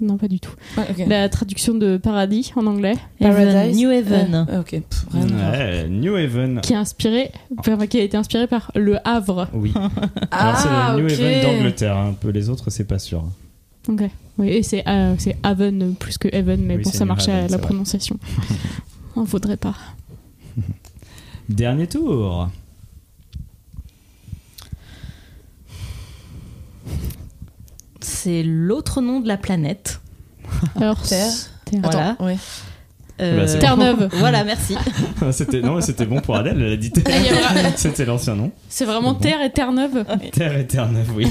[SPEAKER 4] Non, pas du tout.
[SPEAKER 3] Ouais, ok.
[SPEAKER 4] La traduction de paradis en anglais,
[SPEAKER 2] Haven, New Haven.
[SPEAKER 3] Euh, ok. Pff, rien à voir.
[SPEAKER 1] Ouais, New Haven.
[SPEAKER 4] qui, est inspiré, enfin, qui a été inspiré par le Havre.
[SPEAKER 1] Oui. Alors c'est
[SPEAKER 3] Ah,
[SPEAKER 1] la New
[SPEAKER 3] ok.
[SPEAKER 1] Haven d'Angleterre, hein. un peu les autres, c'est pas sûr.
[SPEAKER 4] Ok. Oui, et c'est euh, c'est Haven plus que Heaven, mais
[SPEAKER 1] Oui,
[SPEAKER 4] bon,
[SPEAKER 1] c'est
[SPEAKER 4] ça
[SPEAKER 1] New
[SPEAKER 4] marchait
[SPEAKER 1] Haven,
[SPEAKER 4] à
[SPEAKER 1] c'est
[SPEAKER 4] la
[SPEAKER 1] vrai.
[SPEAKER 4] prononciation.
[SPEAKER 1] [laughs]
[SPEAKER 4] On faudrait pas.
[SPEAKER 1] Dernier tour. [laughs]
[SPEAKER 2] C'est l'autre nom de la planète.
[SPEAKER 4] Alors,
[SPEAKER 3] Terre.
[SPEAKER 4] Terre.
[SPEAKER 3] Attends,
[SPEAKER 2] Voilà.
[SPEAKER 3] ouais.
[SPEAKER 1] Bah, c'est
[SPEAKER 4] Terre-Neuve.
[SPEAKER 2] Euh, [laughs] Voilà, merci.
[SPEAKER 1] c'était non, mais c'était bon pour Adèle, elle a dit [laughs] Terre. c'était l'ancien nom.
[SPEAKER 4] C'est vraiment Terre et Terre-Neuve.
[SPEAKER 1] Terre et Terre-Neuve, oui.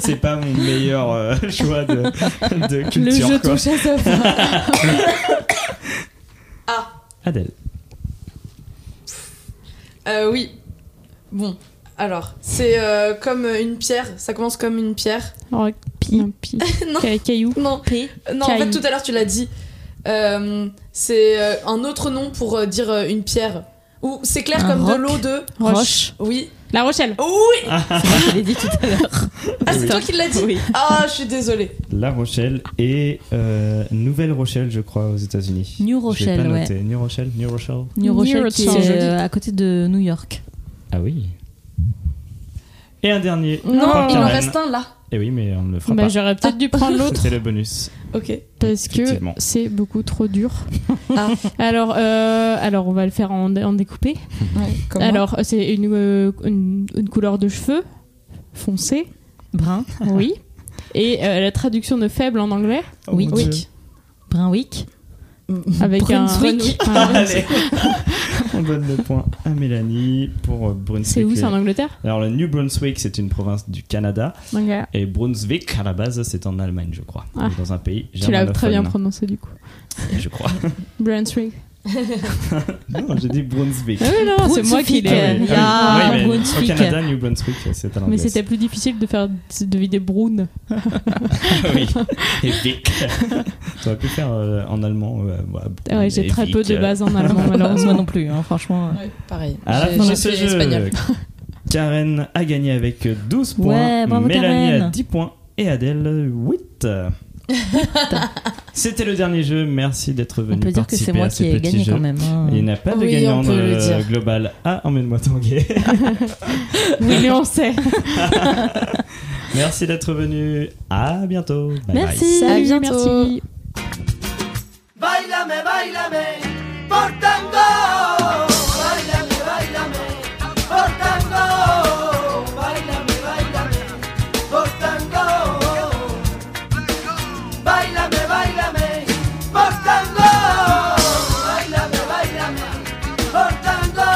[SPEAKER 1] c'est pas mon meilleur euh, [laughs] choix de, de
[SPEAKER 4] Le
[SPEAKER 1] culture.
[SPEAKER 4] jeu
[SPEAKER 1] quoi.
[SPEAKER 4] touche à sa fin.
[SPEAKER 1] Adèle.
[SPEAKER 3] Euh, oui. Bon. Alors, c'est euh, comme une pierre. Ça commence comme une pierre.
[SPEAKER 4] Alors, Oh, pi, pi.
[SPEAKER 3] [laughs] non,
[SPEAKER 4] ca- caillou.
[SPEAKER 3] non,
[SPEAKER 2] P.
[SPEAKER 3] non. En fait,
[SPEAKER 4] Caille.
[SPEAKER 3] tout à l'heure, tu l'as dit. Euh, c'est euh, un autre nom pour euh, dire euh, une pierre. Ou c'est clair
[SPEAKER 2] Un
[SPEAKER 3] comme
[SPEAKER 2] roc.
[SPEAKER 3] de l'eau de.
[SPEAKER 2] Roche.
[SPEAKER 3] Oui. Ah
[SPEAKER 4] La Rochelle.
[SPEAKER 3] Oui.
[SPEAKER 2] Je l'ai dit tout à l'heure.
[SPEAKER 1] Ah,
[SPEAKER 3] Ah, c'est
[SPEAKER 1] Oui.
[SPEAKER 3] toi qui l'as dit.
[SPEAKER 2] Oui.
[SPEAKER 3] Ah, je suis désolée.
[SPEAKER 1] La Rochelle et euh, Nouvelle Rochelle, je crois, aux États-Unis.
[SPEAKER 2] New Rochelle,
[SPEAKER 1] Je l'ai pas
[SPEAKER 2] ouais.
[SPEAKER 1] noté. New Rochelle, New Rochelle.
[SPEAKER 2] New Rochelle,
[SPEAKER 4] Rochelle,
[SPEAKER 2] qui
[SPEAKER 4] joli.
[SPEAKER 2] est euh, à côté de New York.
[SPEAKER 1] Ah oui. Et un dernier.
[SPEAKER 4] Non,
[SPEAKER 1] Par
[SPEAKER 3] il en
[SPEAKER 1] Karen.
[SPEAKER 3] reste un là.
[SPEAKER 1] Eh oui, mais on ne le fera
[SPEAKER 4] Bah,
[SPEAKER 1] pas.
[SPEAKER 4] j'aurais peut-être dû prendre l'autre
[SPEAKER 1] C'était le bonus.
[SPEAKER 3] Ah. [laughs] Ok.
[SPEAKER 4] parce que
[SPEAKER 1] Effectivement.
[SPEAKER 4] c'est beaucoup trop dur.
[SPEAKER 3] [laughs] Ah.
[SPEAKER 4] Alors, euh, alors on va le faire en, en découpé. Alors, c'est une, euh, une, une couleur de cheveux foncée,
[SPEAKER 2] Brun.
[SPEAKER 3] Ah.
[SPEAKER 4] oui. Et euh, la traduction de faible en anglais
[SPEAKER 2] Oui.
[SPEAKER 1] Oh mon
[SPEAKER 2] Oui.
[SPEAKER 1] Dieu.
[SPEAKER 2] Brunswick.
[SPEAKER 4] avec un.
[SPEAKER 2] Brunswick.
[SPEAKER 3] [laughs]
[SPEAKER 4] un-
[SPEAKER 1] Allez. [laughs] on donne le point à Mélanie pour euh, Brunswick.
[SPEAKER 4] C'est où C'est en Angleterre
[SPEAKER 1] Alors le New Brunswick, c'est une province du Canada.
[SPEAKER 4] Ok.
[SPEAKER 1] Et Brunswick, à la base, c'est en Allemagne, je crois.
[SPEAKER 4] Ah.
[SPEAKER 1] Ou Dans un pays
[SPEAKER 4] Tu l'as très bien
[SPEAKER 1] germanophone,
[SPEAKER 4] prononcé du coup.
[SPEAKER 1] Je
[SPEAKER 4] [laughs]
[SPEAKER 1] crois.
[SPEAKER 4] Brunswick.
[SPEAKER 1] non, j'ai dit Brunswick.
[SPEAKER 4] Ah oui, non, non, c'est moi qui
[SPEAKER 2] Brunswick.
[SPEAKER 4] l'ai. euh,
[SPEAKER 1] Ah oui, ah oui,
[SPEAKER 2] Il y a
[SPEAKER 1] oui, mais
[SPEAKER 2] Brunswick.
[SPEAKER 1] Au Canada, New Brunswick, c'est à
[SPEAKER 4] Mais
[SPEAKER 1] l'anglaise.
[SPEAKER 4] c'était plus difficile de faire deviner Brune.
[SPEAKER 1] oui.
[SPEAKER 2] [laughs]
[SPEAKER 1] Et Vic. T'aurais pu faire euh, en allemand. euh, ouais,
[SPEAKER 4] Ah Ouais, j'ai
[SPEAKER 1] et
[SPEAKER 4] très peu
[SPEAKER 1] Vic,
[SPEAKER 4] de
[SPEAKER 1] euh,
[SPEAKER 4] base en [laughs] allemand
[SPEAKER 2] Malheureusement [laughs]
[SPEAKER 4] malheureusement.
[SPEAKER 2] non plus, hein, franchement.
[SPEAKER 3] Ouais, pareil.
[SPEAKER 1] À la
[SPEAKER 3] J'ai-
[SPEAKER 1] fin
[SPEAKER 3] j'ai
[SPEAKER 1] de ce
[SPEAKER 3] fait
[SPEAKER 1] jeu,
[SPEAKER 3] espagnol.
[SPEAKER 1] [laughs] Karen a gagné avec 12 points,
[SPEAKER 2] Ouais, bravo,
[SPEAKER 1] Mélanie
[SPEAKER 2] Karen.
[SPEAKER 1] a 10 points et Adèle
[SPEAKER 2] [laughs]
[SPEAKER 1] 8. C'était le dernier jeu, merci d'être venu
[SPEAKER 2] On peut dire que
[SPEAKER 1] participer
[SPEAKER 2] c'est moi
[SPEAKER 1] à ce
[SPEAKER 2] qui ai
[SPEAKER 1] petit
[SPEAKER 2] gagné
[SPEAKER 1] jeu.
[SPEAKER 2] quand même. hein.
[SPEAKER 1] Il n'y a pas de
[SPEAKER 3] Oui,
[SPEAKER 1] gagnant
[SPEAKER 3] on peut le
[SPEAKER 1] euh,
[SPEAKER 3] dire.
[SPEAKER 1] global à Emmène-moi
[SPEAKER 2] [laughs]
[SPEAKER 1] Tanguay.
[SPEAKER 4] Oui, mais on sait.
[SPEAKER 1] merci d'être venu, à bientôt. Bye bye.
[SPEAKER 2] Merci.
[SPEAKER 3] Salut,
[SPEAKER 4] merci.
[SPEAKER 3] merci.
[SPEAKER 5] Báilame, báilame, por tango. Báilame, báilame, por tango. Báilame, báilame, por tango. Báilame, báilame, por tango. Báilame, báilame, por tango.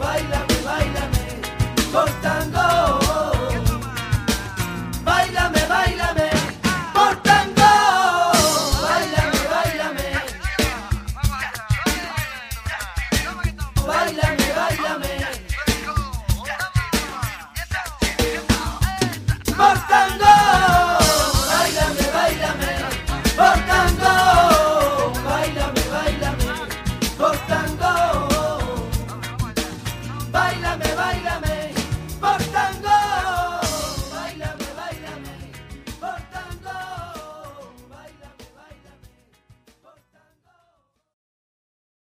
[SPEAKER 5] Báilame, báilame, por tango. Báilame, báilame, por tango. Báilame, báilame. Baila,